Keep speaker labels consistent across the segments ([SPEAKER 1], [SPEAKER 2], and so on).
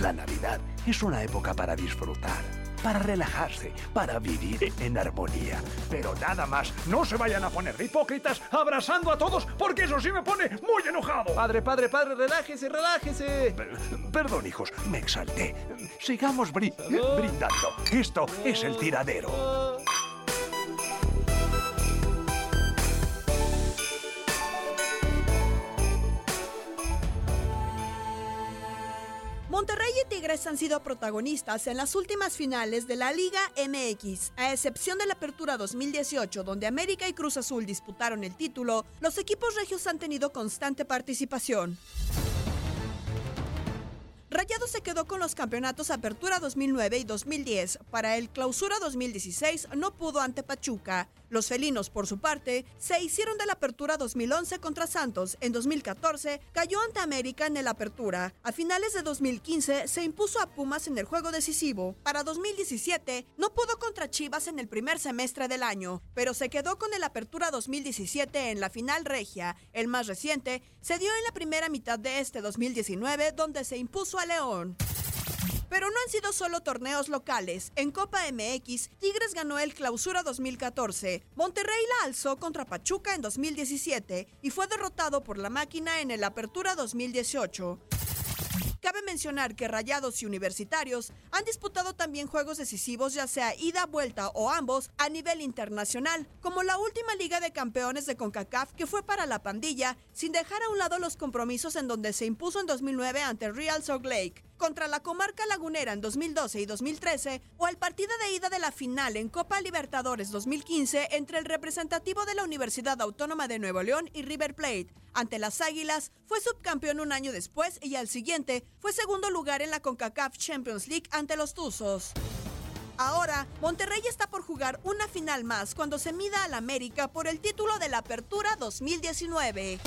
[SPEAKER 1] La Navidad es una época para disfrutar, para relajarse, para vivir en armonía. Pero nada más, no se vayan a poner de hipócritas abrazando a todos, porque eso sí me pone muy enojado.
[SPEAKER 2] Padre, padre, padre, relájese, relájese.
[SPEAKER 1] Per- Perdón, hijos, me exalté. Sigamos bri- brindando. Esto es el tiradero.
[SPEAKER 3] Monterrey y Tigres han sido protagonistas en las últimas finales de la Liga MX. A excepción de la Apertura 2018, donde América y Cruz Azul disputaron el título, los equipos regios han tenido constante participación. Rayado se quedó con los campeonatos Apertura 2009 y 2010. Para el Clausura 2016 no pudo ante Pachuca. Los felinos, por su parte, se hicieron de la Apertura 2011 contra Santos. En 2014 cayó ante América en el Apertura. A finales de 2015 se impuso a Pumas en el juego decisivo. Para 2017 no pudo contra Chivas en el primer semestre del año, pero se quedó con el Apertura 2017 en la final regia. El más reciente se dio en la primera mitad de este 2019 donde se impuso a León. Pero no han sido solo torneos locales. En Copa MX, Tigres ganó el Clausura 2014. Monterrey la alzó contra Pachuca en 2017 y fue derrotado por la máquina en el Apertura 2018. Cabe mencionar que Rayados y Universitarios han disputado también juegos decisivos, ya sea ida, vuelta o ambos, a nivel internacional, como la última Liga de Campeones de CONCACAF que fue para la pandilla, sin dejar a un lado los compromisos en donde se impuso en 2009 ante Real Salt Lake, contra la comarca lagunera en 2012 y 2013, o al partido de ida de la final en Copa Libertadores 2015 entre el representativo de la Universidad Autónoma de Nuevo León y River Plate. Ante las Águilas, fue subcampeón un año después y al siguiente fue segundo lugar en la CONCACAF Champions League ante los Tuzos. Ahora, Monterrey está por jugar una final más cuando se mida al América por el título de la Apertura 2019.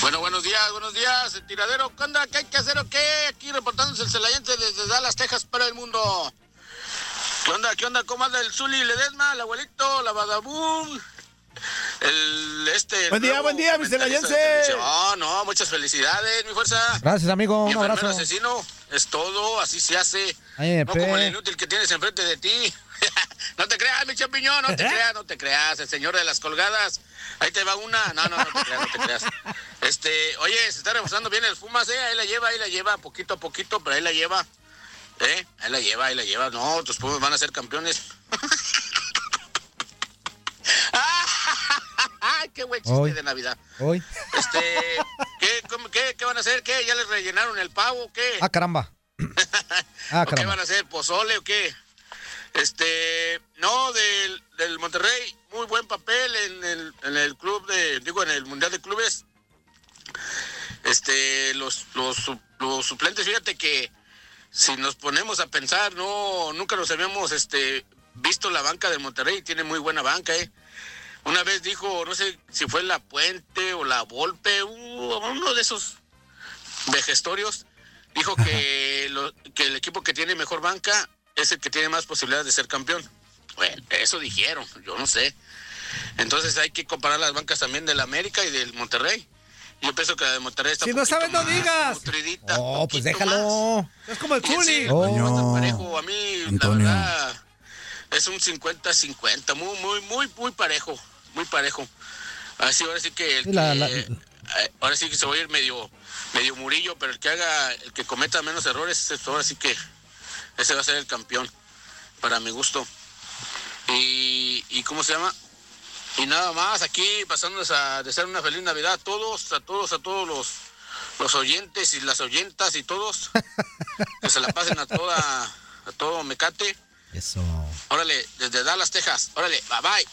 [SPEAKER 4] Bueno, buenos días, buenos días, el tiradero. ¿Qué onda? ¿Qué hay que hacer o qué? Aquí reportándose el celayense desde Dallas, Texas, para el mundo. ¿Qué onda? ¿Qué onda? ¿Cómo anda el Zuli Ledesma, el abuelito, la Badabum? El este.
[SPEAKER 5] Buen día,
[SPEAKER 4] nuevo
[SPEAKER 5] buen día, mi
[SPEAKER 4] comentarista de
[SPEAKER 5] celayense.
[SPEAKER 4] televisión. Oh, no, muchas felicidades, mi fuerza.
[SPEAKER 6] Gracias, amigo.
[SPEAKER 4] Mi
[SPEAKER 6] Un
[SPEAKER 4] enfermero
[SPEAKER 6] abrazo.
[SPEAKER 4] asesino, es todo, así se hace.
[SPEAKER 6] Ay,
[SPEAKER 4] no como
[SPEAKER 6] pe.
[SPEAKER 4] el inútil que tienes enfrente de ti. no te creas, mi champiñón,
[SPEAKER 6] ¿Eh?
[SPEAKER 4] no te creas, no te creas, el señor de las colgadas. Ahí te va una. No, no, no te creas, no te creas. Este, oye, se está reforzando bien el Fumas, eh, ahí la lleva, ahí la lleva, poquito a poquito, pero ahí la lleva. Eh, ahí la lleva, ahí la lleva. No, tus Pumas van a ser campeones. ¡Ay, ¡Ah, qué buen chiste
[SPEAKER 6] Hoy.
[SPEAKER 4] de Navidad!
[SPEAKER 6] Hoy.
[SPEAKER 4] Este, ¿qué, cómo- qué, ¿qué van a hacer? ¿Qué? ¿Ya les rellenaron el pavo? ¿Qué?
[SPEAKER 6] Ah, caramba.
[SPEAKER 5] Ah,
[SPEAKER 4] ¿O ¿Qué
[SPEAKER 5] caramba.
[SPEAKER 4] van a hacer? ¿Pozole o qué? Este, no, del, del Monterrey, muy buen papel en el, en el club de, digo, en el Mundial de Clubes. Este, los, los, su- los suplentes, fíjate que si nos ponemos a pensar, no, nunca nos habíamos este, visto la banca del Monterrey, tiene muy buena banca, ¿eh? Una vez dijo, no sé si fue La Puente o La Volpe, u- uno de esos vejestorios, dijo que, lo- que el equipo que tiene mejor banca es el que tiene más posibilidades de ser campeón. Bueno, eso dijeron, yo no sé. Entonces hay que comparar las bancas también del América y del Monterrey. Yo pienso que la de Monterrey está
[SPEAKER 6] Si
[SPEAKER 4] un
[SPEAKER 6] no
[SPEAKER 4] poquito
[SPEAKER 6] sabes, no
[SPEAKER 4] más
[SPEAKER 6] digas.
[SPEAKER 4] nutridita,
[SPEAKER 5] Oh, pues
[SPEAKER 4] poquito más.
[SPEAKER 5] déjalo.
[SPEAKER 6] Es como el
[SPEAKER 4] Sí, sí,
[SPEAKER 6] Zuli.
[SPEAKER 4] no,
[SPEAKER 5] Oh.
[SPEAKER 4] no está parejo. A mí,
[SPEAKER 7] Antonio.
[SPEAKER 4] la verdad, es un 50-50. Muy, muy, muy, muy parejo. Muy parejo. Así, ahora sí que. el
[SPEAKER 5] Sí, la-
[SPEAKER 4] que-
[SPEAKER 5] la-
[SPEAKER 4] eh, ahora sí que se va a ir medio, medio murillo, pero el que haga, el que cometa menos errores, es- ahora sí que ese va a ser el campeón. Para mi gusto. Y, y ¿cómo se llama? Y nada más, aquí pasándoles a desear una feliz Navidad a todos, a todos, a todos los, los oyentes y las oyentas y todos. Que se la pasen a toda, a todo Mecate.
[SPEAKER 5] Eso.
[SPEAKER 4] Órale, desde Dallas, Texas. Órale, bye bye.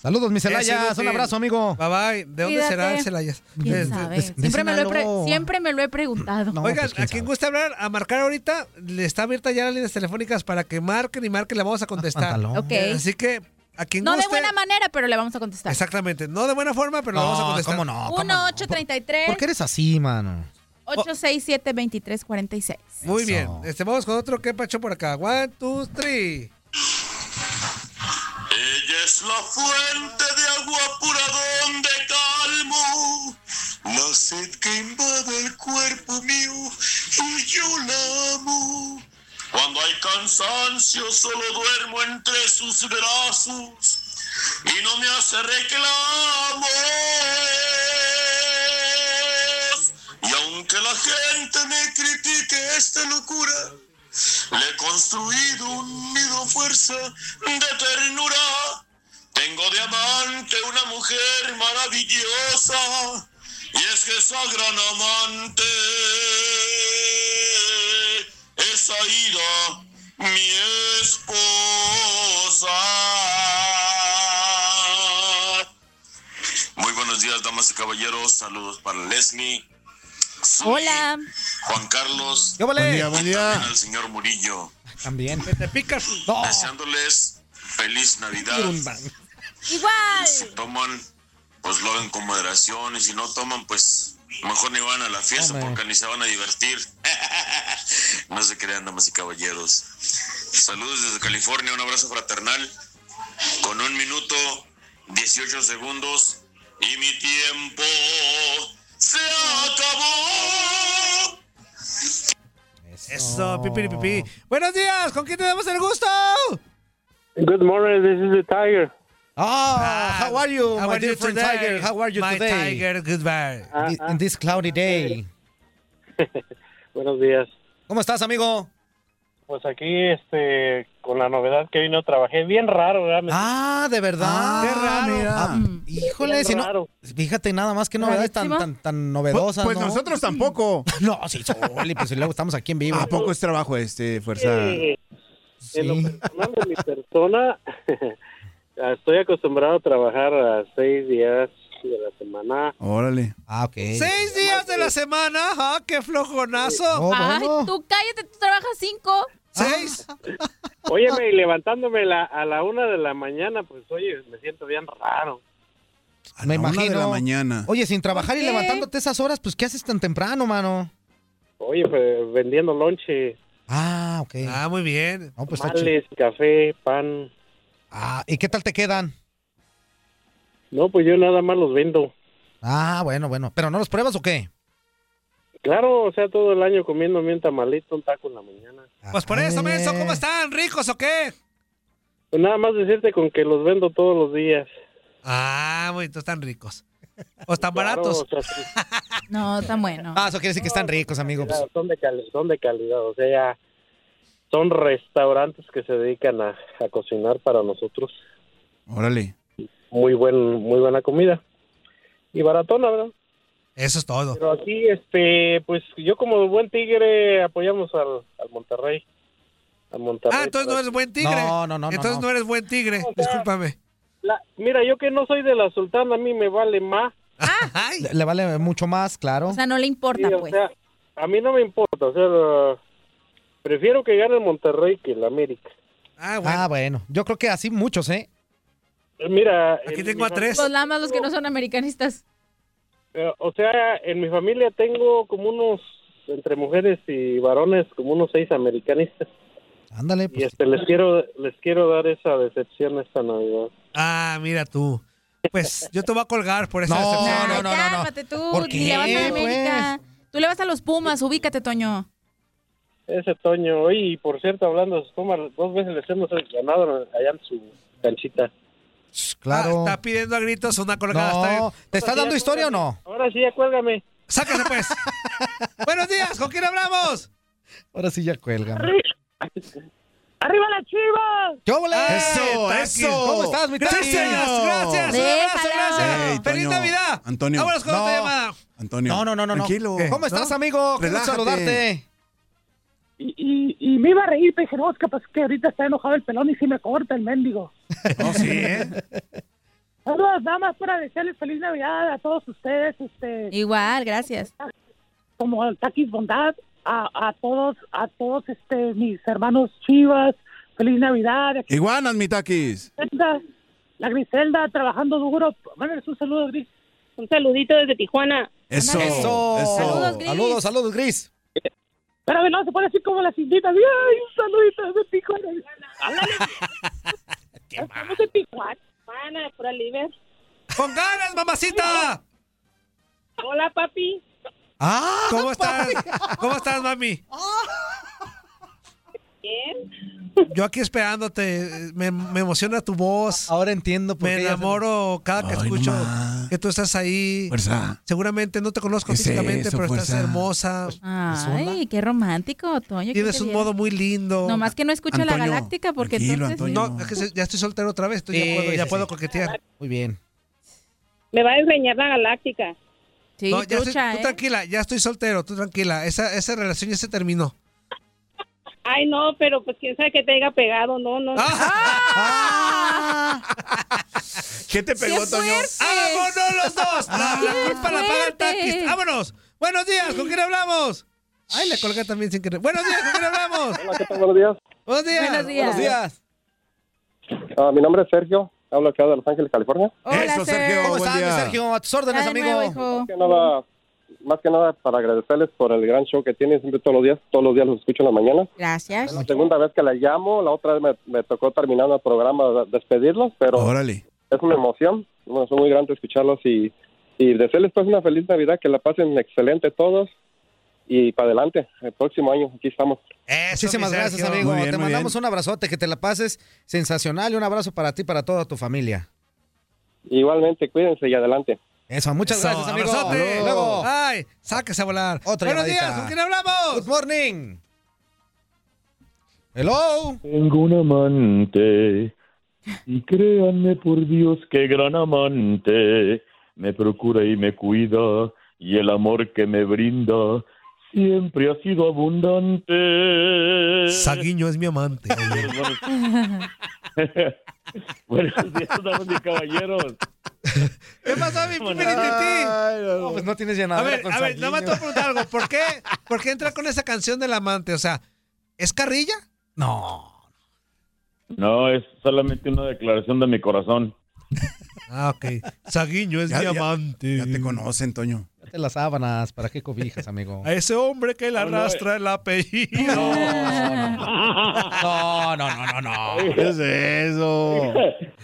[SPEAKER 5] Saludos, mi Celayas.
[SPEAKER 6] Eso,
[SPEAKER 5] Un
[SPEAKER 6] sí.
[SPEAKER 5] abrazo, amigo.
[SPEAKER 6] Bye bye. ¿De dónde será
[SPEAKER 8] Cuídate.
[SPEAKER 6] el Celayas?
[SPEAKER 8] ¿Quién
[SPEAKER 6] Eh,
[SPEAKER 8] sabe?
[SPEAKER 6] eh,
[SPEAKER 5] de
[SPEAKER 8] siempre, me lo he pre-
[SPEAKER 5] Sinaloa.
[SPEAKER 8] siempre me lo he preguntado.
[SPEAKER 5] No.
[SPEAKER 6] Oigan,
[SPEAKER 5] pues, quién
[SPEAKER 6] ¿a quién
[SPEAKER 5] sabe.
[SPEAKER 6] gusta hablar? A marcar ahorita, le está abierta ya las líneas telefónicas para que marquen y marquen, le vamos a contestar.
[SPEAKER 5] pantalón.
[SPEAKER 8] Ok.
[SPEAKER 6] Así que, a quien
[SPEAKER 8] No
[SPEAKER 6] guste.
[SPEAKER 8] de buena manera, pero le vamos a contestar.
[SPEAKER 6] Exactamente, no de buena forma, pero lo vamos a
[SPEAKER 5] No,
[SPEAKER 6] contestar.
[SPEAKER 5] cómo no. cómo no. ¿Por qué
[SPEAKER 8] 1-833-867-2346.
[SPEAKER 5] eres así, mano?
[SPEAKER 6] Muy bien,
[SPEAKER 5] Eso.
[SPEAKER 6] este, vamos con otro que pacho por acá. One, two, three.
[SPEAKER 4] Ella es la fuente de agua pura donde calmo la sed que invade el cuerpo mío y yo la amo. Cuando hay cansancio solo duermo entre sus brazos y no me hace reclamos. Y aunque la gente me critique esta locura, le he construido un nido fuerza de ternura. Tengo de amante una mujer maravillosa. Y es que esa gran amante es Aida, mi esposa. Muy buenos días, damas y caballeros. Saludos para Leslie. Zuli,
[SPEAKER 8] Hola.
[SPEAKER 4] Juan Carlos.
[SPEAKER 5] ¿Qué vale?
[SPEAKER 4] Y también al señor Murillo.
[SPEAKER 5] También.
[SPEAKER 6] Te picas.
[SPEAKER 4] Deseándoles feliz Navidad. Si
[SPEAKER 8] Igual.
[SPEAKER 4] toman, pues lo hagan con moderación. Y si no toman, pues mejor ni van a la fiesta
[SPEAKER 5] Hombre.
[SPEAKER 4] porque ni se van a divertir. no se crean, damas y caballeros. Saludos desde California, un abrazo fraternal. Con un minuto, 18 segundos. Y mi tiempo se acabó.
[SPEAKER 6] Eso, pipi, pipi. Buenos días, ¿con quién te damos el gusto?
[SPEAKER 2] Good morning, this is the Tiger.
[SPEAKER 5] Ah, how are you,
[SPEAKER 6] How
[SPEAKER 5] my
[SPEAKER 6] are you
[SPEAKER 5] dear friend
[SPEAKER 6] today?
[SPEAKER 5] Tiger? How are you
[SPEAKER 6] My
[SPEAKER 5] today?
[SPEAKER 6] Tiger, goodbye.
[SPEAKER 2] Ah,
[SPEAKER 5] In-
[SPEAKER 2] ah,
[SPEAKER 5] In this cloudy day.
[SPEAKER 2] buenos días.
[SPEAKER 5] ¿Cómo estás, amigo?
[SPEAKER 2] Pues aquí, este, con la novedad que vino, trabajé bien raro, ¿verdad? Me-
[SPEAKER 5] Ah, de verdad.
[SPEAKER 6] Ah, qué raro.
[SPEAKER 5] Ah,
[SPEAKER 8] Mm.
[SPEAKER 5] híjole,
[SPEAKER 2] Qué
[SPEAKER 5] si no.
[SPEAKER 2] raro.
[SPEAKER 5] Fíjate, nada más que novedades tan,
[SPEAKER 8] Rarísimo.
[SPEAKER 5] tan, tan
[SPEAKER 7] Pues,
[SPEAKER 5] novedosas.
[SPEAKER 7] pues
[SPEAKER 5] ¿no?
[SPEAKER 7] nosotros tampoco.
[SPEAKER 5] No, sí, Soli, pues luego estamos aquí en vivo.
[SPEAKER 7] ¿A poco es trabajo este, fuerza?
[SPEAKER 2] Eh, En lo
[SPEAKER 5] Sí.
[SPEAKER 2] personal de mi persona, estoy acostumbrado a trabajar a seis días de la semana.
[SPEAKER 7] Órale.
[SPEAKER 5] Ah, ok.
[SPEAKER 6] Seis días de la semana, ah, qué flojonazo.
[SPEAKER 5] Oh,
[SPEAKER 8] Ay,
[SPEAKER 5] bueno.
[SPEAKER 8] tú cállate, tú trabajas cinco.
[SPEAKER 6] Seis.
[SPEAKER 2] Óyeme, y levantándome la- a la una de la mañana, pues, oye, me siento bien raro.
[SPEAKER 7] A
[SPEAKER 5] Me
[SPEAKER 7] la una de
[SPEAKER 5] imagino.
[SPEAKER 7] la mañana.
[SPEAKER 5] Oye, sin trabajar y
[SPEAKER 8] ¿Por qué?
[SPEAKER 5] levantándote esas horas, pues ¿qué haces tan temprano, mano?
[SPEAKER 2] Oye, pues, vendiendo lonche,
[SPEAKER 5] Ah, ok.
[SPEAKER 6] Ah, muy bien.
[SPEAKER 5] no, pues está chido.
[SPEAKER 2] males, café, pan.
[SPEAKER 5] Ah, ¿y qué tal te quedan?
[SPEAKER 2] No, pues yo nada más los vendo.
[SPEAKER 5] Ah, bueno, bueno. ¿Pero no los pruebas o qué?
[SPEAKER 2] Claro, o sea, todo el año comiendo un tamalito, un taco en la mañana.
[SPEAKER 6] Pues por eso,
[SPEAKER 5] Ah,
[SPEAKER 6] menso, ¿cómo están? ¿Ricos o qué?
[SPEAKER 2] Pues nada más decirte con que los vendo todos los días.
[SPEAKER 6] Ah, muy, entonces están ricos. O están
[SPEAKER 2] Claro,
[SPEAKER 6] baratos.
[SPEAKER 2] o sea, sí,
[SPEAKER 8] No, tan bueno.
[SPEAKER 5] Ah, eso quiere decir que están ricos, amigo. pues.
[SPEAKER 2] claro, son, de cali- son de calidad, o sea, ya son restaurantes que se dedican a, a cocinar para nosotros.
[SPEAKER 7] Órale.
[SPEAKER 2] Muy buen, muy buena comida. Y baratona, ¿verdad?
[SPEAKER 6] Eso es todo.
[SPEAKER 2] Pero aquí, este, pues yo como buen tigre apoyamos al, al Monterrey. Monterrey.
[SPEAKER 6] Ah, entonces no eres buen tigre.
[SPEAKER 9] No, no, no, no,
[SPEAKER 6] Entonces
[SPEAKER 9] no.
[SPEAKER 6] no eres buen tigre. Discúlpame.
[SPEAKER 2] La- mira, yo que no soy de la sultana, a mí me vale más.
[SPEAKER 6] Ah,
[SPEAKER 9] Le, le vale mucho más, claro.
[SPEAKER 8] O sea, no le importa,
[SPEAKER 2] Sí, o
[SPEAKER 8] pues.
[SPEAKER 2] sea, a mí no me importa. O sea, la- prefiero que gane el Monterrey que el América.
[SPEAKER 6] Ah,
[SPEAKER 9] bueno. Yo creo que así muchos, ¿eh?
[SPEAKER 2] Eh, Mira,
[SPEAKER 6] Aquí
[SPEAKER 2] en
[SPEAKER 6] tengo
[SPEAKER 2] mi
[SPEAKER 6] a
[SPEAKER 2] fa-
[SPEAKER 6] tres.
[SPEAKER 8] Los lamas, los que no son americanistas.
[SPEAKER 2] eh, O sea, en mi familia tengo como unos, entre mujeres y varones, como unos seis americanistas.
[SPEAKER 9] Ándale,
[SPEAKER 2] Y
[SPEAKER 9] pues.
[SPEAKER 2] este, les quiero les quiero dar esa decepción esta Navidad.
[SPEAKER 6] Ah, mira tú. Pues yo te voy a colgar por esa
[SPEAKER 9] No,
[SPEAKER 6] decepción.
[SPEAKER 9] no, no, no, no.
[SPEAKER 8] Cálmate tú,
[SPEAKER 9] ¿Por
[SPEAKER 8] ni le vas
[SPEAKER 9] qué,
[SPEAKER 8] a la América. Tú le vas a los Pumas, ubícate, Toño.
[SPEAKER 2] Ese Toño, oye, y por cierto, hablando de Pumas, dos veces les hemos ganado allá en su canchita.
[SPEAKER 9] Claro.
[SPEAKER 6] Ah, Está pidiendo a gritos una colgada.
[SPEAKER 9] no,
[SPEAKER 6] Está-
[SPEAKER 9] ¿te está dando historia o no?
[SPEAKER 2] Ahora sí, acuérdame.
[SPEAKER 6] Sáquese pues. Buenos días, ¿con quién hablamos?
[SPEAKER 9] Ahora sí ya cuelga.
[SPEAKER 2] ¡Arriba las chivas!
[SPEAKER 9] ¡Qué ole!
[SPEAKER 7] Eso,
[SPEAKER 6] Takis.
[SPEAKER 7] eso.
[SPEAKER 9] ¿Cómo estás, mi Takis?
[SPEAKER 6] Gracias, gracias. Un abrazo,
[SPEAKER 8] Déjalo.
[SPEAKER 6] gracias.
[SPEAKER 7] Ey,
[SPEAKER 6] ¡Feliz
[SPEAKER 7] Toño.
[SPEAKER 6] Navidad!
[SPEAKER 7] Antonio.
[SPEAKER 6] Vámonos con
[SPEAKER 9] No.
[SPEAKER 6] otra llamada.
[SPEAKER 7] Antonio.
[SPEAKER 9] No, no, no, no. no.
[SPEAKER 7] Tranquilo.
[SPEAKER 9] ¿Qué? ¿Cómo estás, amigo? Qué gusto
[SPEAKER 7] Relájate.
[SPEAKER 9] saludarte.
[SPEAKER 10] Y, y, y me iba a reír, pero dije, no, es capaz que ahorita está enojado el pelón y si me corta el mendigo.
[SPEAKER 7] No, sí, ¿eh?
[SPEAKER 10] Saludos, nada más para desearles feliz Navidad a todos ustedes, este,
[SPEAKER 8] Igual, gracias.
[SPEAKER 10] como el Taquis Bondad, a, a todos, a todos este, mis hermanos chivas, feliz Navidad, a
[SPEAKER 7] Iguanas, mi taquis.
[SPEAKER 10] Griselda, la Griselda trabajando duro. Bueno, es un saludo, Gris.
[SPEAKER 11] Un saludito desde Tijuana.
[SPEAKER 7] Eso.
[SPEAKER 9] Eso.
[SPEAKER 8] Saludos, Gris.
[SPEAKER 9] Saludos, saludos, Gris.
[SPEAKER 10] Espérame, no, se pone así como las inditas. ¡Ay, un saludito desde Tijuana!
[SPEAKER 11] Estamos en Tijuana, Tijuana, pura libre.
[SPEAKER 6] ¡Con ganas, mamacita!
[SPEAKER 11] Hola, papi.
[SPEAKER 9] Ah,
[SPEAKER 6] ¿Cómo estás? ¿Cómo estás, mami?
[SPEAKER 11] Bien.
[SPEAKER 6] Yo aquí esperándote. Me, me emociona tu voz.
[SPEAKER 9] ahora entiendo por
[SPEAKER 6] Me
[SPEAKER 9] qué ella se-
[SPEAKER 6] enamoro cada que
[SPEAKER 7] Ay, no
[SPEAKER 6] escucho
[SPEAKER 7] más.
[SPEAKER 6] que tú estás ahí.
[SPEAKER 7] Fuerza.
[SPEAKER 6] Seguramente no te conozco
[SPEAKER 7] ¿Qué es
[SPEAKER 6] físicamente,
[SPEAKER 7] eso,
[SPEAKER 6] pero
[SPEAKER 7] fuerza?
[SPEAKER 6] estás hermosa.
[SPEAKER 8] Ay, qué romántico, Toño. qué
[SPEAKER 6] Tienes un
[SPEAKER 8] querido.
[SPEAKER 6] modo muy lindo.
[SPEAKER 8] Nomás que no escucha la
[SPEAKER 7] Antonio,
[SPEAKER 8] galáctica porque
[SPEAKER 7] tranquilo,
[SPEAKER 8] entonces...
[SPEAKER 7] Antonio.
[SPEAKER 6] No, es que se- ya estoy soltero otra vez. entonces
[SPEAKER 9] Sí,
[SPEAKER 6] ya puedo, ya
[SPEAKER 9] sí,
[SPEAKER 6] puedo
[SPEAKER 9] sí.
[SPEAKER 6] coquetear.
[SPEAKER 9] Muy bien.
[SPEAKER 11] Me va a enseñar la galáctica.
[SPEAKER 8] Sí,
[SPEAKER 6] No, ya estoy-
[SPEAKER 8] trucha,
[SPEAKER 6] tú
[SPEAKER 8] ¿eh?
[SPEAKER 6] tranquila, ya estoy soltero, tú tranquila. Esa, esa relación ya se terminó.
[SPEAKER 11] Ay, no, pero pues quién sabe que te haya pegado. No, no.
[SPEAKER 6] Ah.
[SPEAKER 7] ¿Qué te
[SPEAKER 8] ¡Qué
[SPEAKER 7] pegó, Toño?
[SPEAKER 8] fuerte!
[SPEAKER 6] ¡Vámonos los dos! La, la
[SPEAKER 8] ¡Qué
[SPEAKER 6] culpa la paga el
[SPEAKER 8] fuerte!
[SPEAKER 6] taquis. ¡Vámonos! ¡Buenos días! ¿Con quién hablamos? Ay, le colgué también sin querer. ¡Buenos días! ¿Con quién hablamos?
[SPEAKER 2] Hola, ¿qué tal? Buenos días.
[SPEAKER 6] ¡Buenos días!
[SPEAKER 8] Buenos días.
[SPEAKER 9] Buenos días.
[SPEAKER 2] Ah, mi nombre es Sergio, hablo acá de Los Ángeles, California.
[SPEAKER 8] Hola,
[SPEAKER 7] Eso, Sergio.
[SPEAKER 8] Sergio.
[SPEAKER 9] ¿Cómo
[SPEAKER 7] buen
[SPEAKER 9] estás, mi
[SPEAKER 7] día.
[SPEAKER 9] Sergio? A tus órdenes,
[SPEAKER 8] Ya de nuevo,
[SPEAKER 9] amigo.
[SPEAKER 8] hijo.
[SPEAKER 2] Más que nada, más que nada para agradecerles por el gran show que tienen siempre todos los días, todos los días los escucho en la mañana.
[SPEAKER 8] Gracias.
[SPEAKER 2] La segunda vez que la llamo, la otra vez me, me tocó terminar el programa, despedirlos, pero
[SPEAKER 7] Órale.
[SPEAKER 2] es una emoción, bueno, son muy grandes escucharlos y, y desearles pues una feliz Navidad, que la pasen excelente todos y para adelante, el próximo año aquí estamos.
[SPEAKER 6] Eso,
[SPEAKER 9] Muchísimas
[SPEAKER 6] mi
[SPEAKER 9] gracias,
[SPEAKER 6] Sergio.
[SPEAKER 9] amigo.
[SPEAKER 7] Muy bien,
[SPEAKER 9] Te
[SPEAKER 7] muy
[SPEAKER 9] mandamos
[SPEAKER 7] bien.
[SPEAKER 9] un abrazote, que te la pases sensacional y un abrazo para ti y para toda tu familia.
[SPEAKER 2] Igualmente, cuídense y adelante.
[SPEAKER 9] Eso, muchas
[SPEAKER 6] Eso,
[SPEAKER 9] gracias, amigo.
[SPEAKER 6] abrazote.
[SPEAKER 9] Hasta luego.
[SPEAKER 6] ¡Ay! ¡Sáquese a volar!
[SPEAKER 9] Otra
[SPEAKER 6] ¡Buenos
[SPEAKER 9] llamadita.
[SPEAKER 6] días! ¿Con quién
[SPEAKER 9] Good
[SPEAKER 6] hablamos?
[SPEAKER 9] morning. Hello.
[SPEAKER 12] Tengo un amante y créanme por Dios que gran amante me procura y me cuida y el amor que me brinda siempre ha sido abundante.
[SPEAKER 6] Saguiño es mi amante.
[SPEAKER 12] Buenos días, damas y caballeros.
[SPEAKER 6] ¿Qué pasó, mi
[SPEAKER 12] Vámonos.
[SPEAKER 6] pipiritití?
[SPEAKER 9] No, pues no tienes
[SPEAKER 6] A
[SPEAKER 9] llenadera
[SPEAKER 6] ver,
[SPEAKER 9] con
[SPEAKER 6] a ver, nada más te voy
[SPEAKER 9] Sanguinho.
[SPEAKER 6] a preguntar algo. ¿Por qué, ¿Por qué entra con esa canción del amante? O sea, ¿es carrilla?
[SPEAKER 9] No.
[SPEAKER 12] No, es solamente una declaración de mi corazón.
[SPEAKER 6] Ah, ok. Saguiño es
[SPEAKER 7] Ya-
[SPEAKER 6] mi
[SPEAKER 7] ya-
[SPEAKER 6] amante.
[SPEAKER 7] Ya te conocen, Toño.
[SPEAKER 9] Date las sábanas, ¿para qué cobijas, amigo?
[SPEAKER 6] A ese hombre que le
[SPEAKER 12] No, no,
[SPEAKER 6] arrastra
[SPEAKER 9] eh.
[SPEAKER 6] el apellido.
[SPEAKER 9] No, no, no, no,
[SPEAKER 6] Ah,
[SPEAKER 9] no.
[SPEAKER 7] ¿Qué es eso?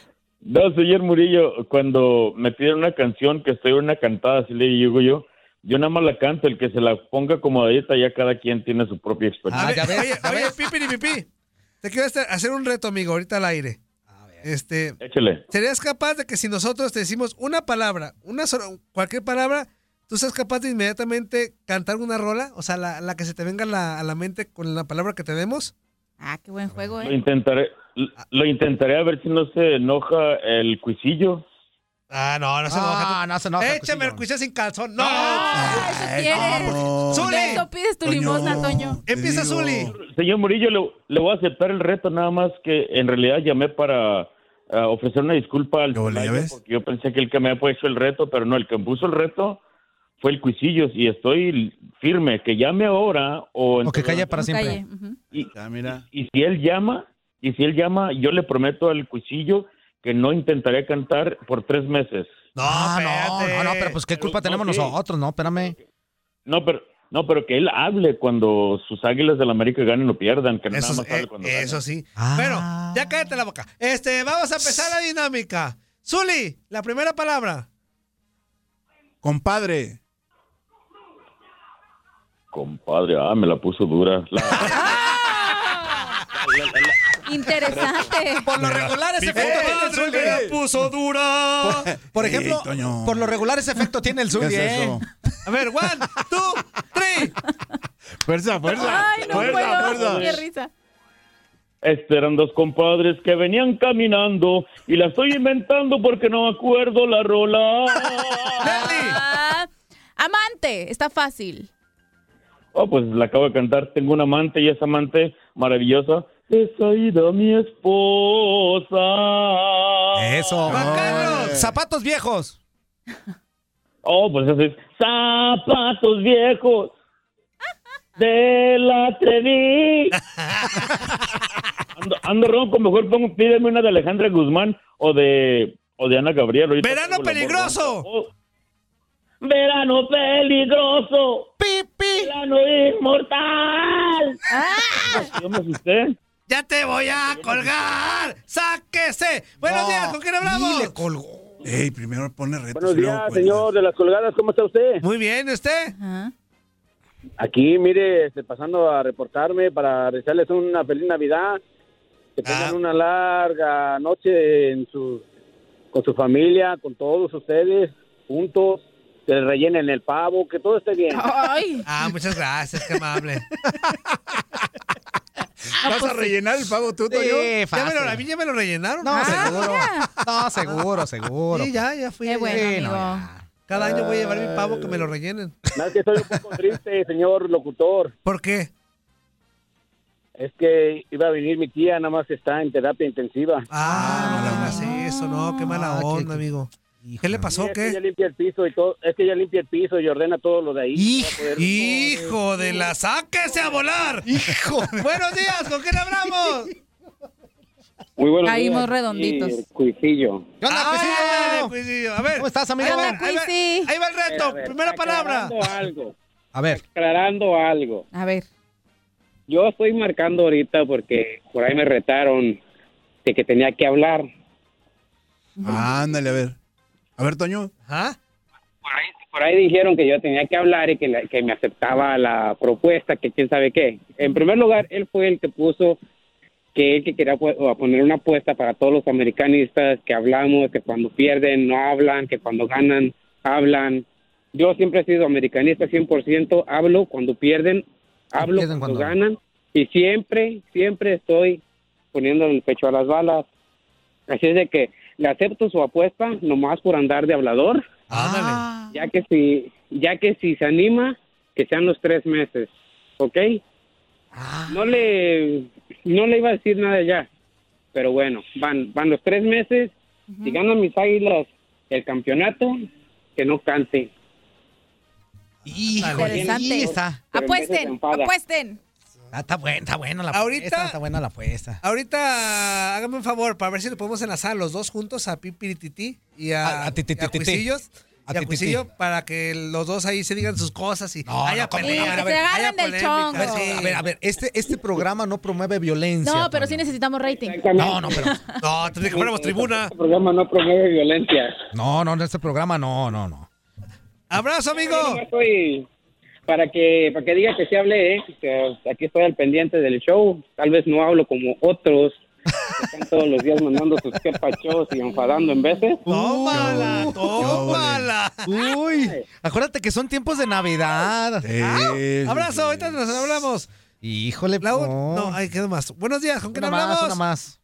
[SPEAKER 12] No, señor Murillo, cuando me piden una canción que estoy en una cantada, así le digo yo, yo nada más la canto, el que se la ponga como dieta, ya cada quien tiene su propia
[SPEAKER 6] A
[SPEAKER 12] experiencia.
[SPEAKER 9] Ah,
[SPEAKER 6] ver,
[SPEAKER 9] ya ves,
[SPEAKER 6] oye,
[SPEAKER 9] ya
[SPEAKER 6] oye,
[SPEAKER 9] ves.
[SPEAKER 6] Pipi Pipi, te quiero hacer- hacer un reto, amigo, ahorita al aire. Este,
[SPEAKER 12] Échale.
[SPEAKER 6] ¿serías capaz de que si nosotros te decimos una palabra, una sola, cualquier palabra, tú seas capaz de inmediatamente cantar una rola? O sea, la, la que se te venga a la, a la mente con la palabra que te demos.
[SPEAKER 8] Ah, qué buen juego,
[SPEAKER 12] Lo
[SPEAKER 8] ¿eh?
[SPEAKER 12] intentaré, lo intentaré a ver si no se enoja el cuisillo.
[SPEAKER 6] Ah, no, no se enoja.
[SPEAKER 9] Ah, no se enoja,
[SPEAKER 6] Échame el cuchillo sin calzón. No.
[SPEAKER 8] eso Ah,
[SPEAKER 12] Ah,
[SPEAKER 8] quieres.
[SPEAKER 6] Zuli.
[SPEAKER 8] De eso pides tu limosna, Toño.
[SPEAKER 6] Empieza Zuli.
[SPEAKER 12] Señor Murillo, le, le voy a aceptar el reto nada más que en realidad llamé para ah, ofrecer una disculpa al Tonayo, porque yo pensé que el que me había puesto el reto, pero no, el que me puso el reto fue el Cuisillos y estoy firme que llame ahora o,
[SPEAKER 9] O que calle para siempre.
[SPEAKER 8] Calle, ujú.
[SPEAKER 12] Y, y si él llama, y si él llama, yo le prometo al Cuisillo que no intentaré cantar por tres meses.
[SPEAKER 6] No,
[SPEAKER 9] no, no, no, pero pues qué culpa tenemos
[SPEAKER 12] no, sí.
[SPEAKER 9] nosotros, no, espérame.
[SPEAKER 12] No, pero no, pero que él hable cuando sus Águilas del América ganen o pierdan, que nada más
[SPEAKER 6] eh,
[SPEAKER 12] hable cuando ganen.
[SPEAKER 6] Eso sí.
[SPEAKER 9] Ah.
[SPEAKER 6] Bueno, ya cállate la boca. Este, vamos a empezar la dinámica. Zuli, la primera palabra.
[SPEAKER 7] Compadre.
[SPEAKER 12] Compadre, ah, me la puso dura. La-
[SPEAKER 8] Interesante.
[SPEAKER 6] Por lo regular ese efecto tiene el Zuli.
[SPEAKER 9] me
[SPEAKER 6] puso dura.
[SPEAKER 9] Por ejemplo, por lo regular ese efecto tiene el Zuli,
[SPEAKER 7] ¿Qué es
[SPEAKER 9] ¿eh?
[SPEAKER 7] eso?
[SPEAKER 6] A ver, one, two, three.
[SPEAKER 7] Fuerza, fuerza.
[SPEAKER 8] Ay, no
[SPEAKER 7] fuerza,
[SPEAKER 8] puedo.
[SPEAKER 7] fuerza.
[SPEAKER 8] Qué risa.
[SPEAKER 12] Este eran dos compadres que venían caminando y la estoy inventando porque no me acuerdo la rola.
[SPEAKER 8] Ah, amante, está fácil.
[SPEAKER 12] Oh, pues la acabo de cantar. Tengo un amante y esa amante maravillosa es Aida, mi esposa.
[SPEAKER 9] Eso.
[SPEAKER 6] Juan Carlos.
[SPEAKER 9] Zapatos viejos.
[SPEAKER 12] Oh, pues eso es zapatos viejos de la Trevi. Ando, ando ronco, mejor pongo, pídeme una de Alejandra Guzmán o de, o de Ana Gabriel. ahorita
[SPEAKER 6] Verano
[SPEAKER 12] traigo el amor
[SPEAKER 6] peligroso.
[SPEAKER 12] ronco. Oh. Verano peligroso. Verano inmortal.
[SPEAKER 6] Ah.
[SPEAKER 12] Yo me asusté.
[SPEAKER 6] Ya te voy a colgar. Sáquese. Buenos días, ¿con quién hablamos?
[SPEAKER 9] Y le colgó.
[SPEAKER 7] Ey, primero pone retos.
[SPEAKER 13] Buenos
[SPEAKER 7] y luego
[SPEAKER 13] días,
[SPEAKER 7] cuelga.
[SPEAKER 13] señor de las colgadas, ¿cómo está usted?
[SPEAKER 6] Muy bien, ¿y ¿usted?
[SPEAKER 8] Ajá.
[SPEAKER 13] Aquí, mire, este, pasando a reportarme para desearles una feliz Navidad, que
[SPEAKER 6] Ah.
[SPEAKER 13] tengan una larga noche en su, con su familia, con todos ustedes, juntos, que les rellenen el pavo, que todo esté bien.
[SPEAKER 8] Ay,
[SPEAKER 6] Ah, muchas gracias, qué amable.
[SPEAKER 7] ¿Vas a rellenar el pago tú, Toño?
[SPEAKER 9] pues Sí,
[SPEAKER 6] ya, me lo, a
[SPEAKER 9] fácil.
[SPEAKER 6] mí ya me lo rellenaron.
[SPEAKER 9] No,
[SPEAKER 6] Ah,
[SPEAKER 9] seguro. No, seguro, seguro.
[SPEAKER 6] Sí, ya, ya fui.
[SPEAKER 8] qué bueno,
[SPEAKER 9] Sí,
[SPEAKER 8] amigo.
[SPEAKER 9] no, ya. Ah.
[SPEAKER 6] Cada año voy a llevar mi pavo que me lo rellenen.
[SPEAKER 13] Nada, que estoy un poco triste, señor locutor.
[SPEAKER 6] ¿Por qué?
[SPEAKER 13] Es que iba a venir mi tía, nada más está en terapia intensiva.
[SPEAKER 6] Ah, no le hagas eso, no, qué mala
[SPEAKER 9] Ah, qué-
[SPEAKER 6] onda, amigo. ¿Qué le pasó,
[SPEAKER 13] Sí, es que ella
[SPEAKER 6] qué?
[SPEAKER 13] limpia el piso y todo, es que ella limpia el piso y ordena todo lo de ahí. para poder-
[SPEAKER 6] Hijo de la sáquese a volar. Hijo. Buenos días, ¿con quién hablamos?
[SPEAKER 13] Muy buenos
[SPEAKER 8] Caímos
[SPEAKER 13] días, aquí,
[SPEAKER 8] redonditos.
[SPEAKER 13] el Cuisillo.
[SPEAKER 9] ¿Qué onda,
[SPEAKER 6] Ah,
[SPEAKER 9] Cuisillo?
[SPEAKER 6] ándale, Cuisillo. A ver.
[SPEAKER 9] ¿Cómo estás, amigo?
[SPEAKER 6] Ahí va, ahí va,
[SPEAKER 8] Cuisi.
[SPEAKER 6] ahí va el reto.
[SPEAKER 13] A ver,
[SPEAKER 6] Primera palabra.
[SPEAKER 13] Aclarando algo,
[SPEAKER 9] A ver.
[SPEAKER 13] aclarando algo.
[SPEAKER 8] A ver.
[SPEAKER 13] Yo estoy marcando ahorita porque por ahí me retaron de que tenía que hablar.
[SPEAKER 7] ándale, a ver. A ver, Toño.
[SPEAKER 6] Ajá.
[SPEAKER 13] Por ahí, por ahí dijeron que yo tenía que hablar y que, la- que me aceptaba la propuesta, que quién sabe qué. En primer lugar, él fue el que puso que él que quería pu- o poner una apuesta para todos los americanistas que hablamos, que cuando pierden no hablan, que cuando ganan hablan. Yo siempre he sido americanista 100%, hablo cuando pierden, hablo
[SPEAKER 9] Pierden
[SPEAKER 13] cuando,
[SPEAKER 9] cuando-
[SPEAKER 13] ganan y siempre, siempre estoy poniendo el pecho a las balas. Así es de que le acepto su apuesta nomás por andar de hablador
[SPEAKER 6] Ándale.
[SPEAKER 13] ya que si ya que si se anima que sean los tres meses ¿ok? no le no le iba a decir nada ya pero bueno van van los tres meses si ganan mis águilas el campeonato que no cante
[SPEAKER 9] Híjole,
[SPEAKER 8] Interesante. Pues
[SPEAKER 9] ahí está.
[SPEAKER 13] Pero en vez de
[SPEAKER 8] Apuesten,
[SPEAKER 13] trompada.
[SPEAKER 8] apuesten.
[SPEAKER 9] Ah, Está buena, está buena la
[SPEAKER 6] Ahorita-
[SPEAKER 9] apuesta. Está buena la apuesta.
[SPEAKER 6] Ahorita hágame un favor para ver si lo podemos enlazar los dos juntos a Pipirititi y
[SPEAKER 9] A-
[SPEAKER 6] a,
[SPEAKER 9] a Titititi.
[SPEAKER 6] y a Cuisillos.
[SPEAKER 9] A
[SPEAKER 6] y a
[SPEAKER 9] Titititi.
[SPEAKER 6] Cuisillo para que los dos ahí se digan sus cosas y
[SPEAKER 9] No,
[SPEAKER 6] haya
[SPEAKER 9] no, ¿cómo
[SPEAKER 6] pelea,
[SPEAKER 9] no?
[SPEAKER 6] haya
[SPEAKER 9] Que se
[SPEAKER 8] agarren del
[SPEAKER 6] polémica,
[SPEAKER 8] chongo.
[SPEAKER 6] pues, sí.
[SPEAKER 9] A ver, a ver, este, este programa no promueve violencia.
[SPEAKER 8] No, pero sí
[SPEAKER 9] Toño.
[SPEAKER 8] necesitamos rating.
[SPEAKER 9] No, no, pero.
[SPEAKER 6] No, te dije que fuéramos tribuna.
[SPEAKER 13] este programa no promueve violencia
[SPEAKER 9] No, no, en este programa no, no, no.
[SPEAKER 6] Abrazo, amigo.
[SPEAKER 13] Yo nomás estoy para que para que diga que sí hablé ¿eh? que aquí estoy al pendiente del show tal vez no hablo como otros que están todos los días mandando sus quepachos y enfadando en veces
[SPEAKER 6] Tómala,
[SPEAKER 9] Uh,
[SPEAKER 6] tómala.
[SPEAKER 9] Uy, acuérdate que son tiempos de Navidad.
[SPEAKER 7] Sí, sí,
[SPEAKER 6] Abrazo,
[SPEAKER 7] sí.
[SPEAKER 6] ahorita nos hablamos.
[SPEAKER 9] Híjole,
[SPEAKER 6] La u-
[SPEAKER 9] no.
[SPEAKER 6] no, ahí quedó más. Buenos días, ¿con quién
[SPEAKER 9] Una más,
[SPEAKER 6] hablamos?
[SPEAKER 9] una más.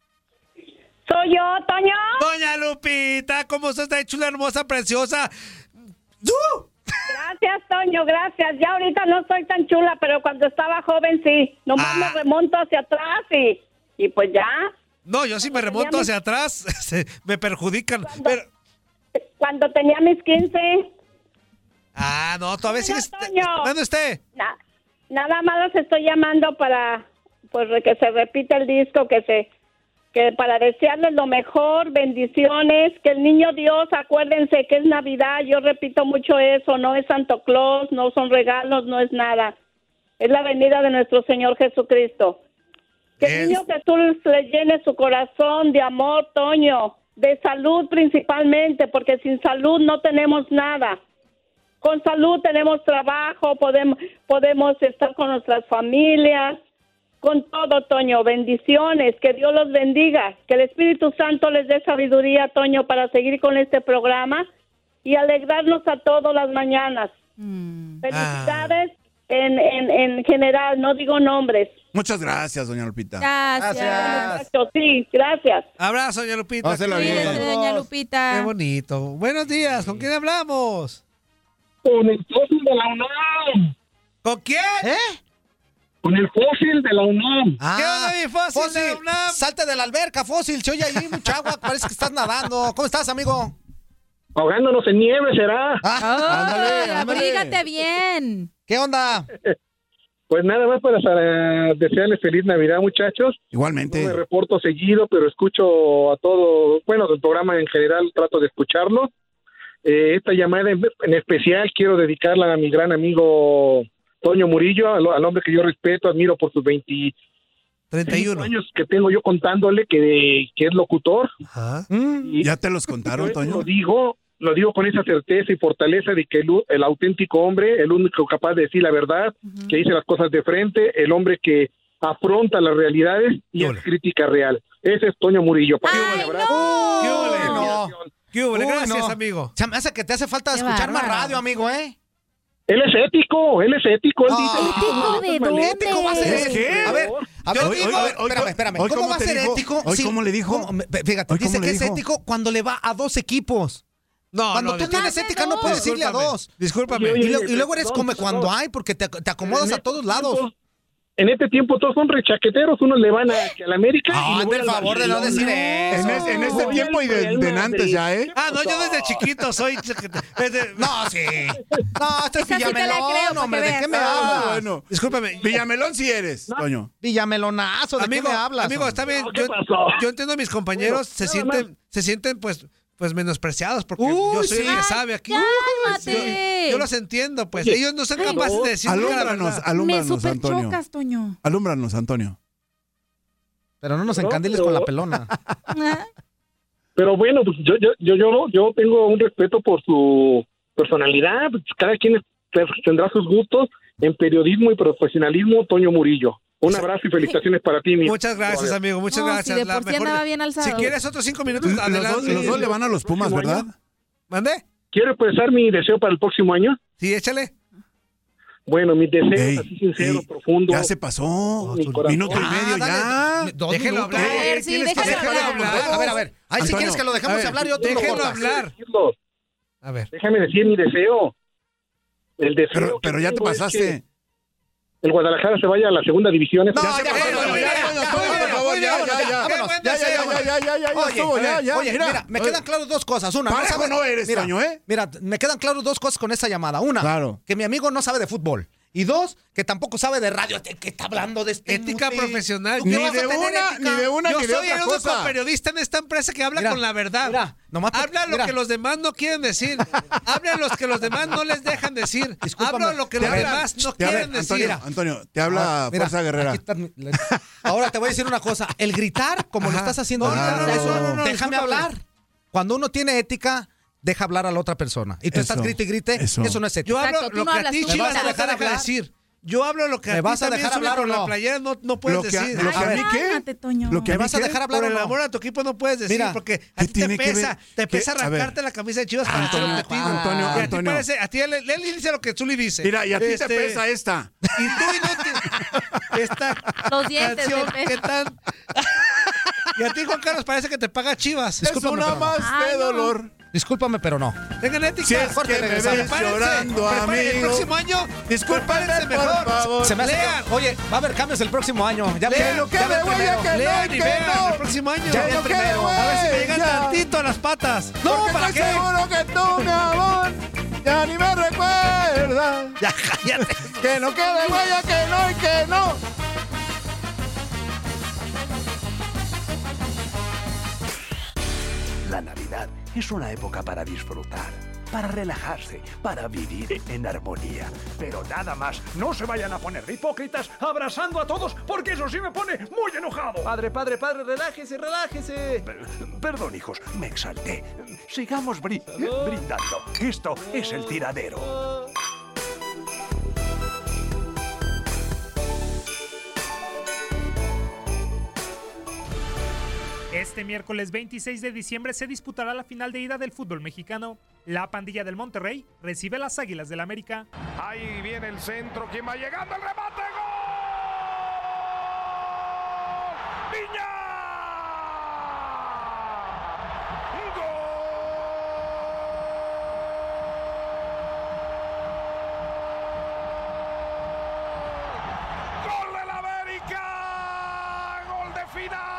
[SPEAKER 6] Soy yo, Toño. Doña Lupita, ¿cómo estás? Está chula, hermosa, preciosa. ¡Uh!
[SPEAKER 14] Gracias, Toño, gracias. Ya ahorita no soy tan chula, pero cuando estaba joven sí. Nomás
[SPEAKER 6] Ah.
[SPEAKER 14] me remonto hacia atrás y, y pues ya.
[SPEAKER 6] No, yo sí me remonto hacia atrás, se- me perjudican. Pero,
[SPEAKER 14] Cuando tenía mis 15.
[SPEAKER 6] ah, no, todavía sigues. ¿Dónde esté?
[SPEAKER 14] Na- nada más los estoy llamando para pues que se repita el disco, que se que para desearles lo mejor, bendiciones, que el niño Dios, acuérdense que es Navidad, yo repito mucho eso, no es Santo Claus, no son regalos, no es nada. Es la venida de nuestro Señor Jesucristo. Que el niño Jesús le llene su corazón de amor, Toño, de salud principalmente, porque sin salud no tenemos nada con salud tenemos trabajo, podemos, podemos estar con nuestras familias, con todo, Toño. Bendiciones, que Dios los bendiga, que el Espíritu Santo les dé sabiduría, Toño, para seguir con este programa y alegrarnos a todas las mañanas. Felicidades en, en, en general, no digo nombres.
[SPEAKER 7] Muchas gracias, doña Lupita.
[SPEAKER 14] Gracias. Sí, gracias.
[SPEAKER 6] Abrazo, doña Lupita.
[SPEAKER 7] Pásela bien. Cuídese,
[SPEAKER 8] doña Lupita.
[SPEAKER 6] Qué bonito. Buenos días, ¿con quién hablamos?
[SPEAKER 15] Con el fósil de la UNAM.
[SPEAKER 6] ¿Con quién?
[SPEAKER 9] ¿Eh?
[SPEAKER 15] Con el fósil de la UNAM.
[SPEAKER 9] Ah, fósil, Salte de la alberca, fósil. Se oye ahí mucha agua. Parece que estás nadando. ¿Cómo estás, amigo?
[SPEAKER 15] Ahogándonos en nieve será.
[SPEAKER 8] Ay, abrígate bien.
[SPEAKER 9] Ah, ¿Qué onda?
[SPEAKER 15] Pues nada más para, para desearles feliz Navidad, muchachos.
[SPEAKER 7] Igualmente.
[SPEAKER 15] No me reporto seguido, pero escucho a todo, bueno, el programa en general trato de escucharlo. Eh, esta llamada en, en especial quiero dedicarla a mi gran amigo Toño Murillo, al, al hombre que yo respeto, admiro por sus 20,
[SPEAKER 6] 31
[SPEAKER 15] años que tengo yo contándole que, que es locutor.
[SPEAKER 7] ¿Ya te los contaron, Toño?
[SPEAKER 15] Mm. Lo digo, lo digo con esa certeza y fortaleza de que el, u- el auténtico hombre, el único capaz de decir la verdad, que dice las cosas de frente, el hombre que afronta las realidades y es crítica real. Ese es Toño Murillo. pues. Para mí, un abrazo.
[SPEAKER 9] ¿Qué no.
[SPEAKER 6] ¿Qué hubo?
[SPEAKER 9] Uy,
[SPEAKER 6] Gracias,
[SPEAKER 9] no.
[SPEAKER 6] amigo.
[SPEAKER 9] Se me hace que te hace falta
[SPEAKER 6] Qué
[SPEAKER 9] escuchar más
[SPEAKER 6] bárbaro.
[SPEAKER 9] radio, amigo, ¿eh?
[SPEAKER 15] Él es ético, él es ético, él
[SPEAKER 9] Ah,
[SPEAKER 15] dice...
[SPEAKER 9] ¿Ético
[SPEAKER 15] "Maletas,
[SPEAKER 9] va a ser
[SPEAKER 15] maletas".
[SPEAKER 9] ético? A ver, a ver,
[SPEAKER 15] Yo
[SPEAKER 9] digo,
[SPEAKER 15] digo-
[SPEAKER 9] a ver, espérame, espérame.
[SPEAKER 15] hoy
[SPEAKER 9] ¿Cómo
[SPEAKER 15] cómo
[SPEAKER 9] va a
[SPEAKER 15] te
[SPEAKER 9] ser
[SPEAKER 15] dijo?
[SPEAKER 9] ético?
[SPEAKER 15] Hoy
[SPEAKER 9] si-
[SPEAKER 15] cómo le dijo?
[SPEAKER 9] ¿cómo? Ve- Fíjate,
[SPEAKER 15] Hoy
[SPEAKER 9] dice
[SPEAKER 15] cómo
[SPEAKER 9] que
[SPEAKER 15] le
[SPEAKER 9] es
[SPEAKER 15] dijo?
[SPEAKER 9] ético cuando le va a dos equipos.
[SPEAKER 6] No,
[SPEAKER 9] cuando
[SPEAKER 6] no,
[SPEAKER 9] tú
[SPEAKER 6] discúlpame.
[SPEAKER 9] tienes ética no puedes irle a
[SPEAKER 6] Discúlpame,
[SPEAKER 9] dos.
[SPEAKER 6] discúlpame.
[SPEAKER 9] Y, lo-
[SPEAKER 6] Oye,
[SPEAKER 9] y luego eres
[SPEAKER 6] no,
[SPEAKER 9] come
[SPEAKER 6] no.
[SPEAKER 9] cuando hay porque te, te acomodas a todos lados.
[SPEAKER 15] En este tiempo todos son rechaqueteros, unos le van a, que a la América... y le
[SPEAKER 6] Ah,
[SPEAKER 9] hazme
[SPEAKER 15] voy
[SPEAKER 9] el
[SPEAKER 15] al
[SPEAKER 9] Ah, favor de no
[SPEAKER 15] Barcelona.
[SPEAKER 9] decir eso.
[SPEAKER 7] En, es- en este
[SPEAKER 15] Voy
[SPEAKER 7] tiempo
[SPEAKER 15] al
[SPEAKER 7] y de,
[SPEAKER 15] Real
[SPEAKER 7] de antes
[SPEAKER 15] Madrid.
[SPEAKER 7] ya, ¿eh?
[SPEAKER 6] Ah, no, yo desde chiquito soy.
[SPEAKER 9] No, sí. No, esto es
[SPEAKER 6] Esa sí te la
[SPEAKER 9] Villamelón,
[SPEAKER 6] creo, para que
[SPEAKER 9] hombre. ¿De
[SPEAKER 6] veas.
[SPEAKER 9] qué me
[SPEAKER 6] Ah,
[SPEAKER 9] hablas?
[SPEAKER 6] bueno. Discúlpame.
[SPEAKER 7] Villamelón sí eres, Toño.
[SPEAKER 9] Villamelonazo, ¿de
[SPEAKER 6] Amigo,
[SPEAKER 9] qué me hablas?
[SPEAKER 6] amigo, está bien. Yo, yo entiendo a mis compañeros, se
[SPEAKER 9] Bueno, nada
[SPEAKER 6] sienten, se sienten pues, pues menospreciados porque yo soy el
[SPEAKER 8] sí.
[SPEAKER 6] que sabe aquí.
[SPEAKER 8] Ay,
[SPEAKER 6] Yo,
[SPEAKER 8] cálmate.
[SPEAKER 6] yo los entiendo, pues.
[SPEAKER 7] Oye,
[SPEAKER 6] Ellos no son
[SPEAKER 7] Ay,
[SPEAKER 6] capaces de decir la
[SPEAKER 7] alúmbranos,
[SPEAKER 6] verdad.
[SPEAKER 7] alúmbranos,
[SPEAKER 8] Me super
[SPEAKER 7] Antonio.
[SPEAKER 8] chocas, Toño.
[SPEAKER 7] Alúmbranos, Antonio.
[SPEAKER 9] Pero no nos encandiles con la pelona.
[SPEAKER 15] Pero bueno, pues yo, yo, yo, yo, no- yo tengo un respeto por su personalidad. pues, Cada quien es- te- tendrá sus gustos en periodismo y profesionalismo. Toño Murillo. Un abrazo y felicitaciones para ti, mi.
[SPEAKER 6] Muchas gracias, amigo. Muchas
[SPEAKER 8] No, si
[SPEAKER 6] gracias.
[SPEAKER 8] de por sí andaba bien alzado.
[SPEAKER 6] Si quieres otros cinco minutos,
[SPEAKER 7] Los
[SPEAKER 6] adelante.
[SPEAKER 7] dos, los dos le van a los Pumas, ¿verdad?
[SPEAKER 6] ¿Mande?
[SPEAKER 15] Quiero expresar mi deseo para el próximo año.
[SPEAKER 6] Sí, échale.
[SPEAKER 15] Bueno, mis deseos así sincero, profundo.
[SPEAKER 7] Ya se pasó.
[SPEAKER 15] mi corazón.
[SPEAKER 7] Minuto
[SPEAKER 9] Ah,
[SPEAKER 7] y medio ya.
[SPEAKER 9] Déjelo
[SPEAKER 7] minutos.
[SPEAKER 9] hablar.
[SPEAKER 7] A ver, sí,
[SPEAKER 9] eh, Tienes que
[SPEAKER 7] déjalo
[SPEAKER 9] dejarlo
[SPEAKER 7] hablar.
[SPEAKER 9] hablar. A ver, a ver. Ahí si
[SPEAKER 7] Antonio,
[SPEAKER 9] quieres que lo
[SPEAKER 7] a
[SPEAKER 9] dejemos
[SPEAKER 7] ver,
[SPEAKER 9] hablar, yo te lo
[SPEAKER 7] déjenlo
[SPEAKER 9] corto.
[SPEAKER 7] hablar.
[SPEAKER 6] A ver.
[SPEAKER 15] Déjame decir mi deseo. El deseo. Pero,
[SPEAKER 7] pero ya te pasaste.
[SPEAKER 15] El Guadalajara se vaya a la segunda división.
[SPEAKER 7] Ya
[SPEAKER 9] Eh,
[SPEAKER 7] se pasó, Toño, ya, Toño, Toño, por favor, ya, ya, ya.
[SPEAKER 9] Vámonos,
[SPEAKER 7] Ya, ya, ya, ya, ya, ya, ya, ya
[SPEAKER 9] Oye,
[SPEAKER 7] estuvo, ya,
[SPEAKER 9] oye,
[SPEAKER 7] ya,
[SPEAKER 9] oye, mira, me quedan claras dos cosas. Una,
[SPEAKER 7] Parejo
[SPEAKER 9] sabe-
[SPEAKER 7] no eres,
[SPEAKER 9] mira,
[SPEAKER 7] Toño, ¿eh?
[SPEAKER 9] Mira, me quedan claras dos cosas con esa llamada. Una,
[SPEAKER 7] Claro.
[SPEAKER 9] que mi amigo no sabe de fútbol. Y dos, que tampoco sabe de radio. Este Que está hablando de este
[SPEAKER 6] Ética
[SPEAKER 9] mute.
[SPEAKER 6] profesional.
[SPEAKER 9] ¿Tú qué vas a tener ética?
[SPEAKER 6] Yo soy el único periodista en esta empresa que habla
[SPEAKER 9] Mira,
[SPEAKER 6] con la verdad.
[SPEAKER 9] nomás porque-
[SPEAKER 6] habla lo
[SPEAKER 9] mira.
[SPEAKER 6] que los demás no quieren decir. habla lo que los demás no les dejan decir. habla lo que
[SPEAKER 7] Te
[SPEAKER 6] los
[SPEAKER 7] hablan.
[SPEAKER 6] demás no
[SPEAKER 7] Te hablan,
[SPEAKER 6] quieren decir.
[SPEAKER 7] Antonio, Antonio, te habla
[SPEAKER 9] Ahora, mira,
[SPEAKER 7] Fuerza Guerrera.
[SPEAKER 9] aquí está mi- la- Ahora te voy a decir una cosa. El gritar, como lo estás haciendo
[SPEAKER 6] No, Ah, no,
[SPEAKER 9] ahorita,
[SPEAKER 6] no, no,
[SPEAKER 9] eso-
[SPEAKER 6] no, no, no,
[SPEAKER 9] déjame
[SPEAKER 6] discúlpame.
[SPEAKER 9] hablar. Cuando uno tiene ética, deja hablar a la otra persona. Y tú
[SPEAKER 7] Eso,
[SPEAKER 9] estás grite y grite, eso,
[SPEAKER 7] eso.
[SPEAKER 9] no es ética.
[SPEAKER 6] Yo hablo lo que a ti,
[SPEAKER 9] ¿Me
[SPEAKER 6] Chivas,
[SPEAKER 9] vas a
[SPEAKER 6] no te
[SPEAKER 9] dejar
[SPEAKER 6] deja
[SPEAKER 9] hablar?
[SPEAKER 6] decir. Yo hablo lo que
[SPEAKER 9] ¿Me
[SPEAKER 6] a ti
[SPEAKER 9] vas a
[SPEAKER 6] también
[SPEAKER 9] dejar
[SPEAKER 6] sube
[SPEAKER 9] hablar o
[SPEAKER 6] con la
[SPEAKER 9] no?
[SPEAKER 6] playera no, no puedes
[SPEAKER 7] Lo que a-
[SPEAKER 6] decir.
[SPEAKER 7] lo que a mí qué?
[SPEAKER 8] Cálmate, Toño.
[SPEAKER 7] Lo que a
[SPEAKER 9] ¿Me
[SPEAKER 7] mí
[SPEAKER 9] vas a
[SPEAKER 7] qué?
[SPEAKER 9] dejar hablar
[SPEAKER 6] Por
[SPEAKER 9] o
[SPEAKER 6] el
[SPEAKER 9] no?
[SPEAKER 6] amor a tu equipo no puedes decir
[SPEAKER 9] Mira,
[SPEAKER 6] porque a
[SPEAKER 7] ¿qué
[SPEAKER 6] ti te
[SPEAKER 7] tiene que
[SPEAKER 6] pesa,
[SPEAKER 7] ver?
[SPEAKER 6] te pesa
[SPEAKER 7] ¿Qué? A ver.
[SPEAKER 6] arrancarte la camisa de Chivas para hacer
[SPEAKER 7] Antonio,
[SPEAKER 6] objetivo.
[SPEAKER 7] Antonio,
[SPEAKER 6] Y a ti
[SPEAKER 7] Antonio.
[SPEAKER 6] parece, a ti Leli- Leli dice lo que Zuli dice.
[SPEAKER 7] Mira, y a ti te
[SPEAKER 6] Este,
[SPEAKER 7] pesa esta.
[SPEAKER 6] Y tú y no te- esta
[SPEAKER 8] Los dientes,
[SPEAKER 6] canción
[SPEAKER 8] Pepe.
[SPEAKER 6] que tan Y a ti, Juan Carlos, parece que te paga Chivas.
[SPEAKER 5] Discúlpame, pero no. Ay, no. Discúlpame, pero no.
[SPEAKER 6] Tengan ética.
[SPEAKER 5] Si es que me ven llorando,
[SPEAKER 6] Prepárense. El
[SPEAKER 5] amigo.
[SPEAKER 6] próximo año,
[SPEAKER 5] Discúlpame,
[SPEAKER 6] prepárense
[SPEAKER 5] por
[SPEAKER 6] mejor.
[SPEAKER 5] favor. Se me hace que-
[SPEAKER 6] Lean.
[SPEAKER 5] oye, va a haber cambios el próximo año. Ya
[SPEAKER 6] Lean,
[SPEAKER 5] ven,
[SPEAKER 6] ya
[SPEAKER 5] ya
[SPEAKER 6] ven
[SPEAKER 5] ven
[SPEAKER 6] primero.
[SPEAKER 5] primero.
[SPEAKER 6] Lean y vean el próximo año.
[SPEAKER 5] Ya
[SPEAKER 6] Vean
[SPEAKER 5] ven
[SPEAKER 6] primero.
[SPEAKER 5] primero.
[SPEAKER 6] a ver si me llegan tantito a las patas. No,
[SPEAKER 7] Porque
[SPEAKER 6] ¿para
[SPEAKER 7] estoy
[SPEAKER 6] qué?
[SPEAKER 7] seguro que tú, mi amor, ya ni me recuerdas.
[SPEAKER 6] Ya, cállate.
[SPEAKER 7] Que no quede huella, que no y que no.
[SPEAKER 1] La Navidad es una época para disfrutar, para relajarse, para vivir en armonía. Pero nada más, no se vayan a poner de hipócritas abrazando a todos, porque eso sí me pone muy enojado. Padre, padre, padre, relájese, relájese. perdón, hijos, me exalté. Sigamos bri- brindando. Esto es el tiradero.
[SPEAKER 16] Este miércoles 26 de diciembre se disputará la final de ida del fútbol mexicano. La pandilla del Monterrey recibe a las Águilas del América.
[SPEAKER 1] Ahí viene el centro, ¿quién va llegando? ¡El remate! ¡Gol! ¡Viña! ¡Gol del América! ¡Gol de final!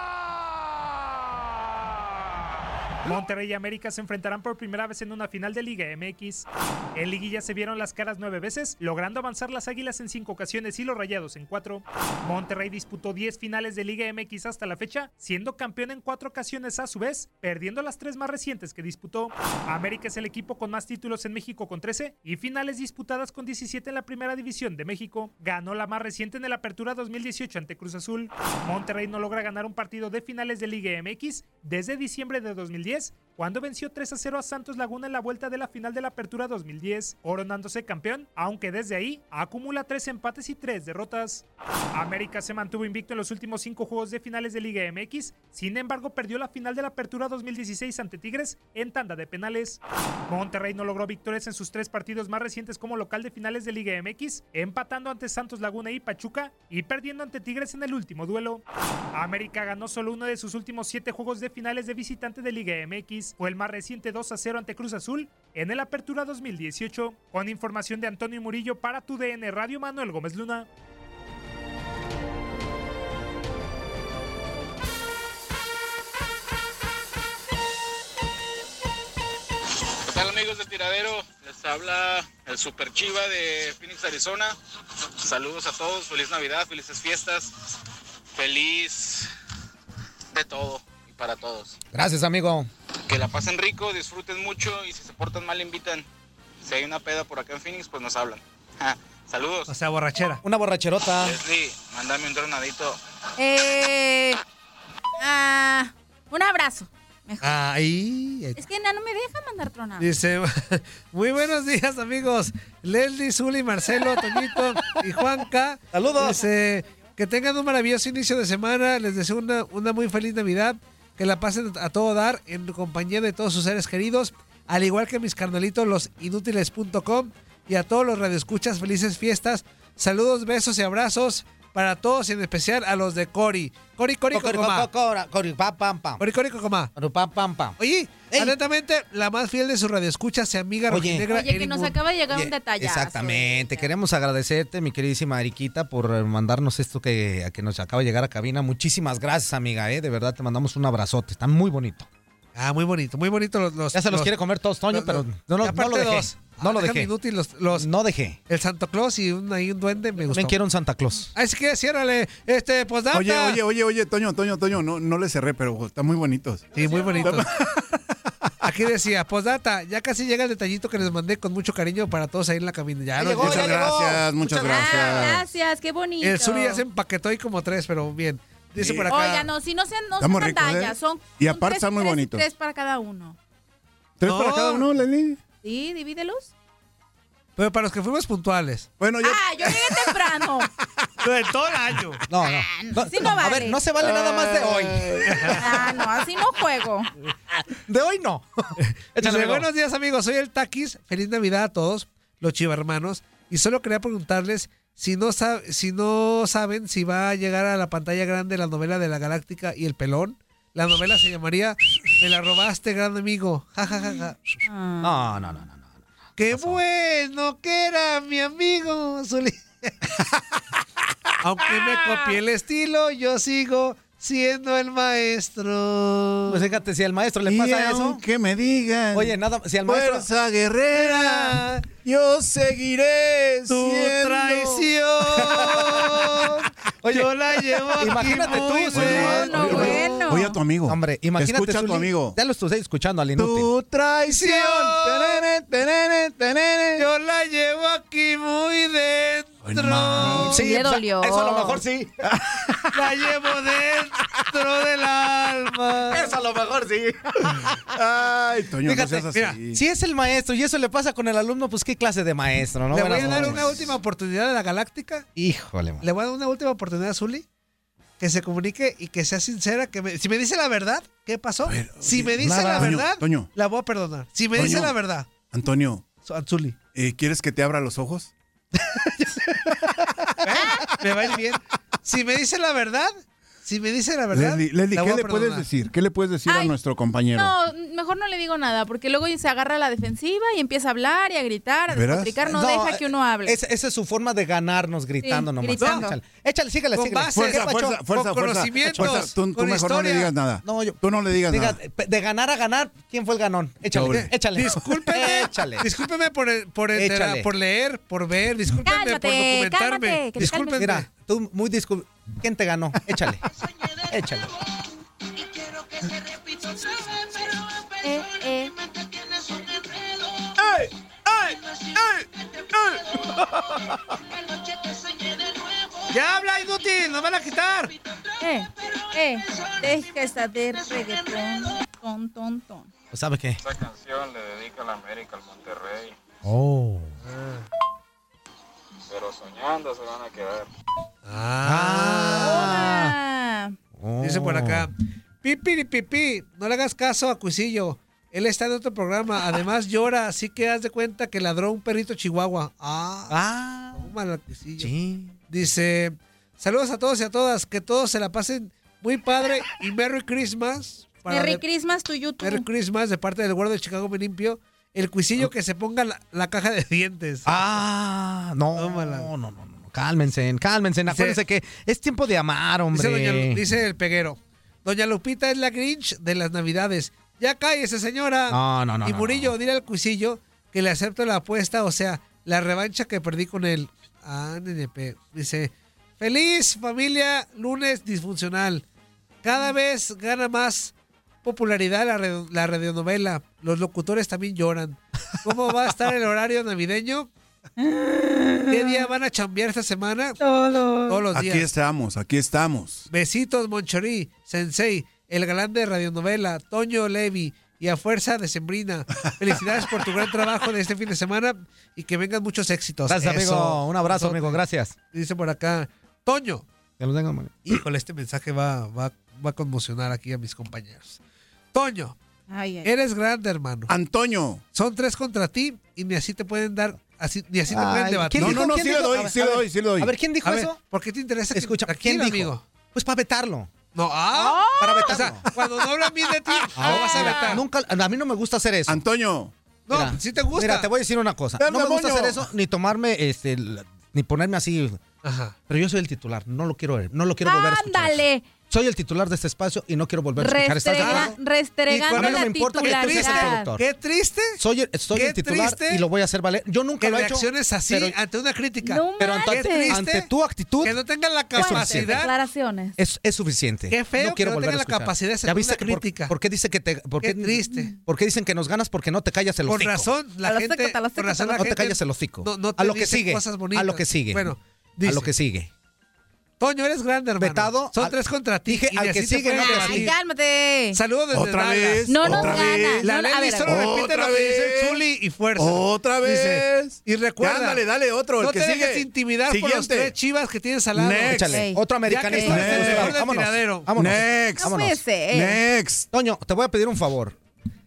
[SPEAKER 16] Monterrey y América se enfrentarán por primera vez en una final de Liga MX. En Liguilla se vieron las caras nueve veces, logrando avanzar las Águilas en cinco ocasiones y los Rayados en cuatro. Monterrey disputó 10 finales de Liga MX hasta la fecha, siendo campeón en cuatro ocasiones a su vez, perdiendo las tres más recientes que disputó. América es el equipo con más títulos en México con 13 y finales disputadas con 17 en la Primera División de México. Ganó la más reciente en el Apertura 2018 ante Cruz Azul. Monterrey no logra ganar un partido de finales de Liga MX desde diciembre de 2010, cuando venció 3 a 0 a Santos Laguna en la vuelta de la final de la Apertura 2010, coronándose campeón, aunque desde ahí acumula 3 empates y 3 derrotas. América se mantuvo invicto en los últimos 5 juegos de finales de Liga MX, sin embargo perdió la final de la Apertura 2016 ante Tigres en tanda de penales. Monterrey no logró victorias en sus tres partidos más recientes como local de finales de Liga MX, empatando ante Santos Laguna y Pachuca y perdiendo ante Tigres en el último duelo. América ganó solo uno de sus últimos siete juegos de finales de visitante de Liga MX, fue el más reciente 2 a 0 ante Cruz Azul en el Apertura 2018, con información de Antonio Murillo para tu DN Radio Manuel Gómez Luna.
[SPEAKER 4] ¿Qué tal amigos de Tiradero? Les habla el Super Chiva de Phoenix, Arizona. Saludos a todos, feliz Navidad, felices fiestas, feliz de todo y para todos.
[SPEAKER 5] Gracias, amigo.
[SPEAKER 4] Que la pasen rico, disfruten mucho y si se portan mal invitan. Si hay una peda por acá en Phoenix, pues nos hablan. Ja, Saludos.
[SPEAKER 6] O sea, borrachera.
[SPEAKER 5] Una borracherota.
[SPEAKER 13] Ah,
[SPEAKER 4] Leslie, mándame un tronadito.
[SPEAKER 8] Eh, ah, un abrazo.
[SPEAKER 6] Ahí. ahí
[SPEAKER 8] Es que no, no me deja mandar tronado.
[SPEAKER 6] Dice, muy buenos días amigos, Leslie, Zuli, Marcelo, Toñito y Juanca. Saludos. Dice, que tengan un maravilloso inicio de semana, les deseo una, una muy feliz Navidad, que la pasen a todo dar en compañía de todos sus seres queridos, al igual que mis carnalitos losinútiles.com y a todos los radioescuchas, felices fiestas, saludos, besos y abrazos para todos, y en especial a los de Cori. Cori, Cori,
[SPEAKER 5] Cori,
[SPEAKER 6] Cocomá.
[SPEAKER 5] co- co- Cori, pam, pam, pam.
[SPEAKER 6] Cori, Cori, Cocomá.
[SPEAKER 5] Pam, pam, pam.
[SPEAKER 6] Oye, atentamente, la más fiel de su radioescucha, se amiga rojinegra
[SPEAKER 8] Oye, que
[SPEAKER 6] Eric
[SPEAKER 8] nos
[SPEAKER 6] Moon.
[SPEAKER 8] acaba de llegar un
[SPEAKER 5] Oye,
[SPEAKER 8] detalle.
[SPEAKER 5] Exactamente. Queremos agradecerte, mi queridísima Ariquita, por eh, mandarnos esto que, a que nos acaba de llegar a cabina. Muchísimas gracias, amiga. eh. De verdad, te mandamos un abrazote. Está muy bonito.
[SPEAKER 6] Ah, muy bonito, muy bonito. Los,
[SPEAKER 5] ya se los, quiere comer todos, Toño,
[SPEAKER 6] los-
[SPEAKER 5] pero
[SPEAKER 6] los-
[SPEAKER 5] no, lo-
[SPEAKER 6] Pues, y
[SPEAKER 5] no lo
[SPEAKER 6] aparte
[SPEAKER 5] dejé.
[SPEAKER 6] dos.
[SPEAKER 5] No lo
[SPEAKER 6] Ah, déjame
[SPEAKER 5] dejé.
[SPEAKER 6] inútil, los-
[SPEAKER 5] No dejé.
[SPEAKER 6] el Santo Claus y un, ahí un duende me gustó.
[SPEAKER 5] También quiero un Santa Claus.
[SPEAKER 6] Así que ciérrale, este, pues data.
[SPEAKER 7] Oye, oye, oye, oye, Toño, Toño, Toño, no, no le cerré, pero están muy bonitos.
[SPEAKER 6] Sí, muy bonitos. Aquí decía, posdata, ya casi llega el detallito que les mandé con mucho cariño para todos ahí en la cabina. Ya, los-
[SPEAKER 7] muchas gracias, muchas gracias.
[SPEAKER 8] Gracias, qué bonito.
[SPEAKER 6] El Suri ya se empaquetó y como tres, pero bien. Dice por acá.
[SPEAKER 8] Oiga, no, si no sean, no sean
[SPEAKER 6] Estamos ricos,
[SPEAKER 8] pantallas,
[SPEAKER 6] ¿eh?
[SPEAKER 8] son
[SPEAKER 6] Y
[SPEAKER 8] son
[SPEAKER 6] aparte
[SPEAKER 8] tres-
[SPEAKER 6] están muy
[SPEAKER 8] tres-
[SPEAKER 6] bonitos.
[SPEAKER 8] Tres para cada uno.
[SPEAKER 7] ¿Tres
[SPEAKER 6] No.
[SPEAKER 7] para cada uno, Leli?
[SPEAKER 8] Sí, divídelos.
[SPEAKER 6] Pero para los que fuimos puntuales.
[SPEAKER 7] Bueno,
[SPEAKER 6] yo.
[SPEAKER 8] Ah, yo llegué temprano.
[SPEAKER 6] de todo el año.
[SPEAKER 5] No, no.
[SPEAKER 8] Ah, Sí, no
[SPEAKER 5] A
[SPEAKER 8] vale.
[SPEAKER 5] ver, no se vale nada más de hoy.
[SPEAKER 8] Ah, no, así no juego.
[SPEAKER 5] De hoy no.
[SPEAKER 6] Dice,
[SPEAKER 5] amigo.
[SPEAKER 6] buenos días amigos, soy el Taquis. Feliz Navidad a todos, los chivarmanos. Y solo quería preguntarles si no, sab- si no saben si va a llegar a la pantalla grande la novela de la Galáctica y el Pelón. La novela se llamaría Me la robaste, gran amigo. Ja, ja, ja, ja.
[SPEAKER 9] No, no, no, no.
[SPEAKER 6] ¡Qué bueno que era mi amigo! Zuli. Aunque me copié el estilo, yo sigo siendo el maestro.
[SPEAKER 9] Pues fíjate, si al maestro le
[SPEAKER 6] Y
[SPEAKER 9] pasa eso.
[SPEAKER 6] aunque me digan.
[SPEAKER 9] Oye, nada, si al maestro.
[SPEAKER 6] Fuerza guerrera,
[SPEAKER 7] yo seguiré
[SPEAKER 6] tu
[SPEAKER 7] siendo-
[SPEAKER 6] traición.
[SPEAKER 9] Oye,
[SPEAKER 6] yo la llevo aquí
[SPEAKER 9] Imagínate
[SPEAKER 6] muy
[SPEAKER 9] tú, Zuli.
[SPEAKER 6] bueno.
[SPEAKER 9] Oye, oye,
[SPEAKER 7] Oye a tu amigo.
[SPEAKER 9] Hombre, imagínate.
[SPEAKER 7] Escucha a tu
[SPEAKER 9] Zuli,
[SPEAKER 7] amigo.
[SPEAKER 9] Ya lo estoy escuchando al inútil.
[SPEAKER 7] Tu traición. Tenene, tenene, tenene.
[SPEAKER 6] Yo la llevo aquí muy dentro.
[SPEAKER 7] Sí, Le pues, dolió. eso a lo mejor
[SPEAKER 9] sí.
[SPEAKER 6] La llevo dentro del alma.
[SPEAKER 9] Eso a lo mejor sí.
[SPEAKER 7] Ay, Toño,
[SPEAKER 9] Fíjate,
[SPEAKER 7] no seas así.
[SPEAKER 9] mira, si es el maestro y eso le pasa con el alumno, pues qué clase de maestro, ¿no?
[SPEAKER 6] Le voy
[SPEAKER 9] Buenas
[SPEAKER 6] a dar
[SPEAKER 9] noches.
[SPEAKER 6] una última oportunidad a la Galáctica.
[SPEAKER 9] Híjole, man.
[SPEAKER 6] Le voy a dar una última oportunidad a Zully. Que se comunique y que sea sincera. Que me- si me dice la verdad, ¿qué pasó? si me dice
[SPEAKER 7] nada.
[SPEAKER 6] la
[SPEAKER 7] Toño,
[SPEAKER 6] verdad,
[SPEAKER 7] Toño.
[SPEAKER 6] la voy a perdonar. Si me dice
[SPEAKER 7] Toño.
[SPEAKER 6] la verdad,
[SPEAKER 7] Antonio,
[SPEAKER 6] Anzuli.
[SPEAKER 7] eh, ¿quieres que te abra los ojos?
[SPEAKER 6] me va a ir bien. Si me dice la verdad, si me dice la verdad.
[SPEAKER 7] Leslie, Leslie,
[SPEAKER 6] la voy
[SPEAKER 7] ¿qué
[SPEAKER 6] a
[SPEAKER 7] le puedes
[SPEAKER 6] perdonar.
[SPEAKER 7] decir? ¿Qué le puedes decir a
[SPEAKER 8] Ay,
[SPEAKER 7] nuestro compañero?
[SPEAKER 8] No, mejor no le digo nada, porque luego se agarra a la defensiva y empieza a hablar y a gritar, a
[SPEAKER 9] ¿Verás?
[SPEAKER 8] despotricar, no,
[SPEAKER 9] No,
[SPEAKER 8] deja que uno hable.
[SPEAKER 9] Esa, esa es su forma de ganarnos gritando
[SPEAKER 8] Sí,
[SPEAKER 9] nomás.
[SPEAKER 8] gritando.
[SPEAKER 9] Échale, échale, sígale,
[SPEAKER 8] Con
[SPEAKER 9] sígale.
[SPEAKER 8] bases,
[SPEAKER 9] ¿Qué
[SPEAKER 7] Fuerza,
[SPEAKER 9] pacho?
[SPEAKER 7] fuerza, fuerza,
[SPEAKER 9] Con
[SPEAKER 7] fuerza.
[SPEAKER 9] conocimientos,
[SPEAKER 7] Fuerza, Tú, tú
[SPEAKER 9] con
[SPEAKER 7] mejor no le
[SPEAKER 9] historia.
[SPEAKER 7] digas nada.
[SPEAKER 9] No, yo-
[SPEAKER 7] Tú no le digas
[SPEAKER 9] Diga,
[SPEAKER 7] nada.
[SPEAKER 9] pe- de ganar a ganar, ¿quién fue el ganón? Échale,
[SPEAKER 7] Doble.
[SPEAKER 9] échale.
[SPEAKER 6] Discúlpeme,
[SPEAKER 9] Échale.
[SPEAKER 6] discúlpeme por, el- por, el-
[SPEAKER 9] Échale.
[SPEAKER 6] por leer, por ver, discúlpeme por
[SPEAKER 8] Cálmate,
[SPEAKER 6] documentarme.
[SPEAKER 8] cálmate, que te
[SPEAKER 6] discúlpenme.
[SPEAKER 9] Mira, tú muy disculpa. ¿Quién te ganó? Échale. Échale.
[SPEAKER 8] Eh, eh.
[SPEAKER 7] ¡Ey! ¡Ey! ¡Ey!
[SPEAKER 6] ¡Ya habla, inútil! ¡Nos van a quitar!
[SPEAKER 8] Eh, eh, deja esa de reggaetón, ton, ton, ton.
[SPEAKER 9] ¿Sabes qué?
[SPEAKER 17] Esta canción le dedica a la América, al Monterrey,
[SPEAKER 9] Oh.
[SPEAKER 17] Mm. pero soñando se van a quedar.
[SPEAKER 6] Ah.
[SPEAKER 9] Oh.
[SPEAKER 6] Dice por acá. Pipi, pipi, no le hagas caso a Cuisillo. Él está en otro programa. Además llora, así que haz de cuenta que ladró un perrito chihuahua. Ah. Tómala, Cuisillo. Dice, saludos a todos y a todas. Que todos se la pasen muy padre y Merry Christmas. para-
[SPEAKER 8] Merry Christmas to you too.
[SPEAKER 6] Merry Christmas de parte del guarda de Chicago Me Limpio. El cuisillo que se ponga la, la caja de dientes.
[SPEAKER 9] Ah, no, no, no, no, no. Cálmense, cálmense. Acuérdense que es tiempo de amar, hombre.
[SPEAKER 6] Dice, doña Lu- dice el peguero. Doña Lupita es la Grinch de las Navidades. Ya cállese, señora.
[SPEAKER 9] No, no, no,
[SPEAKER 6] Y
[SPEAKER 9] no,
[SPEAKER 6] Murillo, dile al cuisillo que le acepto la apuesta, o sea, la revancha que perdí con él. Ah, NNP. Dice, feliz familia, lunes disfuncional.
[SPEAKER 9] Mm.
[SPEAKER 6] Cada vez gana más popularidad la, re- la radionovela. Los locutores también lloran. ¿Cómo va a estar el horario navideño? ¿Qué día van a chambear esta semana? Todos. Todos los días.
[SPEAKER 7] Aquí estamos, aquí estamos.
[SPEAKER 6] Besitos, Monchorí, Sensei, el galán de radionovela, Toño Levi y a fuerza de Sembrina. Felicidades por tu gran trabajo de este fin de semana y que vengan muchos éxitos.
[SPEAKER 9] Gracias,
[SPEAKER 6] Eso.
[SPEAKER 9] amigo. Un abrazo, amigo. Gracias.
[SPEAKER 6] Dice por acá, Toño.
[SPEAKER 9] Ya lo tengo, amigo.
[SPEAKER 6] Híjole, este mensaje va, va, va a conmocionar aquí a mis compañeros. Toño,
[SPEAKER 8] Ay, ay.
[SPEAKER 6] eres grande, hermano.
[SPEAKER 7] Antonio.
[SPEAKER 6] Son tres contra ti y ni así te pueden dar, así, ni así te
[SPEAKER 9] Ay,
[SPEAKER 6] pueden debatir.
[SPEAKER 9] ¿quién
[SPEAKER 7] No,
[SPEAKER 9] dijo?
[SPEAKER 7] no, no,
[SPEAKER 9] ¿Quién
[SPEAKER 7] sí le
[SPEAKER 9] dijo?
[SPEAKER 7] doy,
[SPEAKER 9] A ver,
[SPEAKER 7] sí le
[SPEAKER 9] a ver.
[SPEAKER 7] doy, sí le doy.
[SPEAKER 9] A ver, ¿quién dijo
[SPEAKER 6] A ver,
[SPEAKER 9] eso?
[SPEAKER 6] ¿Por qué te interesa? que-
[SPEAKER 9] Escucha, ¿quién
[SPEAKER 6] Tranquilo,
[SPEAKER 9] dijo?
[SPEAKER 6] amigo.
[SPEAKER 9] Pues para vetarlo.
[SPEAKER 6] No, ah,
[SPEAKER 9] Para
[SPEAKER 6] o
[SPEAKER 9] vetarlo.
[SPEAKER 6] sea, cuando no hablan bien de ti,
[SPEAKER 9] Ah,
[SPEAKER 6] no vas a
[SPEAKER 9] mira,
[SPEAKER 6] vetar.
[SPEAKER 9] Nunca, a mí no me gusta hacer eso.
[SPEAKER 7] Antonio.
[SPEAKER 6] No,
[SPEAKER 9] Mira,
[SPEAKER 6] si te gusta.
[SPEAKER 9] Mira, te voy a decir una cosa.
[SPEAKER 6] Del
[SPEAKER 9] No me gusta
[SPEAKER 6] demonio.
[SPEAKER 9] hacer eso, ni tomarme, este, la- ni ponerme así.
[SPEAKER 6] Ajá.
[SPEAKER 9] Pero yo soy el titular. No lo quiero, no lo quiero volver a escuchar.
[SPEAKER 8] Ándale,
[SPEAKER 9] Soy el titular de este espacio y no quiero volver a escuchar. ¿Estás de
[SPEAKER 8] Restrega,
[SPEAKER 9] acuerdo?
[SPEAKER 6] Y
[SPEAKER 8] restregando
[SPEAKER 6] cuando-
[SPEAKER 8] la
[SPEAKER 9] me importa que tú seas el
[SPEAKER 8] titularidad.
[SPEAKER 9] productor.
[SPEAKER 6] Qué triste
[SPEAKER 9] Ah, Soy el, soy
[SPEAKER 6] Qué
[SPEAKER 9] el titular
[SPEAKER 6] triste
[SPEAKER 9] y lo voy a hacer valer. Yo nunca
[SPEAKER 6] que
[SPEAKER 9] lo he hecho.
[SPEAKER 6] reacciones así
[SPEAKER 9] pero-
[SPEAKER 6] ante una crítica.
[SPEAKER 8] No
[SPEAKER 9] pero
[SPEAKER 8] manches.
[SPEAKER 9] ante,
[SPEAKER 6] Qué triste
[SPEAKER 9] ante tu actitud
[SPEAKER 6] que no tengan la
[SPEAKER 9] es
[SPEAKER 8] Fuertes
[SPEAKER 9] suficiente.
[SPEAKER 6] capacidad.
[SPEAKER 8] declaraciones.
[SPEAKER 9] es, es suficiente.
[SPEAKER 6] Qué feo
[SPEAKER 9] no quiero
[SPEAKER 6] que no
[SPEAKER 9] volver
[SPEAKER 6] tenga la
[SPEAKER 9] a escuchar.
[SPEAKER 6] capacidad de hacer
[SPEAKER 9] ¿Ya viste
[SPEAKER 6] una
[SPEAKER 9] que por-
[SPEAKER 6] crítica?
[SPEAKER 9] Por, qué dice que te por
[SPEAKER 6] Qué
[SPEAKER 9] qué,
[SPEAKER 6] triste.
[SPEAKER 9] por qué dicen que nos ganas porque no te callas el
[SPEAKER 6] Con
[SPEAKER 9] hocico?
[SPEAKER 6] razón, la
[SPEAKER 8] Talaseca,
[SPEAKER 6] gente.
[SPEAKER 8] talaseca,
[SPEAKER 6] Con razón, la
[SPEAKER 9] no te
[SPEAKER 6] gente
[SPEAKER 9] callas el hocico.
[SPEAKER 6] No, no te
[SPEAKER 9] a lo que
[SPEAKER 6] dice
[SPEAKER 9] sigue.
[SPEAKER 6] Cosas bonitas.
[SPEAKER 9] A lo que sigue.
[SPEAKER 6] Bueno,
[SPEAKER 9] a
[SPEAKER 6] dice,
[SPEAKER 9] lo que sigue.
[SPEAKER 6] Toño, eres grande, hermano.
[SPEAKER 9] Vetado,
[SPEAKER 6] Son
[SPEAKER 9] al-
[SPEAKER 6] tres contra ti.
[SPEAKER 9] dije
[SPEAKER 6] y
[SPEAKER 9] al
[SPEAKER 6] ni
[SPEAKER 9] que
[SPEAKER 6] así te
[SPEAKER 9] sigue, no
[SPEAKER 6] pueden
[SPEAKER 9] al que
[SPEAKER 6] debatir.
[SPEAKER 8] Ay, cálmate.
[SPEAKER 6] Saludos desde
[SPEAKER 7] Otra
[SPEAKER 6] Dallas.
[SPEAKER 7] vez.
[SPEAKER 8] No nos
[SPEAKER 7] otra
[SPEAKER 8] gana.
[SPEAKER 7] vez.
[SPEAKER 6] La
[SPEAKER 8] No, no, a
[SPEAKER 6] Lely
[SPEAKER 8] ver,
[SPEAKER 6] solo
[SPEAKER 8] a ver.
[SPEAKER 6] repite lo que dice el Zuli y fuerza.
[SPEAKER 7] Otra
[SPEAKER 6] Dice,
[SPEAKER 7] vez.
[SPEAKER 6] y recuerda.
[SPEAKER 7] Ya, ándale, dale otro, el
[SPEAKER 6] no
[SPEAKER 7] que
[SPEAKER 6] te
[SPEAKER 7] sigue.
[SPEAKER 6] dejes intimidar por los
[SPEAKER 7] Siguiente.
[SPEAKER 6] tres chivas que tienes al lado.
[SPEAKER 7] Next.
[SPEAKER 9] Échale.
[SPEAKER 8] Ey.
[SPEAKER 9] Otro
[SPEAKER 6] Ya que
[SPEAKER 9] americanista.
[SPEAKER 6] estás en el
[SPEAKER 9] Vámonos.
[SPEAKER 6] mejor del tiradero.
[SPEAKER 9] Vámonos.
[SPEAKER 7] Next.
[SPEAKER 8] No puede ser.
[SPEAKER 7] Next.
[SPEAKER 9] Toño, te voy a pedir un favor.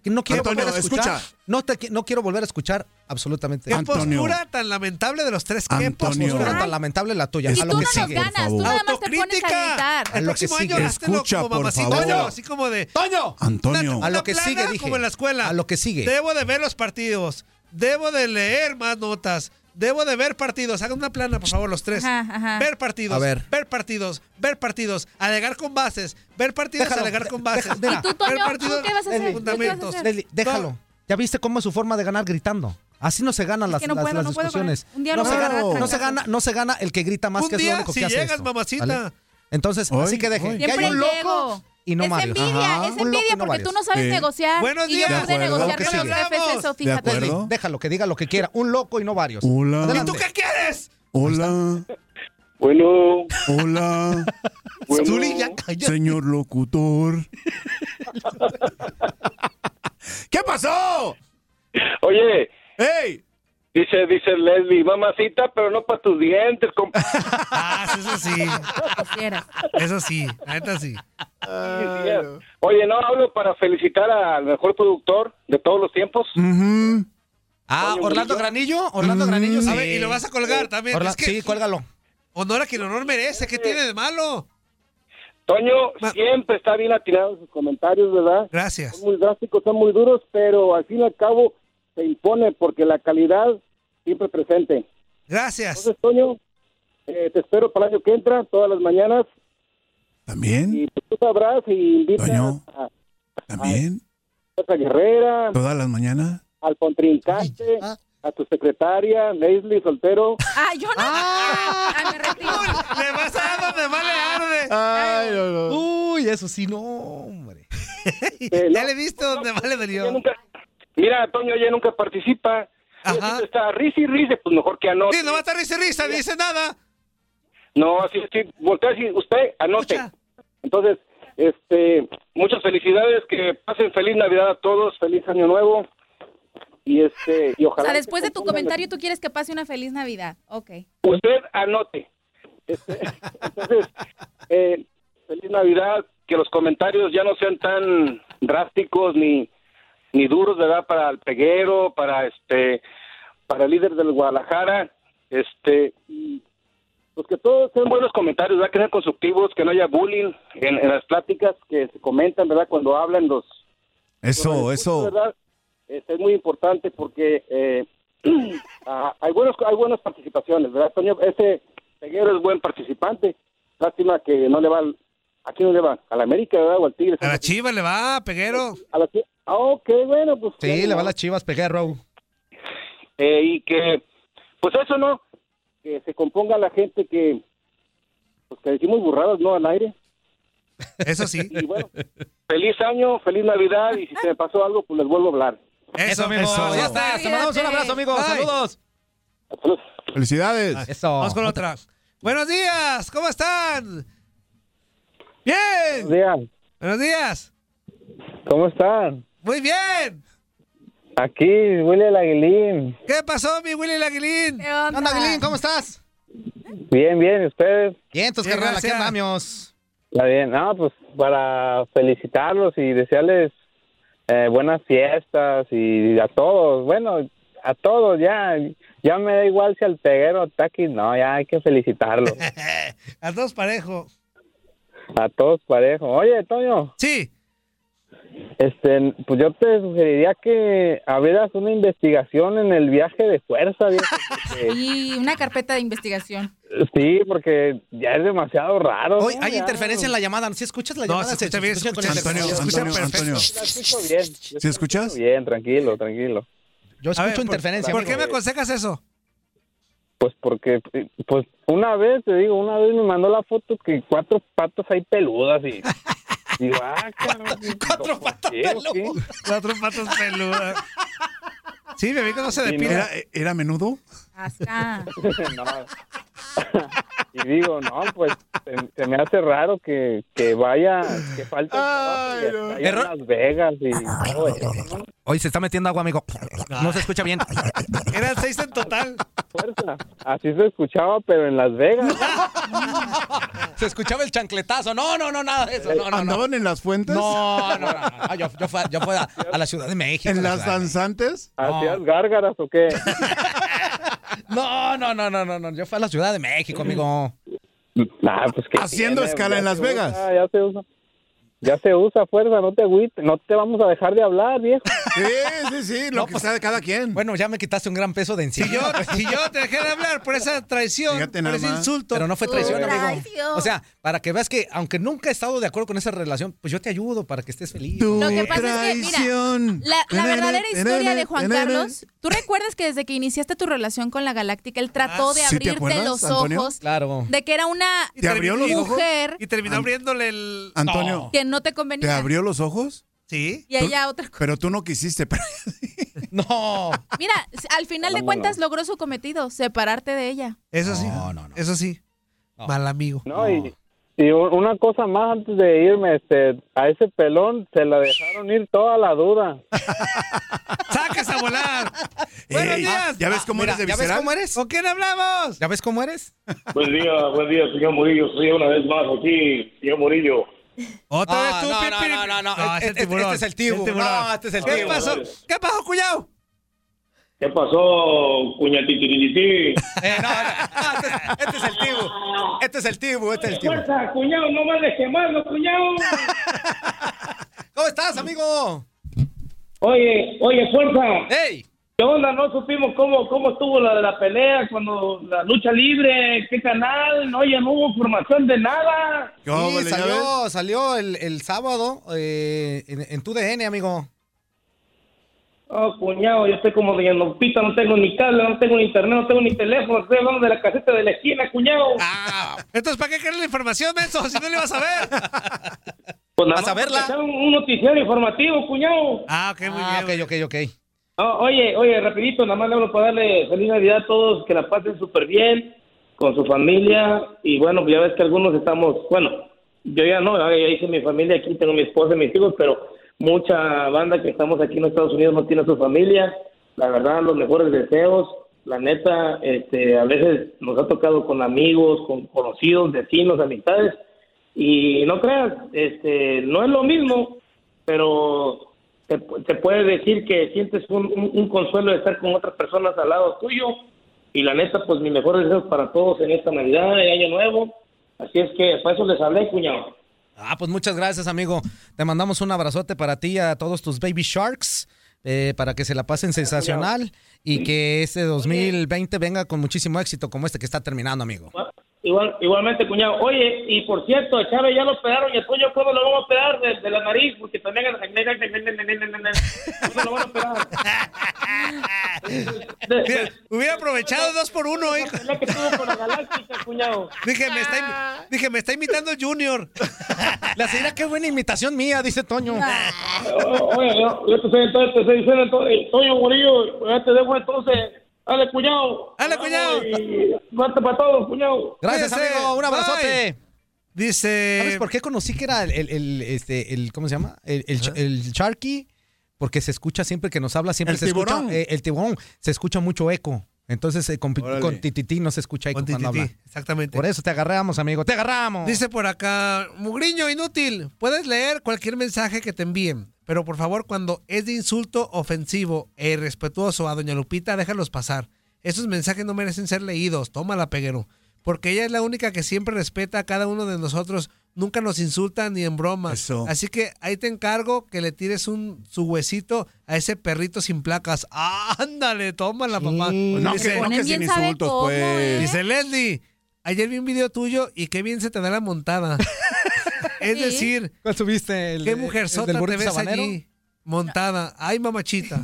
[SPEAKER 9] que no quiero
[SPEAKER 6] Antonio,
[SPEAKER 9] volver a escuchar.
[SPEAKER 6] escucha.
[SPEAKER 9] No, te qui- no quiero volver a escuchar absolutamente.
[SPEAKER 6] ¿Qué postura tan lamentable de los tres? ¿Qué
[SPEAKER 9] Antonio.
[SPEAKER 6] postura
[SPEAKER 9] tan lamentable la tuya?
[SPEAKER 6] Y
[SPEAKER 9] a
[SPEAKER 6] tú
[SPEAKER 9] lo que
[SPEAKER 6] no nos
[SPEAKER 9] sigue.
[SPEAKER 6] ganas,
[SPEAKER 9] por
[SPEAKER 6] tú
[SPEAKER 9] favor.
[SPEAKER 6] nada
[SPEAKER 7] más te pones a gritar.
[SPEAKER 9] A
[SPEAKER 6] El
[SPEAKER 9] lo que
[SPEAKER 6] próximo año
[SPEAKER 9] sigue.
[SPEAKER 6] hazlo como mamacita, ¿no? así como de... ¡Toño!
[SPEAKER 7] Antonio.
[SPEAKER 9] A lo que sigue, dije.
[SPEAKER 6] Como en la escuela.
[SPEAKER 9] A lo que sigue.
[SPEAKER 6] Debo de ver los partidos. Debo de leer más notas. Debo de ver partidos. Hagan una plana, por favor, los tres.
[SPEAKER 8] Ajá, ajá.
[SPEAKER 6] Ver partidos.
[SPEAKER 9] A ver.
[SPEAKER 6] partidos. Ver partidos. Alegar con bases. Ver partidos,
[SPEAKER 9] Déjalo,
[SPEAKER 6] alegar con
[SPEAKER 9] de-
[SPEAKER 6] bases.
[SPEAKER 9] deja- ¿Y tú, Toño?
[SPEAKER 6] Ver partidos,
[SPEAKER 8] ¿Tú qué vas a hacer?
[SPEAKER 6] Leslie,
[SPEAKER 8] ¿Tú qué vas a
[SPEAKER 6] fundamentos.
[SPEAKER 8] hacer?
[SPEAKER 9] Leslie, déjalo. ¿Ya viste cómo es su forma de ganar gritando? Así no se ganan
[SPEAKER 6] Es
[SPEAKER 9] las,
[SPEAKER 6] que no
[SPEAKER 9] las-
[SPEAKER 6] puedo,
[SPEAKER 9] las
[SPEAKER 6] no puedo con él.
[SPEAKER 9] discusiones.
[SPEAKER 6] Un día
[SPEAKER 9] no, se
[SPEAKER 6] lo voy a
[SPEAKER 9] gana,
[SPEAKER 6] agarrar
[SPEAKER 9] no se gana, no se gana el que grita más,
[SPEAKER 6] Un
[SPEAKER 9] que es lo
[SPEAKER 6] día,
[SPEAKER 9] único que
[SPEAKER 6] si
[SPEAKER 9] hace.
[SPEAKER 6] llegas,
[SPEAKER 9] esto,
[SPEAKER 6] mamacita.
[SPEAKER 9] Entonces, así que dejen. Que hay
[SPEAKER 8] Siempre
[SPEAKER 9] un loco
[SPEAKER 8] llego.
[SPEAKER 9] y no
[SPEAKER 8] es
[SPEAKER 9] varios.
[SPEAKER 8] envidia,
[SPEAKER 9] Ajá.
[SPEAKER 8] es
[SPEAKER 9] Un loco y
[SPEAKER 8] envidia
[SPEAKER 9] no
[SPEAKER 8] porque
[SPEAKER 9] varios.
[SPEAKER 8] tú no sabes
[SPEAKER 9] Sí.
[SPEAKER 8] negociar y yo
[SPEAKER 9] De
[SPEAKER 8] pude
[SPEAKER 9] acuerdo,
[SPEAKER 8] negociar
[SPEAKER 9] que
[SPEAKER 8] con
[SPEAKER 9] sí.
[SPEAKER 8] los jefes eso, fíjate.
[SPEAKER 9] Leslie, Déjalo, que diga lo que quiera. Un loco y no varios.
[SPEAKER 7] Hola.
[SPEAKER 9] Adelante.
[SPEAKER 7] ¿Y tú
[SPEAKER 6] qué quieres?
[SPEAKER 7] Hola.
[SPEAKER 18] Bueno.
[SPEAKER 7] Ah. Hola. Señor locutor.
[SPEAKER 19] ¿Qué pasó?
[SPEAKER 20] Oye.
[SPEAKER 19] ¡Ey!
[SPEAKER 20] Dice, dice Leslie, mamacita, pero no para tus dientes, compa.
[SPEAKER 6] Ah, eso sí. Eso sí, la neta sí.
[SPEAKER 20] Oye, no, hablo para felicitar al mejor productor de todos los tiempos.
[SPEAKER 9] Ah,
[SPEAKER 20] Toño
[SPEAKER 9] Orlando
[SPEAKER 20] Murillo.
[SPEAKER 9] Granillo. Orlando Granillo, sí.
[SPEAKER 6] A ver, y lo vas a colgar también.
[SPEAKER 9] Orla-
[SPEAKER 6] es que
[SPEAKER 9] Sí, cuélgalo.
[SPEAKER 6] Honor a quien honor merece. ¿Qué tiene de malo?
[SPEAKER 20] Toño siempre está bien atinado en sus comentarios, ¿verdad?
[SPEAKER 6] Gracias.
[SPEAKER 20] Son muy drásticos, son muy duros, pero al fin y al cabo se impone porque la calidad siempre presente.
[SPEAKER 6] Gracias.
[SPEAKER 20] Entonces, Toño, eh, te espero para el año que entra, todas las mañanas.
[SPEAKER 7] También.
[SPEAKER 6] Mm.
[SPEAKER 20] Y pues, tú sabrás y invitas a,
[SPEAKER 7] También.
[SPEAKER 20] a Rosa Guerrera,
[SPEAKER 7] Todas las mañanas.
[SPEAKER 20] al contrincante, a tu secretaria, Leslie Soltero.
[SPEAKER 8] Ah, yo no. Ah, me retiro.
[SPEAKER 6] Le vas a dar donde vale arde.
[SPEAKER 9] Ay, Uy, eso sí, no, hombre.
[SPEAKER 6] ya le diste donde vale dolió.
[SPEAKER 20] Mira, Toño ya nunca participa. Siempre Está risa y risa, pues mejor que anote.
[SPEAKER 6] Sí, no va a estar risa y risa, ni dice nada.
[SPEAKER 20] No, así sí, voltea así, usted anote. Entonces, este, muchas felicidades, que pasen feliz Navidad a todos, feliz Año Nuevo. Y este, y
[SPEAKER 8] O
[SPEAKER 20] ojalá.
[SPEAKER 8] sea, después de tu
[SPEAKER 20] Pongan-
[SPEAKER 8] comentario tú quieres que pase una feliz Navidad. Ok.
[SPEAKER 20] Usted anote. Este, entonces, eh, feliz Navidad, que los comentarios ya no sean tan drásticos ni, ni duros, ¿verdad? Para el peguero, para este, para el líder del Guadalajara, este, y, pues que todos sean buenos comentarios, ¿verdad? Que sean constructivos, que no haya bullying en, en las pláticas que se comentan, ¿verdad? Cuando hablan los
[SPEAKER 7] Eso, eso.
[SPEAKER 20] Pues, ¿verdad? Este, es muy importante porque eh, ah, hay buenos hay buenas participaciones, ¿verdad, Toño? Ese Peguero es buen participante. Lástima que no le va al, ¿a quién le va? ¿A la América, verdad? ¿O al Tigres?
[SPEAKER 6] A la chiva le va, peguero.
[SPEAKER 20] A la Chi- Ah, ok, bueno, pues...
[SPEAKER 9] Sí, le va a las chivas, pegué a Raúl.
[SPEAKER 20] Eh, y que, pues eso, ¿no? Que se componga la gente que, pues que decimos burradas, ¿no? Al aire.
[SPEAKER 6] Eso sí.
[SPEAKER 20] Y bueno, feliz año, feliz Navidad, y si se me pasó algo, pues les vuelvo a hablar.
[SPEAKER 6] Eso,
[SPEAKER 9] amigo. Ya está. Te mandamos un abrazo, amigo.
[SPEAKER 6] Bye.
[SPEAKER 9] Saludos.
[SPEAKER 7] Felicidades.
[SPEAKER 9] Eso.
[SPEAKER 6] Vamos con otra. Buenos días, ¿cómo están? Bien. Buenos días.
[SPEAKER 17] ¿Cómo están?
[SPEAKER 6] Muy bien.
[SPEAKER 17] Aquí, Willy el Aguilín.
[SPEAKER 6] ¿Qué pasó, mi Willy Laguilín? ¿Qué
[SPEAKER 8] onda?
[SPEAKER 9] Aguilín? ¿Cómo estás?
[SPEAKER 17] Bien, bien, ¿y ustedes?
[SPEAKER 9] Bien, entonces,
[SPEAKER 17] Bien,
[SPEAKER 9] carnal, aquí
[SPEAKER 17] gracias.
[SPEAKER 9] andamos.
[SPEAKER 17] Está bien. No, pues para felicitarlos y desearles eh, buenas fiestas y a todos, bueno, a todos ya. Ya me da igual si al peguero o taqui, no, ya hay que felicitarlo.
[SPEAKER 6] A todos parejo.
[SPEAKER 17] a todos parejo. Oye, Toño.
[SPEAKER 6] Sí.
[SPEAKER 17] Este, pues yo te sugeriría que abrieras una investigación en el viaje de fuerza, viejo, porque-
[SPEAKER 8] Y una carpeta de investigación.
[SPEAKER 17] Sí, porque ya es demasiado raro.
[SPEAKER 9] Hoy
[SPEAKER 17] ¿no?
[SPEAKER 9] hay
[SPEAKER 17] Ya.
[SPEAKER 9] interferencia en la llamada. Si escuchas la
[SPEAKER 17] No,
[SPEAKER 9] llamada,
[SPEAKER 17] se escucha bien, se
[SPEAKER 9] con
[SPEAKER 17] escucha
[SPEAKER 9] el-
[SPEAKER 17] Antonio,
[SPEAKER 9] se
[SPEAKER 17] Antonio, Antonio.
[SPEAKER 9] ¿Sí escuchas?
[SPEAKER 17] Bien, tranquilo, tranquilo.
[SPEAKER 9] Yo
[SPEAKER 17] escucho
[SPEAKER 9] interferencia,
[SPEAKER 6] ¿Por
[SPEAKER 17] amigo.
[SPEAKER 6] qué me aconsejas eso?
[SPEAKER 17] Pues porque, pues una vez, te digo, una vez me mandó la foto que cuatro patas hay peludas y... Digo, ah,
[SPEAKER 6] Cuatro patas peludas. Cuatro patas peludas. Sí, mi amigo no se
[SPEAKER 7] ¿Era,
[SPEAKER 6] depila.
[SPEAKER 7] era menudo?
[SPEAKER 8] Hasta.
[SPEAKER 17] No. y digo, no, pues se, se me hace raro que, que vaya, que falte el trabajo y hasta allá en Las Vegas y... no, eh,
[SPEAKER 9] Hoy se está metiendo agua, amigo.
[SPEAKER 11] Ah.
[SPEAKER 9] No se escucha bien.
[SPEAKER 6] Eran seis en total.
[SPEAKER 17] Así se escuchaba, pero en Las Vegas.
[SPEAKER 9] se escuchaba el chancletazo. No, no, no, nada de eso. No, no, no.
[SPEAKER 11] ¿Andaban en las
[SPEAKER 7] Eh,
[SPEAKER 11] fuentes?
[SPEAKER 9] No, no, no, no. Yo, yo fui, a- yo fui a, a la Ciudad de México. a
[SPEAKER 11] ¿En
[SPEAKER 9] la
[SPEAKER 11] las
[SPEAKER 9] Ciudad de
[SPEAKER 11] danzantes?
[SPEAKER 9] ¿Hacías
[SPEAKER 11] gárgaras o qué?
[SPEAKER 9] México. No, no, no, no, no, no. Yo fui a la Ciudad de México, amigo.
[SPEAKER 11] Haciendo
[SPEAKER 17] pues tiene?
[SPEAKER 11] escala
[SPEAKER 17] Ya
[SPEAKER 11] en Las
[SPEAKER 17] se
[SPEAKER 11] Vegas.
[SPEAKER 17] usa, ya se usa. Ya se usa fuerza, no te agüites, no te vamos a dejar de hablar, viejo.
[SPEAKER 11] Sí, sí, sí, lo que sea de cada quien.
[SPEAKER 9] pues, Bueno, ya me quitaste un gran peso de encima.
[SPEAKER 6] Si yo, si yo te dejé de hablar por esa traición, por ese insulto.
[SPEAKER 9] Pero no fue traición, amigo. O sea, para que veas que, aunque nunca he estado de acuerdo con esa relación, pues yo te ayudo para que estés feliz.
[SPEAKER 10] Lo que pasa es que, mira, la, la verdadera historia de Juan Carlos, tú recuerdas que desde que iniciaste tu relación con la Galáctica, él
[SPEAKER 8] Ah,
[SPEAKER 7] Ah,
[SPEAKER 10] trató de
[SPEAKER 9] ¿sí te
[SPEAKER 21] ¿Te
[SPEAKER 10] abrirte
[SPEAKER 21] acuerdas,
[SPEAKER 10] los
[SPEAKER 21] Antonio?
[SPEAKER 10] ojos
[SPEAKER 9] Claro.
[SPEAKER 10] de que era una
[SPEAKER 11] ¿Te abrió los ojos?
[SPEAKER 10] mujer
[SPEAKER 6] Y terminó abriéndole el.
[SPEAKER 11] Antonio,
[SPEAKER 10] que no te
[SPEAKER 11] ¿te
[SPEAKER 10] convenía.
[SPEAKER 11] abrió los ojos?
[SPEAKER 6] Sí.
[SPEAKER 10] Y ella otra cosa.
[SPEAKER 11] Pero tú no quisiste. Pero...
[SPEAKER 9] no.
[SPEAKER 10] Mira, al final de
[SPEAKER 11] No,
[SPEAKER 10] cuentas logró su cometido, separarte de ella.
[SPEAKER 6] Eso sí. Eso sí. Mal amigo.
[SPEAKER 17] No, y, y u- una cosa más antes de irme, este, a ese pelón se la dejaron ir toda la duda.
[SPEAKER 6] ¡Sacas a volar! ¡Buenos días!
[SPEAKER 11] ¿Ya ves cómo
[SPEAKER 6] Mira,
[SPEAKER 11] eres de
[SPEAKER 6] ¿ya ves
[SPEAKER 11] visceral?
[SPEAKER 6] cómo eres? ¿Con quién hablamos?
[SPEAKER 9] ¿Ya ves cómo eres?
[SPEAKER 13] Buen día, buen día, señor Murillo. Soy una vez más aquí, señor Murillo. Ah,
[SPEAKER 6] Otra
[SPEAKER 9] vez tú, Ah, no, no, no, no, no, Este, este- este es el tiburón. No, este es el
[SPEAKER 13] ¿Qué
[SPEAKER 9] tiburón.
[SPEAKER 13] pasó?
[SPEAKER 6] ¿Qué pasó, cuyao?
[SPEAKER 13] ¿Qué pasó, cuñatitiriti?
[SPEAKER 9] Este es el tibu. Este es el tibu, este es el tibu.
[SPEAKER 13] Fuerza, cuñado, no vale quemarlo, cuñado.
[SPEAKER 9] ¿Cómo estás, amigo?
[SPEAKER 13] Oye, oye, fuerza.
[SPEAKER 9] ¡Ey!
[SPEAKER 13] ¿Qué onda? No supimos cómo, cómo estuvo la de la pelea, cuando la lucha libre, qué canal. Oye, no hubo formación de nada.
[SPEAKER 9] Sí, salió, salió el, el sábado eh, en, en tu DN, amigo.
[SPEAKER 13] Oh, cuñado, yo estoy como doña Lupita, no tengo ni cable, no tengo ni internet, no tengo ni teléfono, estoy hablando de la caseta de la esquina, cuñado.
[SPEAKER 9] Ah,
[SPEAKER 6] Entonces, ¿para qué quieres la información, menso? Si no le vas a ver.
[SPEAKER 13] Pues nada
[SPEAKER 6] ¿Vas a
[SPEAKER 13] más
[SPEAKER 6] verla?
[SPEAKER 13] echar Un, un noticiero informativo, cuñado.
[SPEAKER 6] Ah, ok, muy
[SPEAKER 9] bien. Ok, ok, ok.
[SPEAKER 13] oye, oye, rapidito, nada más le hablo para darle feliz Navidad a todos, que la pasen súper bien con su familia. Y bueno, pues ya ves que algunos estamos, bueno, yo ya no, ya hice mi familia aquí, tengo mi esposa y mis hijos, pero mucha banda que estamos aquí en Estados Unidos no tiene a su familia. La verdad, los mejores deseos. La neta, este, a veces nos ha tocado con amigos, con conocidos, vecinos, amistades. Y no creas, este, no es lo mismo, pero te, pu- te puede decir que sientes un, un- un consuelo de estar con otras personas al lado tuyo. Y la neta, pues mis mejores deseos para todos en esta Navidad y Año Nuevo. Así es que para eso les hablé, cuñado.
[SPEAKER 9] Ah, pues muchas gracias, amigo. Te mandamos un abrazote para ti y a todos tus Baby Sharks. eh, para que se la pasen sensacional y que este 2020 venga con muchísimo éxito como este que está terminando, amigo.
[SPEAKER 13] Igual, igualmente, cuñado. Oye, y por cierto, a Chávez ya lo operaron y a Toño, ¿cuándo lo vamos a operar? De, de la nariz, porque también... ¿Cuándo lo van a operar?
[SPEAKER 6] Mira, hubiera aprovechado dos por uno, ¿eh? Dije, me está, imi- dije, me está imitando Junior.
[SPEAKER 9] La señora, qué buena imitación mía, dice Toño.
[SPEAKER 13] O- Oye, yo, yo te estoy, entonces, te estoy diciendo, entonces, Toño Murillo, ya Pues, te dejo entonces. Dale, cuñado. Dale, cuñado. Suerte para todos, cuñado.
[SPEAKER 9] Gracias,
[SPEAKER 13] Cuídense.
[SPEAKER 9] amigo. Un abrazote.
[SPEAKER 6] Dice.
[SPEAKER 9] ¿Sabes por qué conocí que era el, el- el, este, el ¿cómo se llama? El, el, el Sharky, porque se escucha siempre que nos habla, siempre
[SPEAKER 6] El
[SPEAKER 9] se
[SPEAKER 6] tiburón.
[SPEAKER 9] escucha. eh, el tiburón, se escucha mucho eco. Entonces eh, con,
[SPEAKER 6] Órale.
[SPEAKER 9] con titití no se escucha eco
[SPEAKER 6] Con
[SPEAKER 9] cuando
[SPEAKER 6] titití,
[SPEAKER 9] habla.
[SPEAKER 6] exactamente.
[SPEAKER 9] Por eso te agarramos, amigo, te agarramos.
[SPEAKER 6] Dice por acá, Mugriño, inútil. Puedes leer cualquier mensaje que te envíen, pero por favor, cuando es de insulto ofensivo e irrespetuoso a Doña Lupita, déjalos pasar. Esos mensajes no merecen ser leídos. Tómala, peguero. Porque ella es la única que siempre respeta a cada uno de nosotros. Nunca nos insulta ni en broma. Así que ahí te encargo que le tires un, su huesito a ese perrito sin placas. ándale, tómala, papá.
[SPEAKER 9] Pues
[SPEAKER 11] No, que- no, que Ponen sin bien sabe insultos, cómo, pues. ¿eh?
[SPEAKER 6] Dice Leslie, ayer vi un video tuyo y qué bien se te da la montada. es
[SPEAKER 9] Sí.
[SPEAKER 6] decir,
[SPEAKER 9] ¿Cuál subiste? ¿El
[SPEAKER 6] qué
[SPEAKER 9] de-
[SPEAKER 6] mujer
[SPEAKER 9] el del
[SPEAKER 6] sota te
[SPEAKER 9] burrito
[SPEAKER 6] ves
[SPEAKER 9] sabanero?
[SPEAKER 6] allí montada. Ay, mamachita.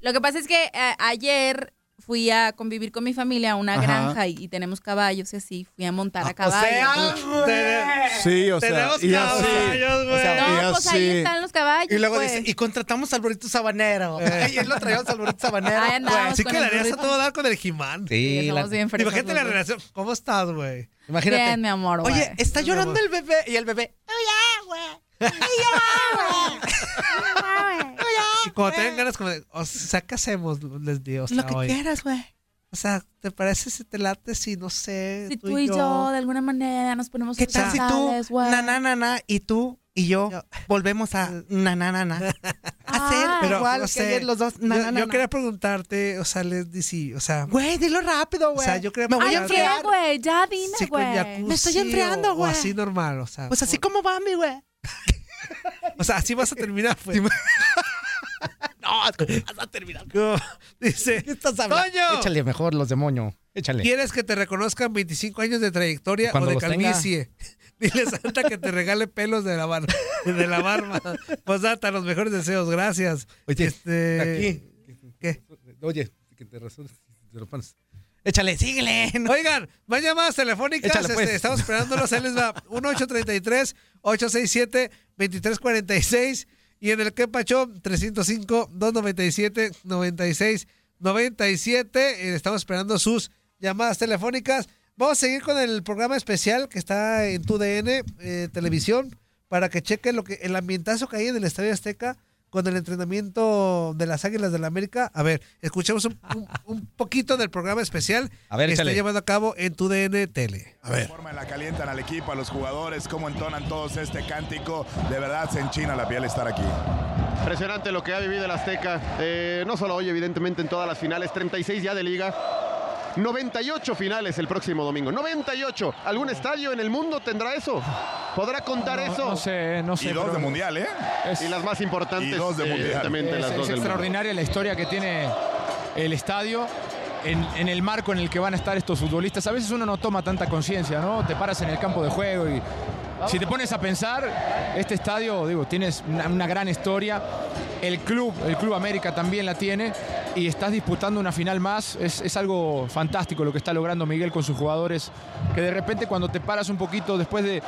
[SPEAKER 10] Lo que pasa es que eh, ayer fui a convivir con mi familia a una
[SPEAKER 6] Ajá.
[SPEAKER 10] granja y, y tenemos caballos y así, fui a montar a
[SPEAKER 6] o
[SPEAKER 10] caballo.
[SPEAKER 11] ah,
[SPEAKER 6] sea,
[SPEAKER 11] Sí, o sea.
[SPEAKER 6] Tenemos
[SPEAKER 11] y así.
[SPEAKER 6] caballos, güey.
[SPEAKER 11] O sea, y
[SPEAKER 10] no, pues ahí
[SPEAKER 11] así.
[SPEAKER 10] están los caballos.
[SPEAKER 9] Y luego
[SPEAKER 10] pues.
[SPEAKER 9] dice, y contratamos al burrito sabanero. Y él lo traíamos al burrito sabanero. Pues,
[SPEAKER 10] Ahí andábamos
[SPEAKER 6] Sí
[SPEAKER 10] con
[SPEAKER 6] que
[SPEAKER 10] el
[SPEAKER 6] la harías a
[SPEAKER 10] burrito.
[SPEAKER 6] todo dar con el Jimán.
[SPEAKER 9] Sí, Sí, la-
[SPEAKER 10] estamos bien fresas
[SPEAKER 6] Imagínate
[SPEAKER 10] los
[SPEAKER 6] la
[SPEAKER 10] dos.
[SPEAKER 6] relación. ¿Cómo estás, güey?
[SPEAKER 9] Imagínate.
[SPEAKER 10] Bien, mi amor.
[SPEAKER 9] Oye,
[SPEAKER 10] güey.
[SPEAKER 9] está llorando el bebé y el bebé.
[SPEAKER 6] Y cuando tengan ganas, como de, o sea, ¿qué hacemos, les digo?
[SPEAKER 10] pues,
[SPEAKER 9] Lo que quieras, güey.
[SPEAKER 6] O sea, ¿te parece si te late si, no sé,
[SPEAKER 10] Si tú y yo, de alguna manera, nos ponemos
[SPEAKER 22] ¿Qué tal si tú,
[SPEAKER 10] universales, güey?
[SPEAKER 22] na, na, na, na, y tú y yo, volvemos a na, na, na, na? Hacer
[SPEAKER 6] Ah. Pero,
[SPEAKER 22] igual
[SPEAKER 6] no
[SPEAKER 22] que
[SPEAKER 6] sé,
[SPEAKER 22] ayer los dos, na,
[SPEAKER 6] yo,
[SPEAKER 22] na, na,
[SPEAKER 6] yo
[SPEAKER 22] na.
[SPEAKER 6] quería preguntarte, o sea, les sí, o sea...
[SPEAKER 22] Güey, dilo rápido, güey.
[SPEAKER 6] O sea, yo creo-
[SPEAKER 22] Me voy
[SPEAKER 6] Ay,
[SPEAKER 22] a
[SPEAKER 6] ¿qué,
[SPEAKER 22] enfriar.
[SPEAKER 10] güey, ya dime,
[SPEAKER 6] si con jacuzzi
[SPEAKER 22] Me estoy enfriando,
[SPEAKER 6] o- O
[SPEAKER 22] güey.
[SPEAKER 6] así normal, o sea.
[SPEAKER 22] Pues así como va, mi güey.
[SPEAKER 6] O sea, así vas a terminar, pues.
[SPEAKER 22] No, vas a terminar.
[SPEAKER 6] Dice, Toño,
[SPEAKER 9] Échale mejor los demonios. Échale.
[SPEAKER 6] ¿quieres que te reconozcan 25 años de trayectoria o
[SPEAKER 9] Cuando
[SPEAKER 6] de
[SPEAKER 9] los tenga.
[SPEAKER 6] calvicie? Dile Santa que te regale pelos de la barba. De la barba. Pues data, los mejores deseos, gracias.
[SPEAKER 9] Oye,
[SPEAKER 6] Este,
[SPEAKER 9] aquí.
[SPEAKER 6] ¿Qué?
[SPEAKER 9] Oye, que te razones, te lo pones. Échale, síguele.
[SPEAKER 6] Oigan, más llamadas telefónicas.
[SPEAKER 9] Échale, pues.
[SPEAKER 6] este, estamos esperándolos. Ahí les va. 1-833-867-2346. Y en el que pacho, 305-297-9697. Eh, Estamos esperando sus llamadas telefónicas. Vamos a seguir con el programa especial que está en TUDN eh, Televisión para que chequen lo que, el ambientazo que hay en el Estadio Azteca con el entrenamiento de las Águilas del América. A ver, escuchemos un, un- un poquito del programa especial
[SPEAKER 9] A ver,
[SPEAKER 6] que está
[SPEAKER 9] échale.
[SPEAKER 6] llevando a cabo en tu DN Tele.
[SPEAKER 11] A ver. forma en la calientan al equipo, a los jugadores, cómo entonan todos este cántico. De verdad se enchina la piel estar aquí.
[SPEAKER 23] Impresionante lo que ha vivido el Azteca, eh, no solo hoy, evidentemente en todas las finales, 36 ya de liga, 98 finales el próximo domingo, 98. ¿Algún estadio en el mundo tendrá eso? ¿Podrá contar eso?
[SPEAKER 24] No sé, no sé. pero-
[SPEAKER 11] ¿eh?
[SPEAKER 24] Es-
[SPEAKER 23] y las más importantes. eh, evidentemente,
[SPEAKER 24] Es,
[SPEAKER 23] las
[SPEAKER 24] es
[SPEAKER 23] dos del mundo.
[SPEAKER 24] extraordinaria la historia que tiene el estadio. En, en el marco en el que van a estar estos futbolistas, a veces uno no toma tanta conciencia, ¿no? Te paras en el campo de juego y si te pones a pensar, este estadio, digo, tienes una, una gran historia, el club, el Club América también la tiene y estás disputando una final más, es, es algo fantástico lo que está logrando Miguel con sus jugadores, que de repente cuando te paras un poquito después de,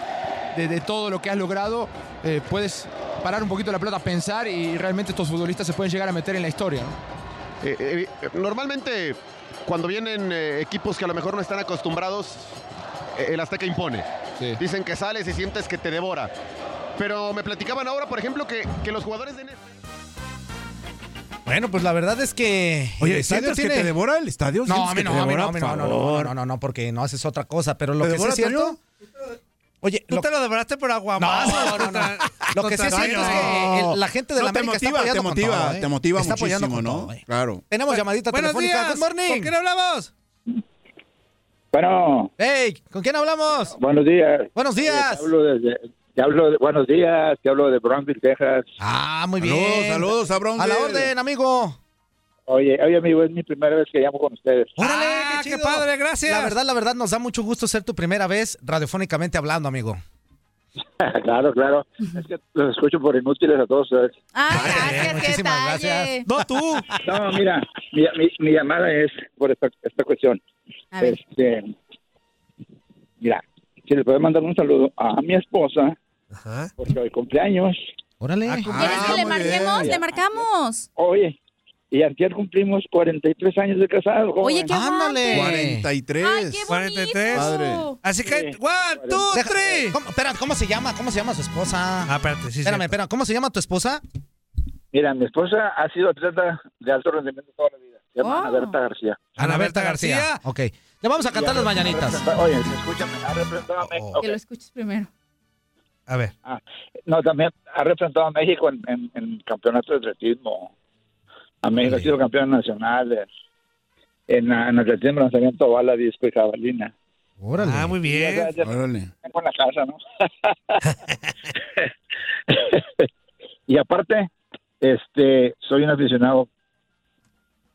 [SPEAKER 24] de, de todo lo que has logrado, eh, puedes parar un poquito la pelota, pensar y realmente estos futbolistas se pueden llegar a meter en la historia. ¿no?
[SPEAKER 23] Eh, eh, eh, normalmente, cuando vienen eh, equipos que a lo mejor no están acostumbrados, eh, el Azteca impone. Dicen que sales y sientes que te devora. Pero me platicaban ahora, por ejemplo, que, que los jugadores de...
[SPEAKER 9] Bueno, pues la verdad es que.
[SPEAKER 11] Oye,
[SPEAKER 9] el estadio
[SPEAKER 11] ¿sientes que te devora el estadio?
[SPEAKER 9] No,
[SPEAKER 11] ¿Sientes
[SPEAKER 9] a mí
[SPEAKER 11] que
[SPEAKER 9] no,
[SPEAKER 11] te
[SPEAKER 9] a mí no,
[SPEAKER 11] devora?
[SPEAKER 9] a mí no,
[SPEAKER 11] Por
[SPEAKER 9] no, no,
[SPEAKER 11] favor.
[SPEAKER 9] no, no, no, porque no haces otra cosa. Pero lo
[SPEAKER 6] ¿Te
[SPEAKER 9] que sí
[SPEAKER 6] devora,
[SPEAKER 9] es cierto. Oye,
[SPEAKER 6] ¿Tú
[SPEAKER 9] lo,
[SPEAKER 6] te lo debraste por aguamazo? No, no, no.
[SPEAKER 9] lo que sí es cierto es que el- la gente de
[SPEAKER 11] No,
[SPEAKER 9] la
[SPEAKER 11] te
[SPEAKER 9] América está
[SPEAKER 11] motiva,
[SPEAKER 9] apoyando
[SPEAKER 11] te
[SPEAKER 9] con
[SPEAKER 11] motiva,
[SPEAKER 9] todo, ¿eh?
[SPEAKER 11] te motiva
[SPEAKER 9] Está apoyando
[SPEAKER 11] muchísimo,
[SPEAKER 9] con
[SPEAKER 11] ¿no?
[SPEAKER 9] todo, ¿eh?
[SPEAKER 11] Claro.
[SPEAKER 9] Tenemos llamadita
[SPEAKER 6] Buenos
[SPEAKER 9] telefónica.
[SPEAKER 6] días.
[SPEAKER 9] Good morning.
[SPEAKER 6] ¿Con quién hablamos?
[SPEAKER 25] Bueno,
[SPEAKER 9] Hey, ¿con quién hablamos?
[SPEAKER 25] buenos días. Eh,
[SPEAKER 9] Buenos días.
[SPEAKER 25] Te hablo desde- te hablo de, buenos días, te hablo de Brownsville, Texas.
[SPEAKER 9] Ah, muy bien. A la orden, amigo.
[SPEAKER 25] Oye, oye, amigo, es mi primera vez que llamo con ustedes.
[SPEAKER 9] Ah, qué, padre, gracias. La verdad, la verdad, nos da mucho gusto ser tu primera vez radiofónicamente hablando, amigo.
[SPEAKER 25] claro, claro. Es que los escucho por inútiles a todos ustedes.
[SPEAKER 9] Muchísimas gracias.
[SPEAKER 6] No, tú.
[SPEAKER 25] No, mira, mi, mi- mi llamada es por esta, esta cuestión.
[SPEAKER 8] A ver.
[SPEAKER 25] Este, mira, si le puedo mandar un saludo a mi esposa, porque hoy cumpleaños. Ah,
[SPEAKER 9] Órale.
[SPEAKER 25] ¿Quieres
[SPEAKER 10] que le marquemos? Le marcamos.
[SPEAKER 25] Oye, y antier cumplimos 43 años de casado.
[SPEAKER 10] Oye, qué
[SPEAKER 9] Ándale.
[SPEAKER 10] aguante.
[SPEAKER 11] 43.
[SPEAKER 10] Ay, qué bonito.
[SPEAKER 6] 43.
[SPEAKER 9] Padre.
[SPEAKER 6] Así que, one, two,
[SPEAKER 9] Deja-
[SPEAKER 6] three.
[SPEAKER 9] ¿Cómo, espera, ¿cómo se llama? ¿Cómo se llama su esposa?
[SPEAKER 6] Ah, espérate, sí.
[SPEAKER 9] Espérame, espérame, ¿cómo se llama tu esposa?
[SPEAKER 25] Mira, mi esposa ha sido atleta de alto rendimiento toda la vida. Se llama
[SPEAKER 9] Oh.
[SPEAKER 25] Ana Berta García.
[SPEAKER 9] Ana Berta García. Ok. Le vamos a cantar las mañanitas. Oh.
[SPEAKER 25] Oye, escúchame, ha representado a México. Ah,
[SPEAKER 10] Que lo escuches primero.
[SPEAKER 6] A ver.
[SPEAKER 25] No, también ha representado a México en, en, en campeonatos de atletismo. A México ha sido campeón nacional eh, en, en, en atletismo, lanzamiento bala, disco y jabalina.
[SPEAKER 9] Órale.
[SPEAKER 6] Ah, muy bien.
[SPEAKER 25] Órale. Tengo en la casa, ¿no? y aparte, este, soy un aficionado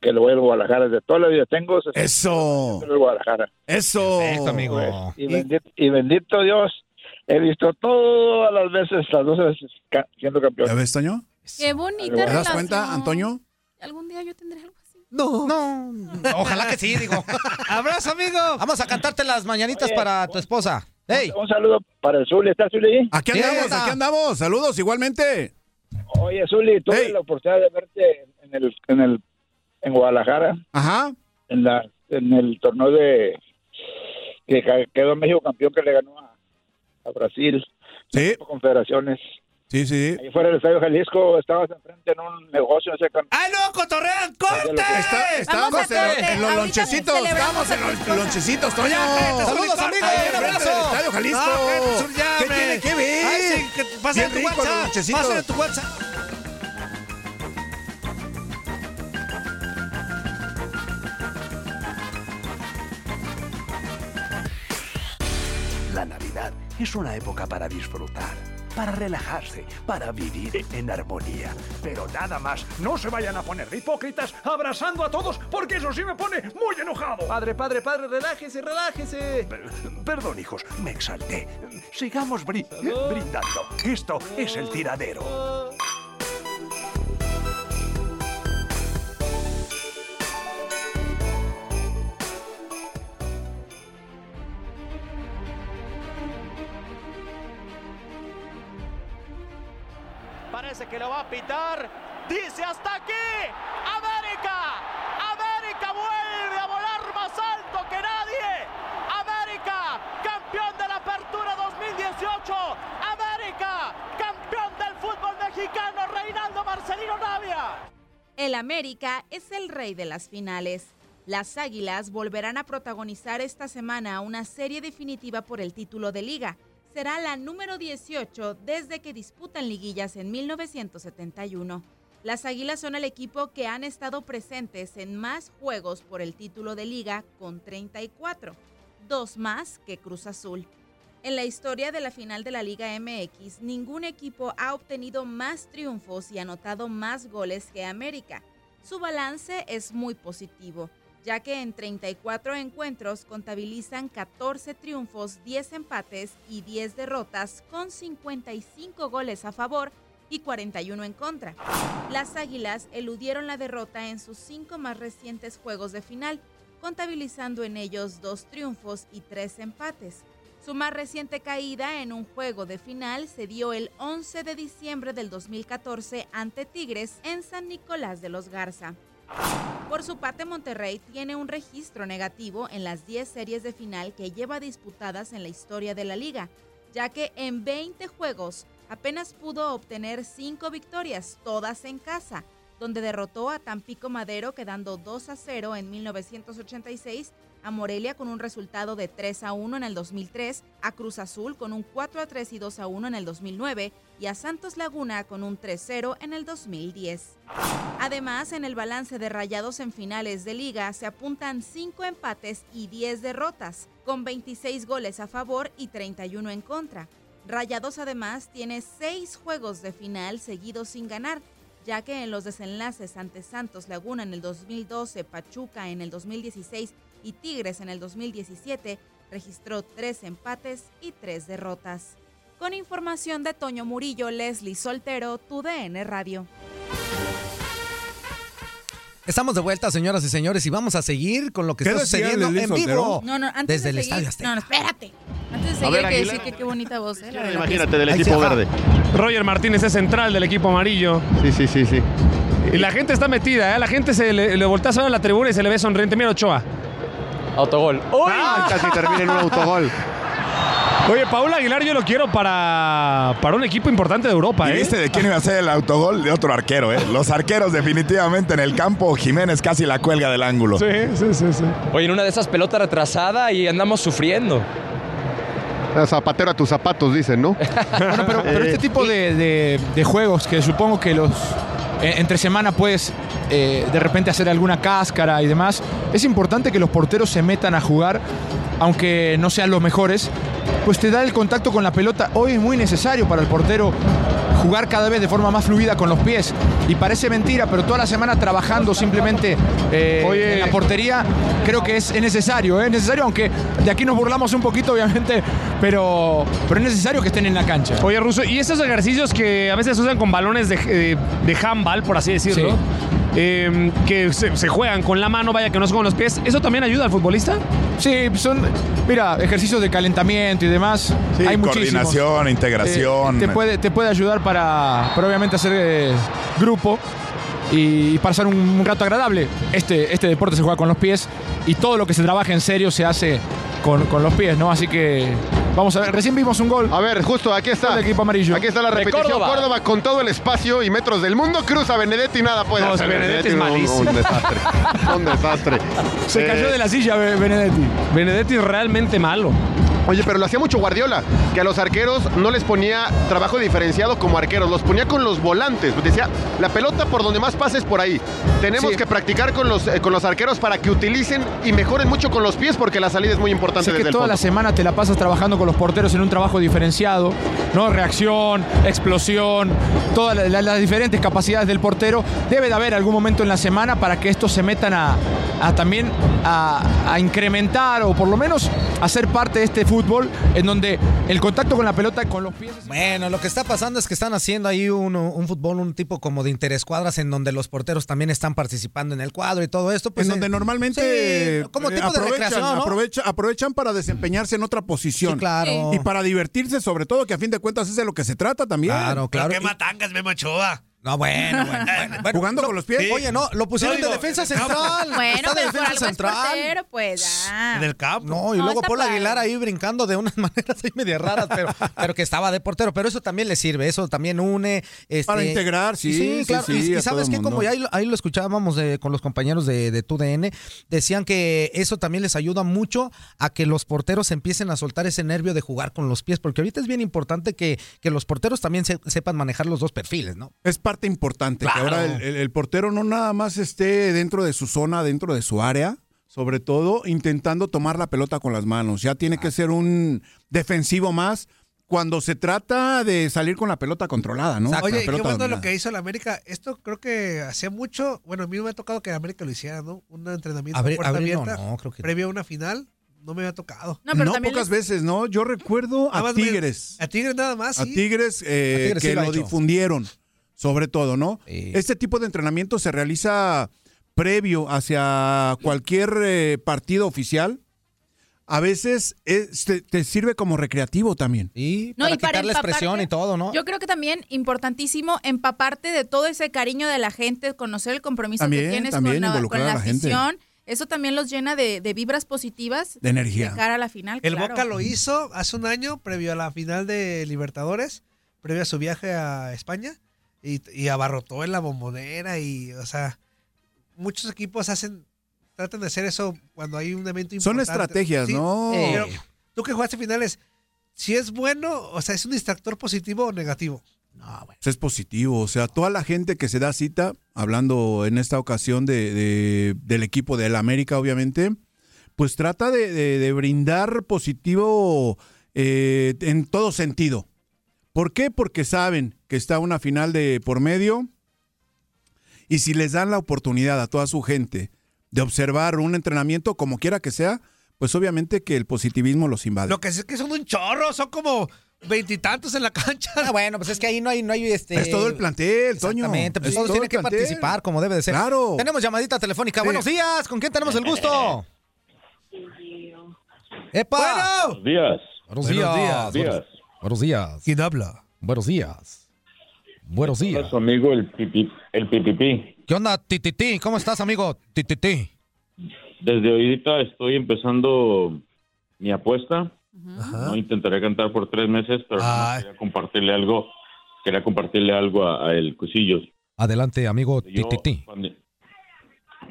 [SPEAKER 25] que lo voy al Guadalajara desde toda la vida. Tengo eso. Guadalajara.
[SPEAKER 11] Eso.
[SPEAKER 25] Perfecto,
[SPEAKER 9] amigo.
[SPEAKER 25] Y, bendito, y bendito Dios, he visto todas las veces, las dos veces ca- siendo campeón. ¿Ya
[SPEAKER 11] ves, Toño?
[SPEAKER 10] Qué bonita
[SPEAKER 25] ¿Te das
[SPEAKER 10] relación.
[SPEAKER 11] cuenta, Antonio?
[SPEAKER 10] Algún día yo tendré algo así.
[SPEAKER 6] No.
[SPEAKER 9] No. Ojalá que sí, digo.
[SPEAKER 6] Abrazo, amigo.
[SPEAKER 9] Vamos a cantarte las mañanitas para tu esposa. Hey.
[SPEAKER 25] Un saludo para el Zuli. ¿Estás Zuli ahí?
[SPEAKER 11] Aquí andamos, aquí andamos. Saludos igualmente.
[SPEAKER 25] Oye, Zuli, tuve la oportunidad de verte en el, en el, en Guadalajara.
[SPEAKER 11] Ajá.
[SPEAKER 25] En la, en el torneo de que ca- quedó México campeón que le ganó a, a Brasil.
[SPEAKER 11] Sí.
[SPEAKER 25] Confederaciones.
[SPEAKER 11] Sí, sí.
[SPEAKER 25] Ahí fuera del Estadio Jalisco estabas enfrente en un negocio, no sé con...
[SPEAKER 6] ¡Ah, no, cotorrean! ¡Corte!
[SPEAKER 11] Está- estábamos en, lo- en los lonchecitos, estábamos en los lonchecitos, Toño.
[SPEAKER 6] Saludos, amigos, un abrazo.
[SPEAKER 11] Estadio Jalisco.
[SPEAKER 6] No, Jesús, llame.
[SPEAKER 11] ¿Qué tiene que ver?
[SPEAKER 6] Ay, sí, que pásale
[SPEAKER 11] Bien
[SPEAKER 6] tu
[SPEAKER 11] rico, los
[SPEAKER 6] WhatsApp.
[SPEAKER 11] lonchecitos.
[SPEAKER 6] Pásale tu WhatsApp.
[SPEAKER 1] La Navidad es una época para disfrutar, para relajarse, para vivir en armonía. Pero nada más, no se vayan a poner de hipócritas abrazando a todos, porque eso sí me pone muy enojado. Padre, padre, padre, relájese, relájese. perdón, hijos, me exalté. Sigamos bri- brindando. Esto es el tiradero.
[SPEAKER 2] Parece que lo va a pitar. Dice hasta aquí. América. América vuelve a volar más alto que nadie. América, campeón de la Apertura 2018. América, campeón del fútbol mexicano. Reinaldo Marcelino Navia.
[SPEAKER 8] El América es el rey de las finales. Las Águilas volverán a protagonizar esta semana una serie definitiva por el título de liga. Será la número 18 desde que disputan liguillas en 1971. Las Águilas son el equipo que han estado presentes en más juegos por el título de liga con 34, dos más que Cruz Azul. En la historia de la final de la Liga MX, ningún equipo ha obtenido más triunfos y anotado más goles que América. Su balance es muy positivo, ya que en 34 encuentros contabilizan 14 triunfos, 10 empates y 10 derrotas, con 55 goles a favor y 41 en contra. Las Águilas eludieron la derrota en sus cinco más recientes juegos de final, contabilizando en ellos dos triunfos y tres empates. Su más reciente caída en un juego de final se dio el 11 de diciembre del 2014 ante Tigres en San Nicolás de los Garza. Por su parte, Monterrey tiene un registro negativo en las 10 series de final que lleva disputadas en la historia de la liga, ya que en 20 juegos apenas pudo obtener 5 victorias, todas en casa, donde derrotó a Tampico Madero quedando 2 a 0 en 1986, a Morelia con un resultado de 3 a 1 en el 2003, a Cruz Azul con un 4 a 3 y 2 a 1 en el 2009 y a Santos Laguna con un 3 0 en el 2010. Además, en el balance de rayados en finales de liga se apuntan 5 empates y 10 derrotas, con 26 goles a favor y 31 en contra. Rayados además tiene 6 juegos de final seguidos sin ganar, ya que en los desenlaces ante Santos Laguna en el 2012, Pachuca en el 2016 y Tigres en el 2017, registró 3 empates y 3 derrotas. Con información de Toño Murillo, Leslie Soltero, TUDN Radio.
[SPEAKER 9] Estamos de vuelta, señoras y señores, y vamos a seguir con lo que
[SPEAKER 11] ¿Qué
[SPEAKER 9] está
[SPEAKER 11] decía
[SPEAKER 9] sucediendo
[SPEAKER 11] Lelí
[SPEAKER 9] en
[SPEAKER 11] Soltero?
[SPEAKER 9] vivo
[SPEAKER 11] No,
[SPEAKER 9] no, desde el Estadio Azteca.
[SPEAKER 10] No, no, espérate. Antes de
[SPEAKER 9] A
[SPEAKER 10] seguir,
[SPEAKER 9] ver,
[SPEAKER 10] hay que
[SPEAKER 9] Aguilar.
[SPEAKER 10] decir que qué bonita voz, ¿eh? La de la
[SPEAKER 3] Imagínate, del
[SPEAKER 10] pieza.
[SPEAKER 3] equipo
[SPEAKER 10] Ahí se
[SPEAKER 3] verde. Roger Martínez es central del equipo amarillo.
[SPEAKER 23] Sí, sí, sí, sí.
[SPEAKER 3] Y la gente está metida, ¿eh? La gente se le, le voltea a ver a la tribuna y se le ve sonriente. Mira Ochoa. Autogol.
[SPEAKER 23] Ah, casi termina en un autogol.
[SPEAKER 3] Oye, Paula Aguilar yo lo quiero para, para un equipo importante de Europa,
[SPEAKER 11] ¿Y
[SPEAKER 3] ¿eh?
[SPEAKER 11] viste de quién iba a ser el autogol? De otro arquero, ¿eh? Los arqueros definitivamente en el campo. Jiménez casi la cuelga del ángulo.
[SPEAKER 3] Sí, sí, sí, sí.
[SPEAKER 14] Oye, en una de esas pelotas retrasada y andamos sufriendo.
[SPEAKER 23] La zapatero a tus zapatos, dicen, ¿no?
[SPEAKER 24] Bueno, pero, pero este tipo de, de- de juegos que supongo que los eh, entre semana puedes eh, de repente hacer alguna cáscara y demás, es importante que los porteros se metan a jugar, aunque no sean los mejores, pues te da el contacto con la pelota. Hoy es muy necesario para el portero jugar cada vez de forma más fluida con los pies. Y parece mentira, pero toda la semana trabajando simplemente eh, en la portería, creo que es, es necesario, ¿eh? es necesario, aunque de aquí nos burlamos un poquito, obviamente, pero, pero es necesario que estén en la cancha.
[SPEAKER 3] Oye,
[SPEAKER 14] Ruso,
[SPEAKER 3] y esos ejercicios que a veces usan con balones de, eh, de handball, por así decirlo,
[SPEAKER 14] Sí.
[SPEAKER 3] eh, que se, se juegan con la mano, vaya que no es con los pies, ¿eso también ayuda al futbolista?
[SPEAKER 24] Sí, son, mira, ejercicios de calentamiento y demás.
[SPEAKER 11] Sí,
[SPEAKER 24] hay muchísimos.
[SPEAKER 11] coordinación, integración.
[SPEAKER 24] Eh, te, puede, te puede ayudar para, para obviamente hacer eh, grupo y pasar un, un rato agradable. Este, este deporte se juega con los pies y todo lo que se trabaja en serio se hace con, con los pies, ¿no? Así que Vamos a ver, recién vimos un gol.
[SPEAKER 23] A ver, justo aquí está.
[SPEAKER 24] Gol del equipo amarillo.
[SPEAKER 23] Aquí está la
[SPEAKER 24] De
[SPEAKER 23] repetición.
[SPEAKER 24] Córdoba.
[SPEAKER 23] Córdoba. con todo el espacio y metros del mundo. Cruza Benedetti y nada puede
[SPEAKER 24] No,
[SPEAKER 23] hacer.
[SPEAKER 24] Benedetti es
[SPEAKER 23] un-
[SPEAKER 24] malísimo.
[SPEAKER 23] Un, desastre. un desastre.
[SPEAKER 24] Se
[SPEAKER 23] Eh,
[SPEAKER 24] cayó de la silla Be- Benedetti.
[SPEAKER 3] Benedetti es realmente malo.
[SPEAKER 23] Oye, pero lo hacía mucho Guardiola, que a los arqueros no les ponía trabajo diferenciado como arqueros, los ponía con los volantes. Decía, la pelota por donde más pases por ahí. Tenemos
[SPEAKER 3] Sí.
[SPEAKER 23] que practicar con los, eh, con los arqueros para que utilicen y mejoren mucho con los pies, porque la salida es muy importante
[SPEAKER 24] Sé que
[SPEAKER 23] desde el
[SPEAKER 24] toda
[SPEAKER 23] fondo.
[SPEAKER 24] la semana te la pasas trabajando con los porteros en un trabajo diferenciado, ¿no? Reacción, explosión, todas la- la- las diferentes capacidades del portero. Debe de haber algún momento en la semana para que estos se metan a, a también a, a incrementar o por lo menos hacer parte de este fútbol en donde el contacto con la pelota con los pies.
[SPEAKER 9] Bueno, lo que está pasando es que están haciendo ahí un, un fútbol, un tipo como de interescuadras en donde los porteros también están participando en el cuadro y todo esto. Pues,
[SPEAKER 7] en donde
[SPEAKER 9] eh,
[SPEAKER 7] normalmente
[SPEAKER 9] sí, como
[SPEAKER 7] eh,
[SPEAKER 9] tipo de recreación, ¿no?
[SPEAKER 7] aprovecha- aprovechan para desempeñarse en otra posición.
[SPEAKER 9] Sí, claro.
[SPEAKER 7] Y para divertirse, sobre todo, que a fin de cuentas es de lo que se trata también.
[SPEAKER 9] Claro, claro.
[SPEAKER 7] ¿Qué mata-
[SPEAKER 9] matangas, Memo Ochoa? No, bueno, bueno, bueno, bueno.
[SPEAKER 7] Jugando con los pies.
[SPEAKER 9] Sí. Oye, no, lo pusieron de defensa central. Está
[SPEAKER 8] Bueno,
[SPEAKER 9] de
[SPEAKER 8] pero por
[SPEAKER 9] defensa
[SPEAKER 8] algo es
[SPEAKER 9] central.
[SPEAKER 8] portero, pues. ah.
[SPEAKER 9] campo. No, y
[SPEAKER 8] No,
[SPEAKER 9] luego
[SPEAKER 8] está
[SPEAKER 9] Paul
[SPEAKER 8] padre.
[SPEAKER 9] Aguilar ahí brincando de unas maneras ahí media raras, pero, pero que estaba de portero. Pero eso también le sirve, eso también une. este-
[SPEAKER 7] Para integrar, sí, sí,
[SPEAKER 9] claro.
[SPEAKER 7] sí,
[SPEAKER 9] y- y,
[SPEAKER 7] a todo
[SPEAKER 9] sabes que
[SPEAKER 7] mundo.
[SPEAKER 9] como ya ahí, lo- ahí lo escuchábamos eh, con los compañeros de, de TUDN, decían que eso también les ayuda mucho a que los porteros empiecen a soltar ese nervio de jugar con los pies, porque ahorita es bien importante que, que los porteros también se- sepan manejar los dos perfiles, ¿no?
[SPEAKER 7] Es parte importante que ahora el, el- el portero no nada más esté dentro de su zona, dentro de su área, sobre todo intentando tomar la pelota con las manos. Ya tiene que ser un defensivo más cuando se trata de salir con la pelota controlada, ¿no? La
[SPEAKER 6] Oye, qué
[SPEAKER 7] pelota
[SPEAKER 6] bueno
[SPEAKER 7] dominada.
[SPEAKER 6] lo que hizo la América. Esto creo que hacía mucho. Bueno, a mí me ha tocado que la América lo hiciera, ¿no? Un entrenamiento
[SPEAKER 9] Abrir-
[SPEAKER 6] a puerta
[SPEAKER 9] abrirlo,
[SPEAKER 6] abierta
[SPEAKER 9] no, creo que no.
[SPEAKER 6] previo a una final. No me había tocado.
[SPEAKER 7] No, pocas veces, ¿no? Yo recuerdo
[SPEAKER 6] Nada
[SPEAKER 7] a
[SPEAKER 6] más me-
[SPEAKER 7] Tigres.
[SPEAKER 6] A Tigres nada más.
[SPEAKER 7] a
[SPEAKER 6] sí.
[SPEAKER 7] Tigres, eh,
[SPEAKER 6] A Tigres sí
[SPEAKER 7] que
[SPEAKER 6] lo ha
[SPEAKER 7] lo
[SPEAKER 6] hecho.
[SPEAKER 7] difundieron, sobre todo, ¿no?
[SPEAKER 6] Eh,
[SPEAKER 7] Este tipo de entrenamiento se realiza previo hacia cualquier eh, partido oficial. A veces es- te, te sirve como recreativo también.
[SPEAKER 9] Y
[SPEAKER 10] No, y para empaparte-
[SPEAKER 9] todo,
[SPEAKER 10] Yo creo que también importantísimo empaparte de todo ese cariño de la gente, conocer el compromiso que
[SPEAKER 7] También,
[SPEAKER 10] tienes
[SPEAKER 7] también
[SPEAKER 10] con la,
[SPEAKER 7] involucrar
[SPEAKER 10] con la
[SPEAKER 7] a la gente.
[SPEAKER 10] afición. Eso también los llena de, de vibras positivas.
[SPEAKER 7] De energía.
[SPEAKER 10] De cara a la final.
[SPEAKER 6] El
[SPEAKER 10] claro.
[SPEAKER 6] Boca lo hizo hace un año, previo a la final de Libertadores, previo a su viaje a España, y, y abarrotó en la bombonera. Y, o sea, muchos equipos hacen, tratan de hacer eso cuando hay un evento
[SPEAKER 7] Son
[SPEAKER 6] importante.
[SPEAKER 7] estrategias,
[SPEAKER 6] Sí, eh,
[SPEAKER 7] ¿no?
[SPEAKER 6] pero tú que jugaste finales, si es bueno, o sea, ¿es un distractor positivo o negativo?
[SPEAKER 7] Pues Es positivo, o sea, toda la gente que se da cita, hablando en esta ocasión de, de- del equipo del América, obviamente, pues trata de, de- de brindar positivo eh, en todo sentido. ¿Por qué? Porque saben que está una final de por medio y si les dan la oportunidad a toda su gente de observar un entrenamiento como quiera que sea, pues obviamente que el positivismo los invade.
[SPEAKER 6] Lo que sí es que son un chorro, son como veintitantos en la cancha.
[SPEAKER 9] bueno, pues es que ahí no hay, no hay este.
[SPEAKER 7] Es todo el plantel, Toño.
[SPEAKER 9] Exactamente, pues
[SPEAKER 7] Es
[SPEAKER 9] todos
[SPEAKER 7] todo
[SPEAKER 9] tienen
[SPEAKER 7] el
[SPEAKER 9] que
[SPEAKER 7] plantel.
[SPEAKER 9] participar como debe de ser.
[SPEAKER 7] Claro.
[SPEAKER 9] Tenemos llamadita telefónica.
[SPEAKER 7] Sí.
[SPEAKER 9] Buenos días, ¿con quién tenemos el gusto? ¡Epa!
[SPEAKER 4] Buenos días.
[SPEAKER 9] Buenos días.
[SPEAKER 4] Buenos días.
[SPEAKER 9] Buenos días.
[SPEAKER 6] ¿Quién habla?
[SPEAKER 9] Buenos días. Buenos días.
[SPEAKER 4] Hola, su amigo el pipi, el pipipí.
[SPEAKER 9] ¿Qué onda, Tititi? ¿Cómo estás, amigo? Tititi.
[SPEAKER 4] Desde ahorita estoy empezando mi apuesta. No intentaré cantar por tres meses, pero quería compartirle algo. Quería compartirle algo a, a el Cusillos.
[SPEAKER 9] Adelante, amigo
[SPEAKER 4] Yo,
[SPEAKER 9] Tititi.
[SPEAKER 4] Cuando,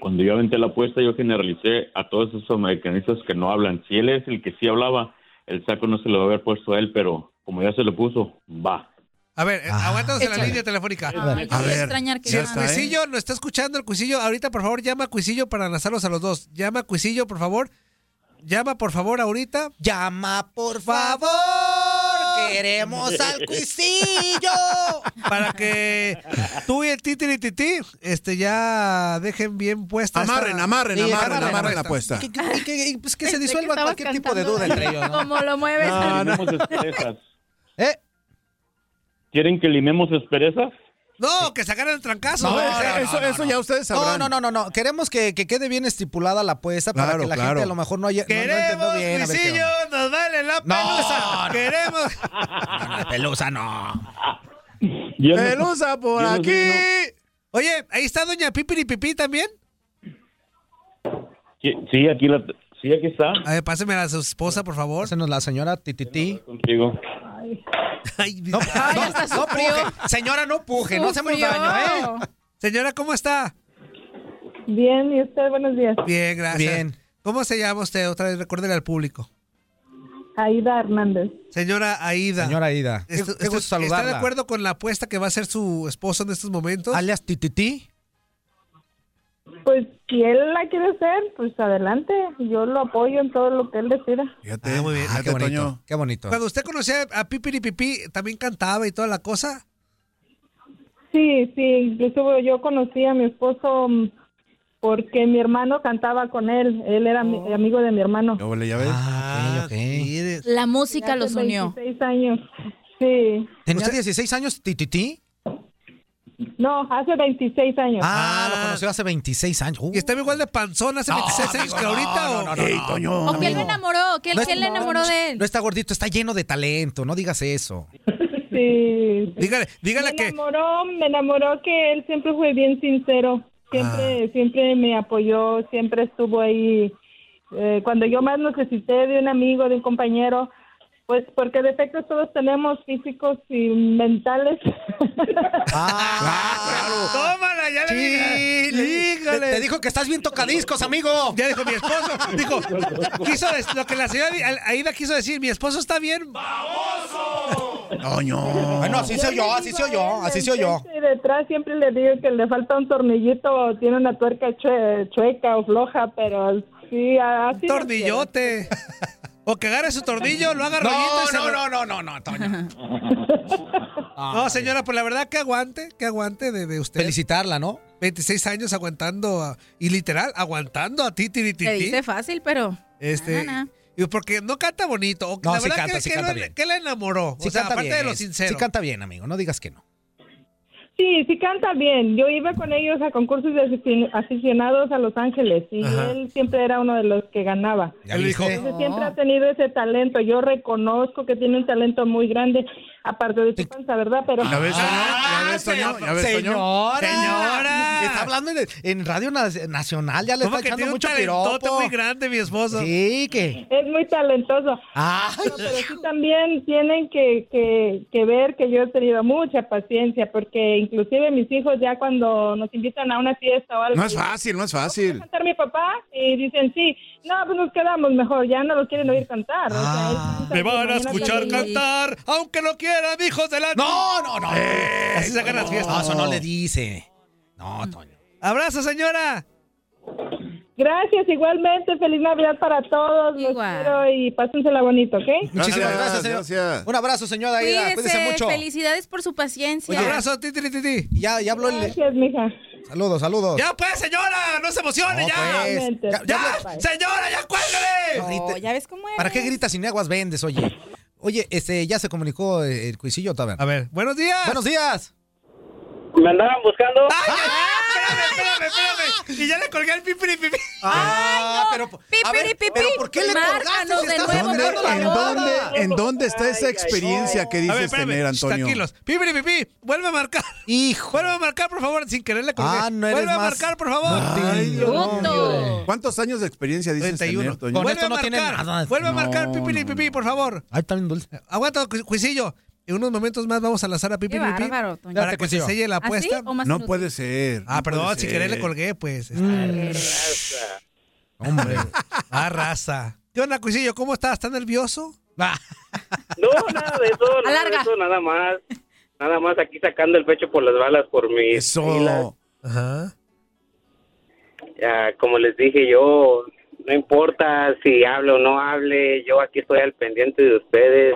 [SPEAKER 4] cuando yo aventé la apuesta, yo generalicé a todos esos americanistas que no hablan. Si él es el que sí hablaba, el saco no se lo va a haber puesto a él, pero como ya se lo puso, va.
[SPEAKER 6] A ver, eh, aguántanos en la línea telefónica.
[SPEAKER 10] Ay, qué A ver, extrañar que
[SPEAKER 6] si el
[SPEAKER 10] ya está, ¿eh?
[SPEAKER 6] Cuisillo no está escuchando, el Cuisillo, ahorita por favor llama a Cuisillo para enlazarlos a los dos. Llama a Cuisillo, por favor. Llama por favor ahorita.
[SPEAKER 9] Llama por favor. Queremos al cuisillo.
[SPEAKER 6] Para que tú y el Titi y Titi este, ya dejen bien puesta.
[SPEAKER 7] Amarren, amarren,
[SPEAKER 6] Sí,
[SPEAKER 7] amarren, amarren la apuesta.
[SPEAKER 9] Que, que- que- pues que se
[SPEAKER 6] Pensé que
[SPEAKER 9] disuelva
[SPEAKER 6] estabas
[SPEAKER 9] cualquier tipo de
[SPEAKER 6] cantando.
[SPEAKER 9] duda entre ellos. ¿no?
[SPEAKER 10] Como lo mueves.
[SPEAKER 4] No, no. Esas.
[SPEAKER 9] ¿Eh?
[SPEAKER 4] ¿Quieren que limemos asperezas?
[SPEAKER 6] No, que sacaran el trancazo.
[SPEAKER 9] No,
[SPEAKER 6] güey.
[SPEAKER 9] no, no, no, no. No, no, no, no, no. Queremos que, que quede bien estipulada la apuesta para
[SPEAKER 7] Claro,
[SPEAKER 9] que la
[SPEAKER 7] claro.
[SPEAKER 9] gente a lo mejor no haya. no- no entendió
[SPEAKER 6] Queremos,
[SPEAKER 9] bien. a ver qué
[SPEAKER 6] Cuisillo,
[SPEAKER 9] onda.
[SPEAKER 6] nos vale la
[SPEAKER 9] No,
[SPEAKER 6] pelusa.
[SPEAKER 9] no.
[SPEAKER 6] Queremos.
[SPEAKER 9] Pelusa, no.
[SPEAKER 4] Yo no-
[SPEAKER 7] Pelusa por
[SPEAKER 4] yo no-
[SPEAKER 7] aquí.
[SPEAKER 6] Oye, ahí está Doña Pipiri Pipi también.
[SPEAKER 4] Sí, aquí la,
[SPEAKER 12] Sí, aquí está.
[SPEAKER 6] A ver, pásemela a su esposa, por favor.
[SPEAKER 9] Pásenos la señora Tititi.
[SPEAKER 12] Contigo.
[SPEAKER 9] No, no, no puje. Señora, no puje. No hacemos
[SPEAKER 6] Sufrió.
[SPEAKER 9] daño, ¿eh?
[SPEAKER 6] Señora, ¿cómo está?
[SPEAKER 10] Bien, ¿y usted? Buenos días.
[SPEAKER 6] Bien, gracias.
[SPEAKER 9] Bien.
[SPEAKER 6] ¿Cómo se llama usted? Otra vez, recuérdele al público.
[SPEAKER 10] Aida Hernández.
[SPEAKER 6] Señora Aida.
[SPEAKER 9] Señora Aida.
[SPEAKER 6] Esto-
[SPEAKER 9] Qué- qué
[SPEAKER 6] esto-
[SPEAKER 9] gusto saludarla.
[SPEAKER 6] ¿Está de acuerdo con la apuesta que va a hacer su esposo en estos momentos?
[SPEAKER 9] Alias Tititi.
[SPEAKER 10] Pues si él la quiere hacer, pues adelante. Yo lo apoyo en todo lo que él decida.
[SPEAKER 7] Fíjate.
[SPEAKER 6] muy bien.
[SPEAKER 9] Ah, qué
[SPEAKER 7] Fíjate,
[SPEAKER 9] bonito.
[SPEAKER 7] Toño.
[SPEAKER 9] Qué bonito.
[SPEAKER 6] Cuando usted conocía a Pipiri Pipi, ¿también cantaba y toda la cosa?
[SPEAKER 10] Sí, sí, incluso yo conocí a mi esposo mm, porque mi hermano cantaba con él. Él era mi-
[SPEAKER 6] Oh.
[SPEAKER 10] amigo de mi hermano.
[SPEAKER 7] Ya huele, ya ves.
[SPEAKER 9] Ah, ok, ok.
[SPEAKER 10] La
[SPEAKER 8] música los unió.
[SPEAKER 10] 26 años. Sí.
[SPEAKER 9] ¿Tenía 16 años Tititi?
[SPEAKER 10] No, hace 26 años.
[SPEAKER 9] Ah, lo conoció hace 26 años. Uh.
[SPEAKER 6] ¿Y estaba igual de panzón hace 26 años que ahorita? o-
[SPEAKER 9] Ey, Toño,
[SPEAKER 8] ¿O quién lo
[SPEAKER 9] amigo.
[SPEAKER 8] enamoró? ¿Quién,
[SPEAKER 9] No es-
[SPEAKER 8] quién le enamoró de él?
[SPEAKER 9] No está gordito, está lleno de talento. No digas eso.
[SPEAKER 10] Sí.
[SPEAKER 6] Dígale, dígale
[SPEAKER 10] me
[SPEAKER 6] que...
[SPEAKER 10] enamoró, me enamoró que él siempre fue bien sincero,
[SPEAKER 9] Ah.
[SPEAKER 10] siempre, siempre me apoyó, siempre estuvo ahí. Eh, cuando yo más necesité de un amigo, de un compañero, pues porque defectos todos tenemos físicos y mentales.
[SPEAKER 6] ¡Tómala! ¡Ya le dije!
[SPEAKER 9] Te, te dijo que estás bien tocadiscos, amigo.
[SPEAKER 6] Ya dijo mi esposo. Dijo, quiso des- lo que la señora Di- Aida quiso decir, mi esposo está bien.
[SPEAKER 7] Toño.
[SPEAKER 9] Bueno, así se oyó, así se oyó, así se oyó.
[SPEAKER 10] Y detrás siempre le digo que le falta un tornillito o tiene una tuerca chue- chueca o floja, pero sí, así. lo
[SPEAKER 6] Tornillote. O que agarre su tornillo, lo haga
[SPEAKER 9] No,
[SPEAKER 6] rollito y se
[SPEAKER 9] no,
[SPEAKER 6] lo-
[SPEAKER 9] no, no, no, no, Toño.
[SPEAKER 6] No, señora, pues la verdad que aguante, que aguante de, de usted.
[SPEAKER 9] Felicitarla, ¿no?
[SPEAKER 6] 26 años aguantando, a- y literal, aguantando a ti, ti,
[SPEAKER 8] Te dice fácil, pero.
[SPEAKER 6] Este,
[SPEAKER 8] Na, na, na.
[SPEAKER 6] y porque no canta bonito. o-
[SPEAKER 9] No,
[SPEAKER 6] la
[SPEAKER 9] sí
[SPEAKER 6] verdad
[SPEAKER 9] canta,
[SPEAKER 6] que,
[SPEAKER 9] sí
[SPEAKER 6] que
[SPEAKER 9] canta
[SPEAKER 6] lo-
[SPEAKER 9] bien.
[SPEAKER 6] que la enamoró.
[SPEAKER 9] Sí
[SPEAKER 6] o sea,
[SPEAKER 9] canta
[SPEAKER 6] aparte
[SPEAKER 9] bien,
[SPEAKER 6] de lo
[SPEAKER 9] eh.
[SPEAKER 6] sincero.
[SPEAKER 9] Sí canta bien, amigo, no digas que no.
[SPEAKER 10] Sí, sí canta bien. Yo iba con ellos a concursos de afici- aficionados a Los Ángeles y
[SPEAKER 9] Ajá.
[SPEAKER 10] él siempre era uno de los que ganaba.
[SPEAKER 9] Ya viste.
[SPEAKER 10] Entonces, siempre ha tenido ese talento. Yo reconozco que tiene un talento muy grande, aparte de su panza, ¿verdad? Pero
[SPEAKER 7] ¿Ya
[SPEAKER 6] Pues, ¿eh?
[SPEAKER 7] ves, Toño? ¿Ya ves, Toño? ¿Ya ves, Toño?
[SPEAKER 9] Ah, Señora,
[SPEAKER 6] Señora.
[SPEAKER 9] Está hablando en, en Radio Na- Nacional, ya le
[SPEAKER 6] Como
[SPEAKER 9] está
[SPEAKER 6] que
[SPEAKER 9] echando
[SPEAKER 6] tiene un
[SPEAKER 9] mucho
[SPEAKER 6] talentote
[SPEAKER 9] piropo.
[SPEAKER 6] muy grande, mi esposo.
[SPEAKER 9] Sí, que.
[SPEAKER 10] es muy talentoso.
[SPEAKER 9] Ah,
[SPEAKER 10] No, pero sí también tienen que, que, que ver que yo he tenido mucha paciencia, porque inclusive mis hijos ya cuando nos invitan a una fiesta o algo...
[SPEAKER 7] No es fácil, no es fácil.
[SPEAKER 10] cantar mi papá y dicen sí, no, pues nos quedamos mejor, ya no lo quieren oír cantar. o sea, él canta,
[SPEAKER 6] Me van a
[SPEAKER 10] imagínate
[SPEAKER 6] escuchar
[SPEAKER 10] que-
[SPEAKER 6] cantar, aunque no quieran, hijos de la...
[SPEAKER 9] No, no, no.
[SPEAKER 6] Así se ganan las
[SPEAKER 9] No,
[SPEAKER 6] fiestas.
[SPEAKER 9] eso no le dice. No,
[SPEAKER 8] Mm.
[SPEAKER 9] Toño.
[SPEAKER 6] ¡Abrazo, señora!
[SPEAKER 10] Gracias, igualmente, feliz Navidad para todos, los
[SPEAKER 8] Igual.
[SPEAKER 10] quiero y pásensela bonito, ¿ok?
[SPEAKER 9] Muchísimas gracias, señor.
[SPEAKER 7] Gracias.
[SPEAKER 9] Un abrazo, señora Aida.
[SPEAKER 8] Cuídese,
[SPEAKER 9] Cuídese mucho.
[SPEAKER 8] felicidades por su paciencia.
[SPEAKER 6] ¡Abrazo, ti, ti, ti, ti!
[SPEAKER 9] Ya, ya habló el.
[SPEAKER 10] Gracias, mija.
[SPEAKER 9] Saludos, saludos.
[SPEAKER 6] ¡Ya pues, señora! ¡No se emocione,
[SPEAKER 9] No,
[SPEAKER 6] ya!
[SPEAKER 9] pues.
[SPEAKER 10] Igualmente.
[SPEAKER 9] Ya- ya habló-
[SPEAKER 10] Bye.
[SPEAKER 6] ¡Señora, ya cuélgale!
[SPEAKER 8] No, ya ves cómo es.
[SPEAKER 9] ¿Para qué gritas sin aguas vendes, oye? Oye, este, ya se comunicó eh, el cuisillo taberna.
[SPEAKER 6] A ver, buenos días.
[SPEAKER 9] Buenos días. Ah,
[SPEAKER 13] Me andaban buscando.
[SPEAKER 6] ¡Ay, espérame, espérame, espérame! Y ya le colgué el pipiri, pipi.
[SPEAKER 9] Ah, pero, a ver,
[SPEAKER 8] pipiripipi.
[SPEAKER 9] pero ¿por qué le
[SPEAKER 8] Márcanos
[SPEAKER 9] colgaste?
[SPEAKER 8] de
[SPEAKER 9] Estás
[SPEAKER 8] nuevo,
[SPEAKER 7] ¿Dónde,
[SPEAKER 8] por
[SPEAKER 9] perdiendo la
[SPEAKER 7] ¿en,
[SPEAKER 8] favor.
[SPEAKER 7] dónde,
[SPEAKER 9] boda.
[SPEAKER 7] ¿En dónde está esa experiencia que
[SPEAKER 6] A ver,
[SPEAKER 7] dices
[SPEAKER 6] espérame.
[SPEAKER 7] tener, Antonio?
[SPEAKER 6] Tranquilos. Pipiri, pipi, vuelve a marcar.
[SPEAKER 9] Hijo.
[SPEAKER 6] Vuelve a marcar, por favor, sin querer le colgué.
[SPEAKER 9] Ah, no eres
[SPEAKER 6] Vuelve a
[SPEAKER 9] más-
[SPEAKER 6] marcar, por favor.
[SPEAKER 9] Ay, Dios
[SPEAKER 8] Punto.
[SPEAKER 7] ¿Cuántos años de experiencia dices
[SPEAKER 6] 31.
[SPEAKER 7] tener, Toño?
[SPEAKER 9] Con
[SPEAKER 6] Vuelve
[SPEAKER 9] esto
[SPEAKER 6] a
[SPEAKER 9] no tiene
[SPEAKER 6] marcar.
[SPEAKER 9] nada.
[SPEAKER 6] Vuelve a marcar,
[SPEAKER 7] No,
[SPEAKER 6] pipiri,
[SPEAKER 7] no,
[SPEAKER 6] pipi, por favor.
[SPEAKER 9] Ay, también dulce.
[SPEAKER 6] Aguanta, cu- Cuisillo. En unos momentos más vamos a lanzar a
[SPEAKER 8] Qué
[SPEAKER 6] pipiri, pipi.
[SPEAKER 8] bárbaro, Toño.
[SPEAKER 6] Para que se
[SPEAKER 9] Cuisillo.
[SPEAKER 6] selle la
[SPEAKER 8] ¿Así
[SPEAKER 6] apuesta.
[SPEAKER 8] ¿Ah, o más
[SPEAKER 7] No
[SPEAKER 8] minutos?
[SPEAKER 7] puede ser.
[SPEAKER 6] Ah,
[SPEAKER 7] no
[SPEAKER 6] perdón,
[SPEAKER 7] puede
[SPEAKER 6] si
[SPEAKER 7] ser.
[SPEAKER 6] querer le colgué, pues.
[SPEAKER 8] Mm.
[SPEAKER 9] Hombre.
[SPEAKER 6] Ah, raza. ¿Qué onda, Cuisillo? ¿Cómo estás? ¿Estás nervioso?
[SPEAKER 13] No, nada de eso, nada
[SPEAKER 8] Alarga.
[SPEAKER 13] de eso, nada más. Nada más aquí sacando el pecho por las balas por mi.
[SPEAKER 7] Eso.
[SPEAKER 6] Ajá.
[SPEAKER 13] Ya, ah, como les dije yo, no importa si hable o no hable, yo aquí estoy al pendiente de ustedes.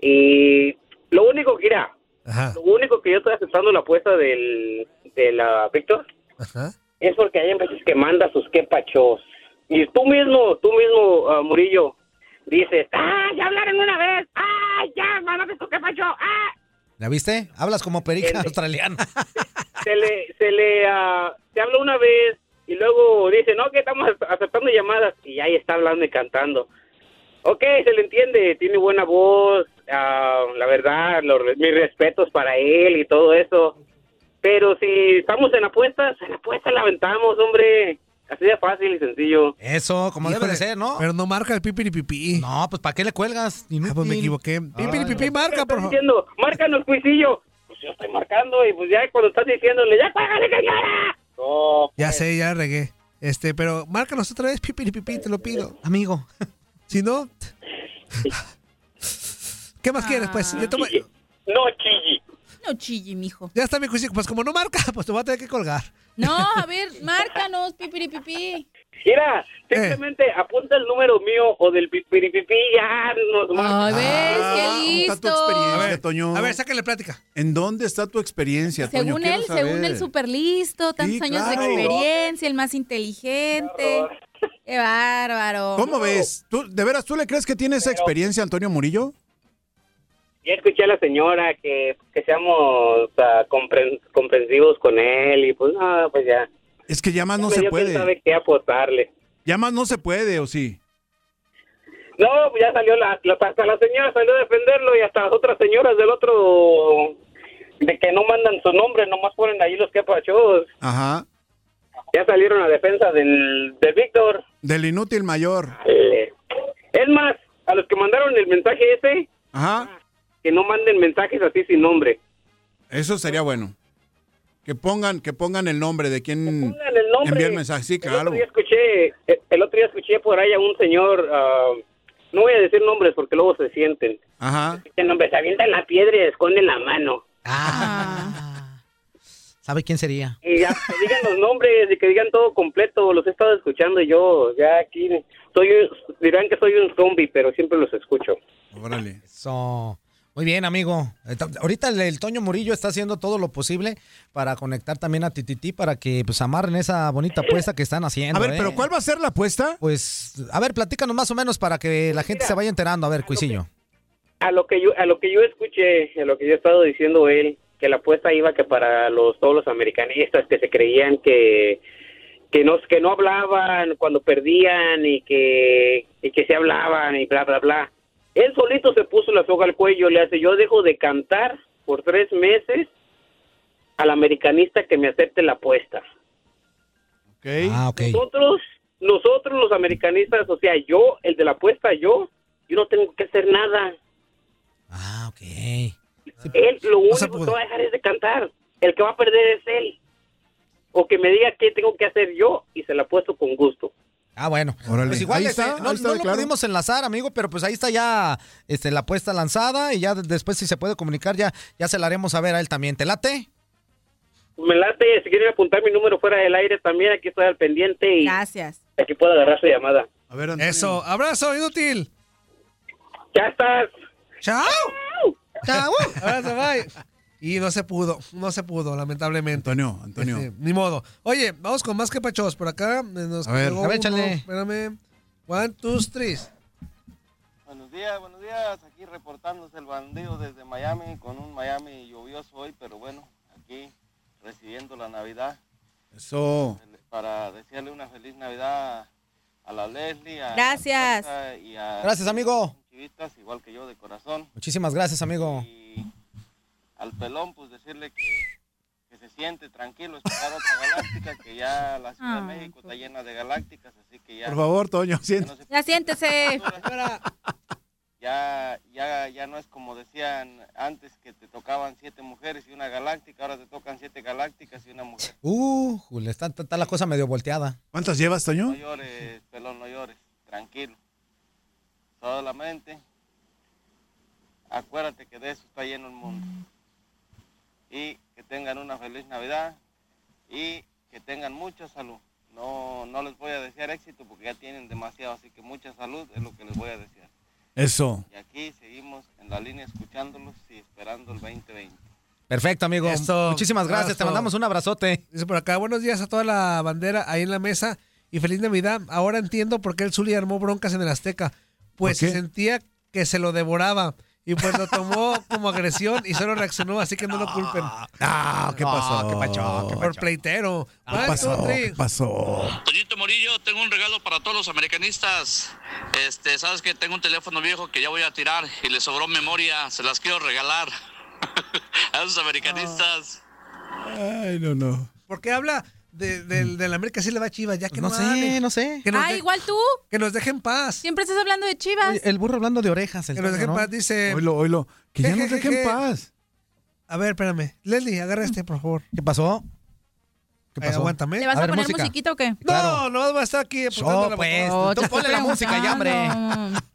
[SPEAKER 13] Y lo único que irá,
[SPEAKER 6] Ajá.
[SPEAKER 13] lo único que yo estoy aceptando la apuesta del, de la Víctor
[SPEAKER 6] Ajá.
[SPEAKER 13] es porque hay veces que manda sus quepachos. Y tú mismo, tú mismo, ah, Murillo, dices, ah, ya hablaron una vez, ah, ya mandaste tu quepacho, ah.
[SPEAKER 9] ¿La viste? Hablas como perica
[SPEAKER 13] El-
[SPEAKER 9] australiana.
[SPEAKER 13] se le, se le, ah, se habla una vez y luego dice, no, que estamos ace- aceptando llamadas y ahí está hablando y cantando. Ok, se le entiende, tiene buena voz, ah, la verdad, lo- mis respetos para él y todo eso. Pero si estamos en apuestas, en apuestas la aventamos, hombre. Así de fácil y sencillo.
[SPEAKER 9] Eso, como debe de
[SPEAKER 6] Híjole,
[SPEAKER 9] ser, ¿no?
[SPEAKER 6] Pero no marca el pipiripipí.
[SPEAKER 9] No, pues ¿para qué le cuelgas? Ah,
[SPEAKER 6] pues me equivoqué. Pipiripipí, marca, por favor.
[SPEAKER 13] Diciendo, márcanos, cuisillo. Pues yo estoy marcando y pues ya cuando estás diciéndole, ya págale, señora. No,
[SPEAKER 6] Ya sé, ya regué. Este, pero márcanos otra vez, pipiripipí, te lo pido.
[SPEAKER 9] Amigo.
[SPEAKER 6] Si no. ¿Qué más quieres, pues? Le tomo-
[SPEAKER 13] No chilli.
[SPEAKER 8] No chille, mijo.
[SPEAKER 6] Ya está mi cuisillo. Pues como no marca, pues te voy a tener que colgar.
[SPEAKER 8] No, a ver, márcanos, pipiripipi.
[SPEAKER 13] Mira,
[SPEAKER 6] Eh.
[SPEAKER 13] simplemente apunta el número mío o del pipiripipí ya. Ah, Nos
[SPEAKER 8] Ay, ¿ves?
[SPEAKER 9] Ah,
[SPEAKER 8] Qué
[SPEAKER 7] ¿Dónde está tu
[SPEAKER 8] listo.
[SPEAKER 7] experiencia, Toño?
[SPEAKER 6] A ver, sácale plática.
[SPEAKER 7] ¿En dónde está tu experiencia, Toño?
[SPEAKER 8] Según
[SPEAKER 7] Quiero
[SPEAKER 8] él,
[SPEAKER 7] saber.
[SPEAKER 8] según él, súper listo, tantos años
[SPEAKER 7] claro.
[SPEAKER 8] de experiencia, el más inteligente. Qué bárbaro.
[SPEAKER 7] ¿Cómo ves? ¿Tú, ¿De veras tú le crees que tiene esa experiencia, Antonio Murillo?
[SPEAKER 13] Ya escuché a la señora que, que seamos ah, compren- comprensivos con él y pues nada, pues ya.
[SPEAKER 7] Es que ya más no
[SPEAKER 13] Me
[SPEAKER 7] se
[SPEAKER 13] dio
[SPEAKER 7] puede.
[SPEAKER 13] quién sabe qué apostarle.
[SPEAKER 7] Ya más no se puede, ¿o sí?
[SPEAKER 13] No, pues ya salió la, la- hasta la señora salió a defenderlo y hasta las otras señoras del otro de que no mandan su nombre, nomás ponen ahí los capachos.
[SPEAKER 7] Ajá.
[SPEAKER 13] Ya salieron a defensa del de Víctor.
[SPEAKER 7] Del inútil mayor.
[SPEAKER 13] Eh, Es más, a los que mandaron el mensaje ese,
[SPEAKER 7] Ajá.
[SPEAKER 13] que no manden mensajes así sin nombre.
[SPEAKER 7] Eso sería bueno. Que pongan, que pongan el nombre de quien
[SPEAKER 13] Pongan el nombre.
[SPEAKER 7] envía el mensaje. Sí,
[SPEAKER 13] El
[SPEAKER 7] claro.
[SPEAKER 13] otro día escuché, el- el otro día escuché por ahí a un señor, ah, no voy a decir nombres porque luego se sienten.
[SPEAKER 7] Ajá.
[SPEAKER 13] Dicen, hombre, se avientan la piedra y esconden la mano.
[SPEAKER 9] ¿Sabe quién sería?
[SPEAKER 13] Y ya, que digan los nombres y que digan todo completo, los he estado escuchando yo, ya aquí, soy, un- dirán que soy un zombie, pero siempre los escucho.
[SPEAKER 7] Órale.
[SPEAKER 9] Eso. Muy bien, amigo. Eh, ta- Ahorita el, el Toño Murillo está haciendo todo lo posible para conectar también a Tititi para que pues amarren esa bonita apuesta que están haciendo.
[SPEAKER 7] A ver,
[SPEAKER 9] ¿eh?
[SPEAKER 7] pero ¿cuál va a ser la apuesta?
[SPEAKER 9] Pues, a ver, platícanos más o menos para que la gente se vaya enterando. A ver, Cuisillo.
[SPEAKER 13] A lo que yo, a lo que yo escuché, a lo que yo he estado diciendo él, que la apuesta iba que para los todos los americanistas que se creían que que no que no hablaban cuando perdían y que y que se hablaban y bla bla bla. Él solito se puso la soga al cuello, le hace yo dejo de cantar por tres meses al americanista que me acepte la apuesta.
[SPEAKER 9] Ah, ok.
[SPEAKER 13] Nosotros, nosotros los americanistas, o sea, yo, el de la apuesta, yo, yo no tengo que hacer nada. Ah, ok. Él lo único que va a dejar es de cantar. El que va a perder es él. O que me diga qué tengo que hacer yo y se la puesto con gusto.
[SPEAKER 9] Ah, bueno. Pues igual
[SPEAKER 13] Ahí
[SPEAKER 9] este,
[SPEAKER 13] está,
[SPEAKER 9] no,
[SPEAKER 13] ahí está
[SPEAKER 9] no
[SPEAKER 13] de
[SPEAKER 9] lo
[SPEAKER 13] claro.
[SPEAKER 9] pudimos enlazar, amigo, pero pues ahí está ya este, la apuesta lanzada y ya de- después si se puede comunicar ya, ya se la haremos saber a él también. ¿Te late?
[SPEAKER 13] Me late, si quieren apuntar mi número fuera del aire también, aquí estoy al pendiente y
[SPEAKER 8] Gracias.
[SPEAKER 13] aquí puedo agarrar su llamada.
[SPEAKER 7] A ver,
[SPEAKER 6] Eso, abrazo, inútil.
[SPEAKER 13] Ya estás.
[SPEAKER 6] Chao. Chao. Abrazo, bye. Y no se pudo, no se pudo, lamentablemente.
[SPEAKER 7] Antonio, Antonio.
[SPEAKER 6] Este, ni modo. Oye, vamos con más que pachos. Por acá eh, nos
[SPEAKER 7] A ver.
[SPEAKER 6] llegó
[SPEAKER 7] A ver,
[SPEAKER 6] uno.
[SPEAKER 7] échale.
[SPEAKER 6] Espérame. One, two, three.
[SPEAKER 5] Buenos días, buenos días. Aquí reportándose el bandido desde Miami, con un Miami lluvioso hoy, pero bueno, aquí recibiendo la Navidad
[SPEAKER 7] Eso.
[SPEAKER 5] para desearle una feliz Navidad a la Leslie. A
[SPEAKER 8] Gracias.
[SPEAKER 5] Alberta y a-
[SPEAKER 9] Gracias, amigo.
[SPEAKER 5] Chivistas, igual que yo de corazón.
[SPEAKER 9] Muchísimas gracias, amigo.
[SPEAKER 5] Al pelón, pues decirle que, que se siente tranquilo, esperar otra galáctica, que ya la Ciudad de
[SPEAKER 8] Ay,
[SPEAKER 5] México está llena de galácticas, así que ya.
[SPEAKER 7] Por favor, Toño, siéntate.
[SPEAKER 8] Ya siéntese.
[SPEAKER 5] ya, ya, ya no es como decían antes que te tocaban siete mujeres y una galáctica, ahora te tocan siete galácticas y una mujer.
[SPEAKER 9] Uh, Julio, está, está- está la cosa medio volteada.
[SPEAKER 7] ¿Cuántas llevas, Toño?
[SPEAKER 5] No llores, pelón, no llores, tranquilo. Solamente acuérdate que de eso está lleno el mundo. Y que tengan una feliz Navidad y que tengan mucha salud. No, no les voy a desear éxito porque ya tienen demasiado, así que mucha salud es lo que les voy a desear.
[SPEAKER 7] Eso.
[SPEAKER 5] Y aquí seguimos en la línea escuchándolos y esperando el 2020.
[SPEAKER 9] Perfecto, amigo. Muchísimas gracias. Te mandamos un abrazote.
[SPEAKER 6] Dice por acá, buenos días a toda la bandera ahí en la mesa y feliz Navidad. Ahora entiendo por qué el Zuli armó broncas en el Azteca. Pues
[SPEAKER 7] ¿Por qué?
[SPEAKER 6] sentía que se lo devoraba y pues lo tomó como agresión y solo reaccionó, así que no lo culpen.
[SPEAKER 7] Ah,
[SPEAKER 6] Oh,
[SPEAKER 7] ¿qué pasó? ¿Qué
[SPEAKER 6] pasó? Ah, Por pleitero.
[SPEAKER 7] ¿Qué pasó? ¿Qué pasó?
[SPEAKER 15] los americanistas. Este, sabes que tengo un teléfono viejo que ya voy a tirar y le sobró memoria, se las quiero regalar a los americanistas.
[SPEAKER 7] Ay, no, no.
[SPEAKER 6] Porque habla de, del- del América sí le va a Chivas, ya que
[SPEAKER 9] No
[SPEAKER 6] no,
[SPEAKER 9] sé, no sé.
[SPEAKER 6] Que nos
[SPEAKER 8] ah,
[SPEAKER 6] de-
[SPEAKER 8] igual tú.
[SPEAKER 6] Que nos dejen paz.
[SPEAKER 8] Siempre estás hablando de Chivas.
[SPEAKER 9] El burro hablando de orejas. El
[SPEAKER 6] Que nos
[SPEAKER 9] toño,
[SPEAKER 6] dejen
[SPEAKER 9] ¿no?
[SPEAKER 6] paz, dice.
[SPEAKER 7] Oilo, oilo. Que ya nos
[SPEAKER 6] Jejejeje.
[SPEAKER 7] dejen paz.
[SPEAKER 6] A ver, espérame. Leslie, agarra este, por favor.
[SPEAKER 9] ¿Qué pasó? ¿Qué
[SPEAKER 6] Eh,
[SPEAKER 9] pasó?
[SPEAKER 6] aguántame.
[SPEAKER 8] ¿Le vas a, poner musiquita o qué?
[SPEAKER 6] No, no va a estar aquí apuntando
[SPEAKER 9] Oh,
[SPEAKER 6] la
[SPEAKER 9] pues,
[SPEAKER 6] botella.
[SPEAKER 9] tú ponle la música ya, hombre.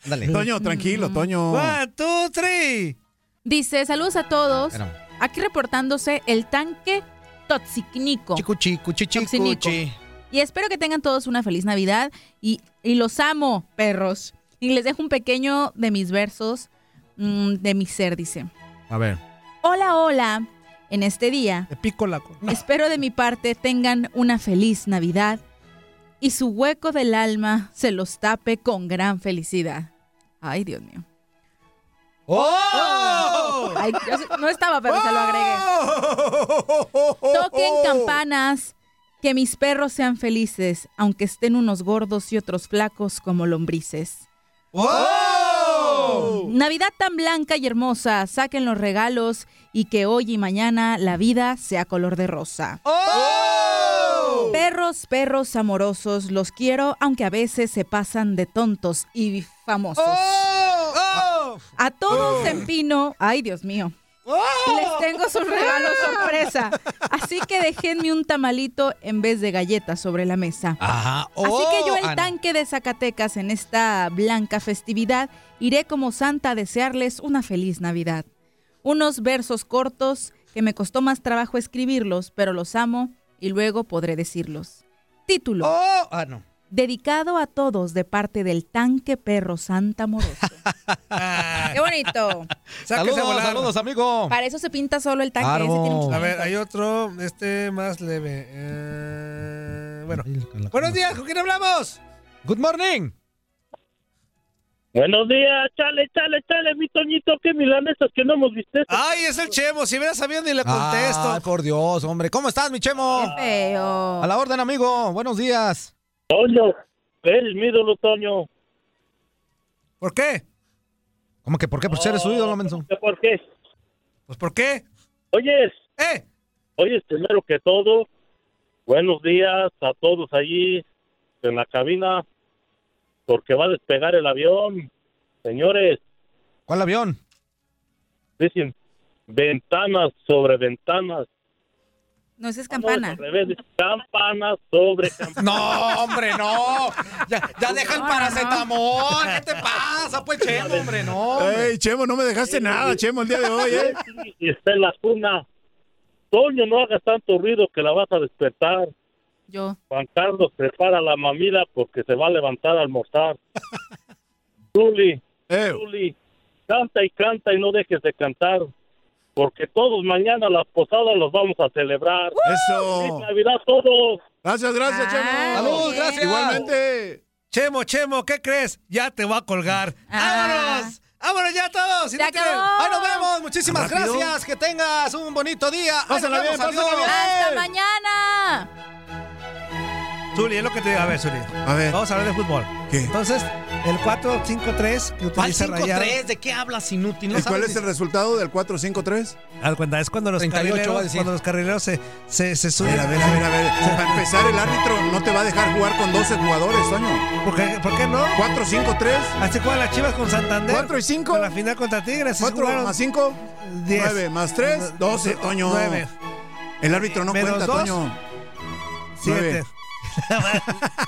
[SPEAKER 9] Dale.
[SPEAKER 7] Toño, tranquilo, Toño.
[SPEAKER 6] One, two, three.
[SPEAKER 8] Dice, saludos a todos.
[SPEAKER 9] Espérame.
[SPEAKER 8] Aquí reportándose el tanque Toxicnico.
[SPEAKER 9] Cuchi, cuchi, chi,
[SPEAKER 8] Toxinico.
[SPEAKER 9] cuchi.
[SPEAKER 8] Y espero que tengan todos una feliz Navidad y, y los amo, perros. Y les dejo un pequeño de mis versos mm, de mi ser, dice.
[SPEAKER 9] A ver.
[SPEAKER 8] Hola, hola. En este día,
[SPEAKER 6] Pico la co-
[SPEAKER 8] espero de mi parte tengan una feliz Navidad y su hueco del alma se los tape con gran felicidad. Ay, Dios mío.
[SPEAKER 10] ¡Oh!
[SPEAKER 8] Ay, yo sé- no estaba, pero se lo agregué. Toquen campanas, que mis perros sean felices, aunque estén unos gordos y otros flacos como lombrices. Navidad tan blanca y hermosa, saquen los regalos y que hoy y mañana la vida sea color de rosa. Perros, perros amorosos, los quiero, aunque a veces se pasan de tontos y famosos.
[SPEAKER 6] oh.
[SPEAKER 11] ¡Oh!
[SPEAKER 9] Ah.
[SPEAKER 8] A, a todos en pino, ay Dios mío.
[SPEAKER 6] Oh.
[SPEAKER 8] Les tengo su regalo sorpresa. Así que déjenme un tamalito en vez de galletas sobre la mesa.
[SPEAKER 6] Ah.
[SPEAKER 9] Ajá.
[SPEAKER 8] Así que yo,
[SPEAKER 9] Oh,
[SPEAKER 8] el
[SPEAKER 9] ah, no.
[SPEAKER 8] tanque de Zacatecas, en esta blanca festividad, iré como santa a desearles una feliz Navidad. Unos versos cortos que me costó más trabajo escribirlos, pero los amo y luego podré decirlos. Título.
[SPEAKER 6] Oh,
[SPEAKER 9] Ah, no.
[SPEAKER 8] Dedicado a todos de parte del tanque perro Santa Amoroso. ¡Qué bonito!
[SPEAKER 6] Sáquese a
[SPEAKER 9] Saludos,
[SPEAKER 6] volar.
[SPEAKER 9] saludos, amigo.
[SPEAKER 8] Para eso se pinta solo el tanque. Ah, ese tiene mucho
[SPEAKER 6] A ver,
[SPEAKER 8] talento.
[SPEAKER 6] hay otro, este más leve. Eh, bueno. Buenos días, ¿con quién hablamos?
[SPEAKER 9] Good morning.
[SPEAKER 21] Buenos días, chale, chale, chale, mi Toñito, que milanesas que no hemos visto.
[SPEAKER 6] Ay, es el Chemo, si hubiera sabido ni le contesto.
[SPEAKER 9] Ay, por Dios, hombre. ¿Cómo estás, mi chemo?
[SPEAKER 8] Feo.
[SPEAKER 9] A la orden, amigo. Buenos días.
[SPEAKER 21] Toño, eres mi ídolo, Toño.
[SPEAKER 6] ¿Por qué?
[SPEAKER 9] ¿Cómo que por qué? Pues eres su ídolo, menso.
[SPEAKER 21] ¿Por qué?
[SPEAKER 6] Pues ¿por qué?
[SPEAKER 21] Oyes.
[SPEAKER 6] ¿Eh?
[SPEAKER 21] Oyes, primero que todo, buenos días a todos allí en la cabina, porque va a despegar el avión. Señores.
[SPEAKER 9] ¿Cuál avión?
[SPEAKER 21] Dicen, ventanas sobre ventanas.
[SPEAKER 8] No, esa es
[SPEAKER 21] Al
[SPEAKER 8] campana.
[SPEAKER 21] revés, campanas sobre campanas.
[SPEAKER 9] No, hombre, no. Ya, ya deja el paracetamol. ¿Qué te pasa, pues, chemo, hombre? No. hombre.
[SPEAKER 7] Ey, Chemo, no me dejaste nada, Chemo, el día de hoy, ¿eh?
[SPEAKER 21] Y está en la cuna. Toño, no hagas tanto ruido que la vas a despertar.
[SPEAKER 8] Yo.
[SPEAKER 21] Juan Carlos, prepara la mamila porque se va a levantar a almorzar. Zuli, Zuli, canta y canta y no dejes de cantar. Porque todos mañana las posadas los vamos a celebrar.
[SPEAKER 7] ¡Eso!
[SPEAKER 21] ¡Feliz Navidad a todos!
[SPEAKER 7] Gracias,
[SPEAKER 9] Ah,
[SPEAKER 7] gracias, Chemo.
[SPEAKER 21] Salud, gracias.
[SPEAKER 7] Igualmente.
[SPEAKER 6] Chemo, Chemo, ¿qué crees? Ya te voy a colgar. ¡Vámonos! ¡Vámonos ya todos!
[SPEAKER 9] Se
[SPEAKER 6] ¡Inútiles!
[SPEAKER 9] acabó. Ahí nos vemos. Muchísimas
[SPEAKER 6] Rápido.
[SPEAKER 9] gracias. Que tengas un bonito día. Ahí
[SPEAKER 6] Pásala
[SPEAKER 9] nos vemos.
[SPEAKER 6] bien,
[SPEAKER 9] Adiós.
[SPEAKER 6] pásala bien.
[SPEAKER 8] ¡Hasta mañana!
[SPEAKER 6] Zuli, es lo que te digo. A ver, Zuli.
[SPEAKER 7] A ver.
[SPEAKER 6] Vamos a hablar de fútbol.
[SPEAKER 7] ¿Qué?
[SPEAKER 6] Entonces, el 4-5-3 que
[SPEAKER 9] ¿Cuál
[SPEAKER 6] utiliza Rayado.
[SPEAKER 9] 5-3? ¿De qué hablas, inútil? No
[SPEAKER 7] ¿Y cuál
[SPEAKER 9] sabes
[SPEAKER 7] es el
[SPEAKER 9] ni-
[SPEAKER 7] resultado del 4-5-3?
[SPEAKER 6] Haz cuenta, es cuando los
[SPEAKER 9] 38 va a
[SPEAKER 6] carrileros,
[SPEAKER 9] decir.
[SPEAKER 6] cuando los carrileros se, se, se
[SPEAKER 7] A
[SPEAKER 6] suben.
[SPEAKER 7] ver, a ver, a ver, a ver. Para empezar, el árbitro no te va a dejar jugar con 12 jugadores, Toño.
[SPEAKER 6] ¿Por qué, por qué no?
[SPEAKER 7] 4-5-3.
[SPEAKER 6] Así juegan las chivas con Santander.
[SPEAKER 7] 4 y 5.
[SPEAKER 6] Con la final contra Tigres.
[SPEAKER 7] 4 más 5. 9 más 3. 12, Toño.
[SPEAKER 6] 9.
[SPEAKER 7] El árbitro no
[SPEAKER 6] Menos
[SPEAKER 7] cuenta,
[SPEAKER 6] dos.
[SPEAKER 7] Toño.
[SPEAKER 6] 7.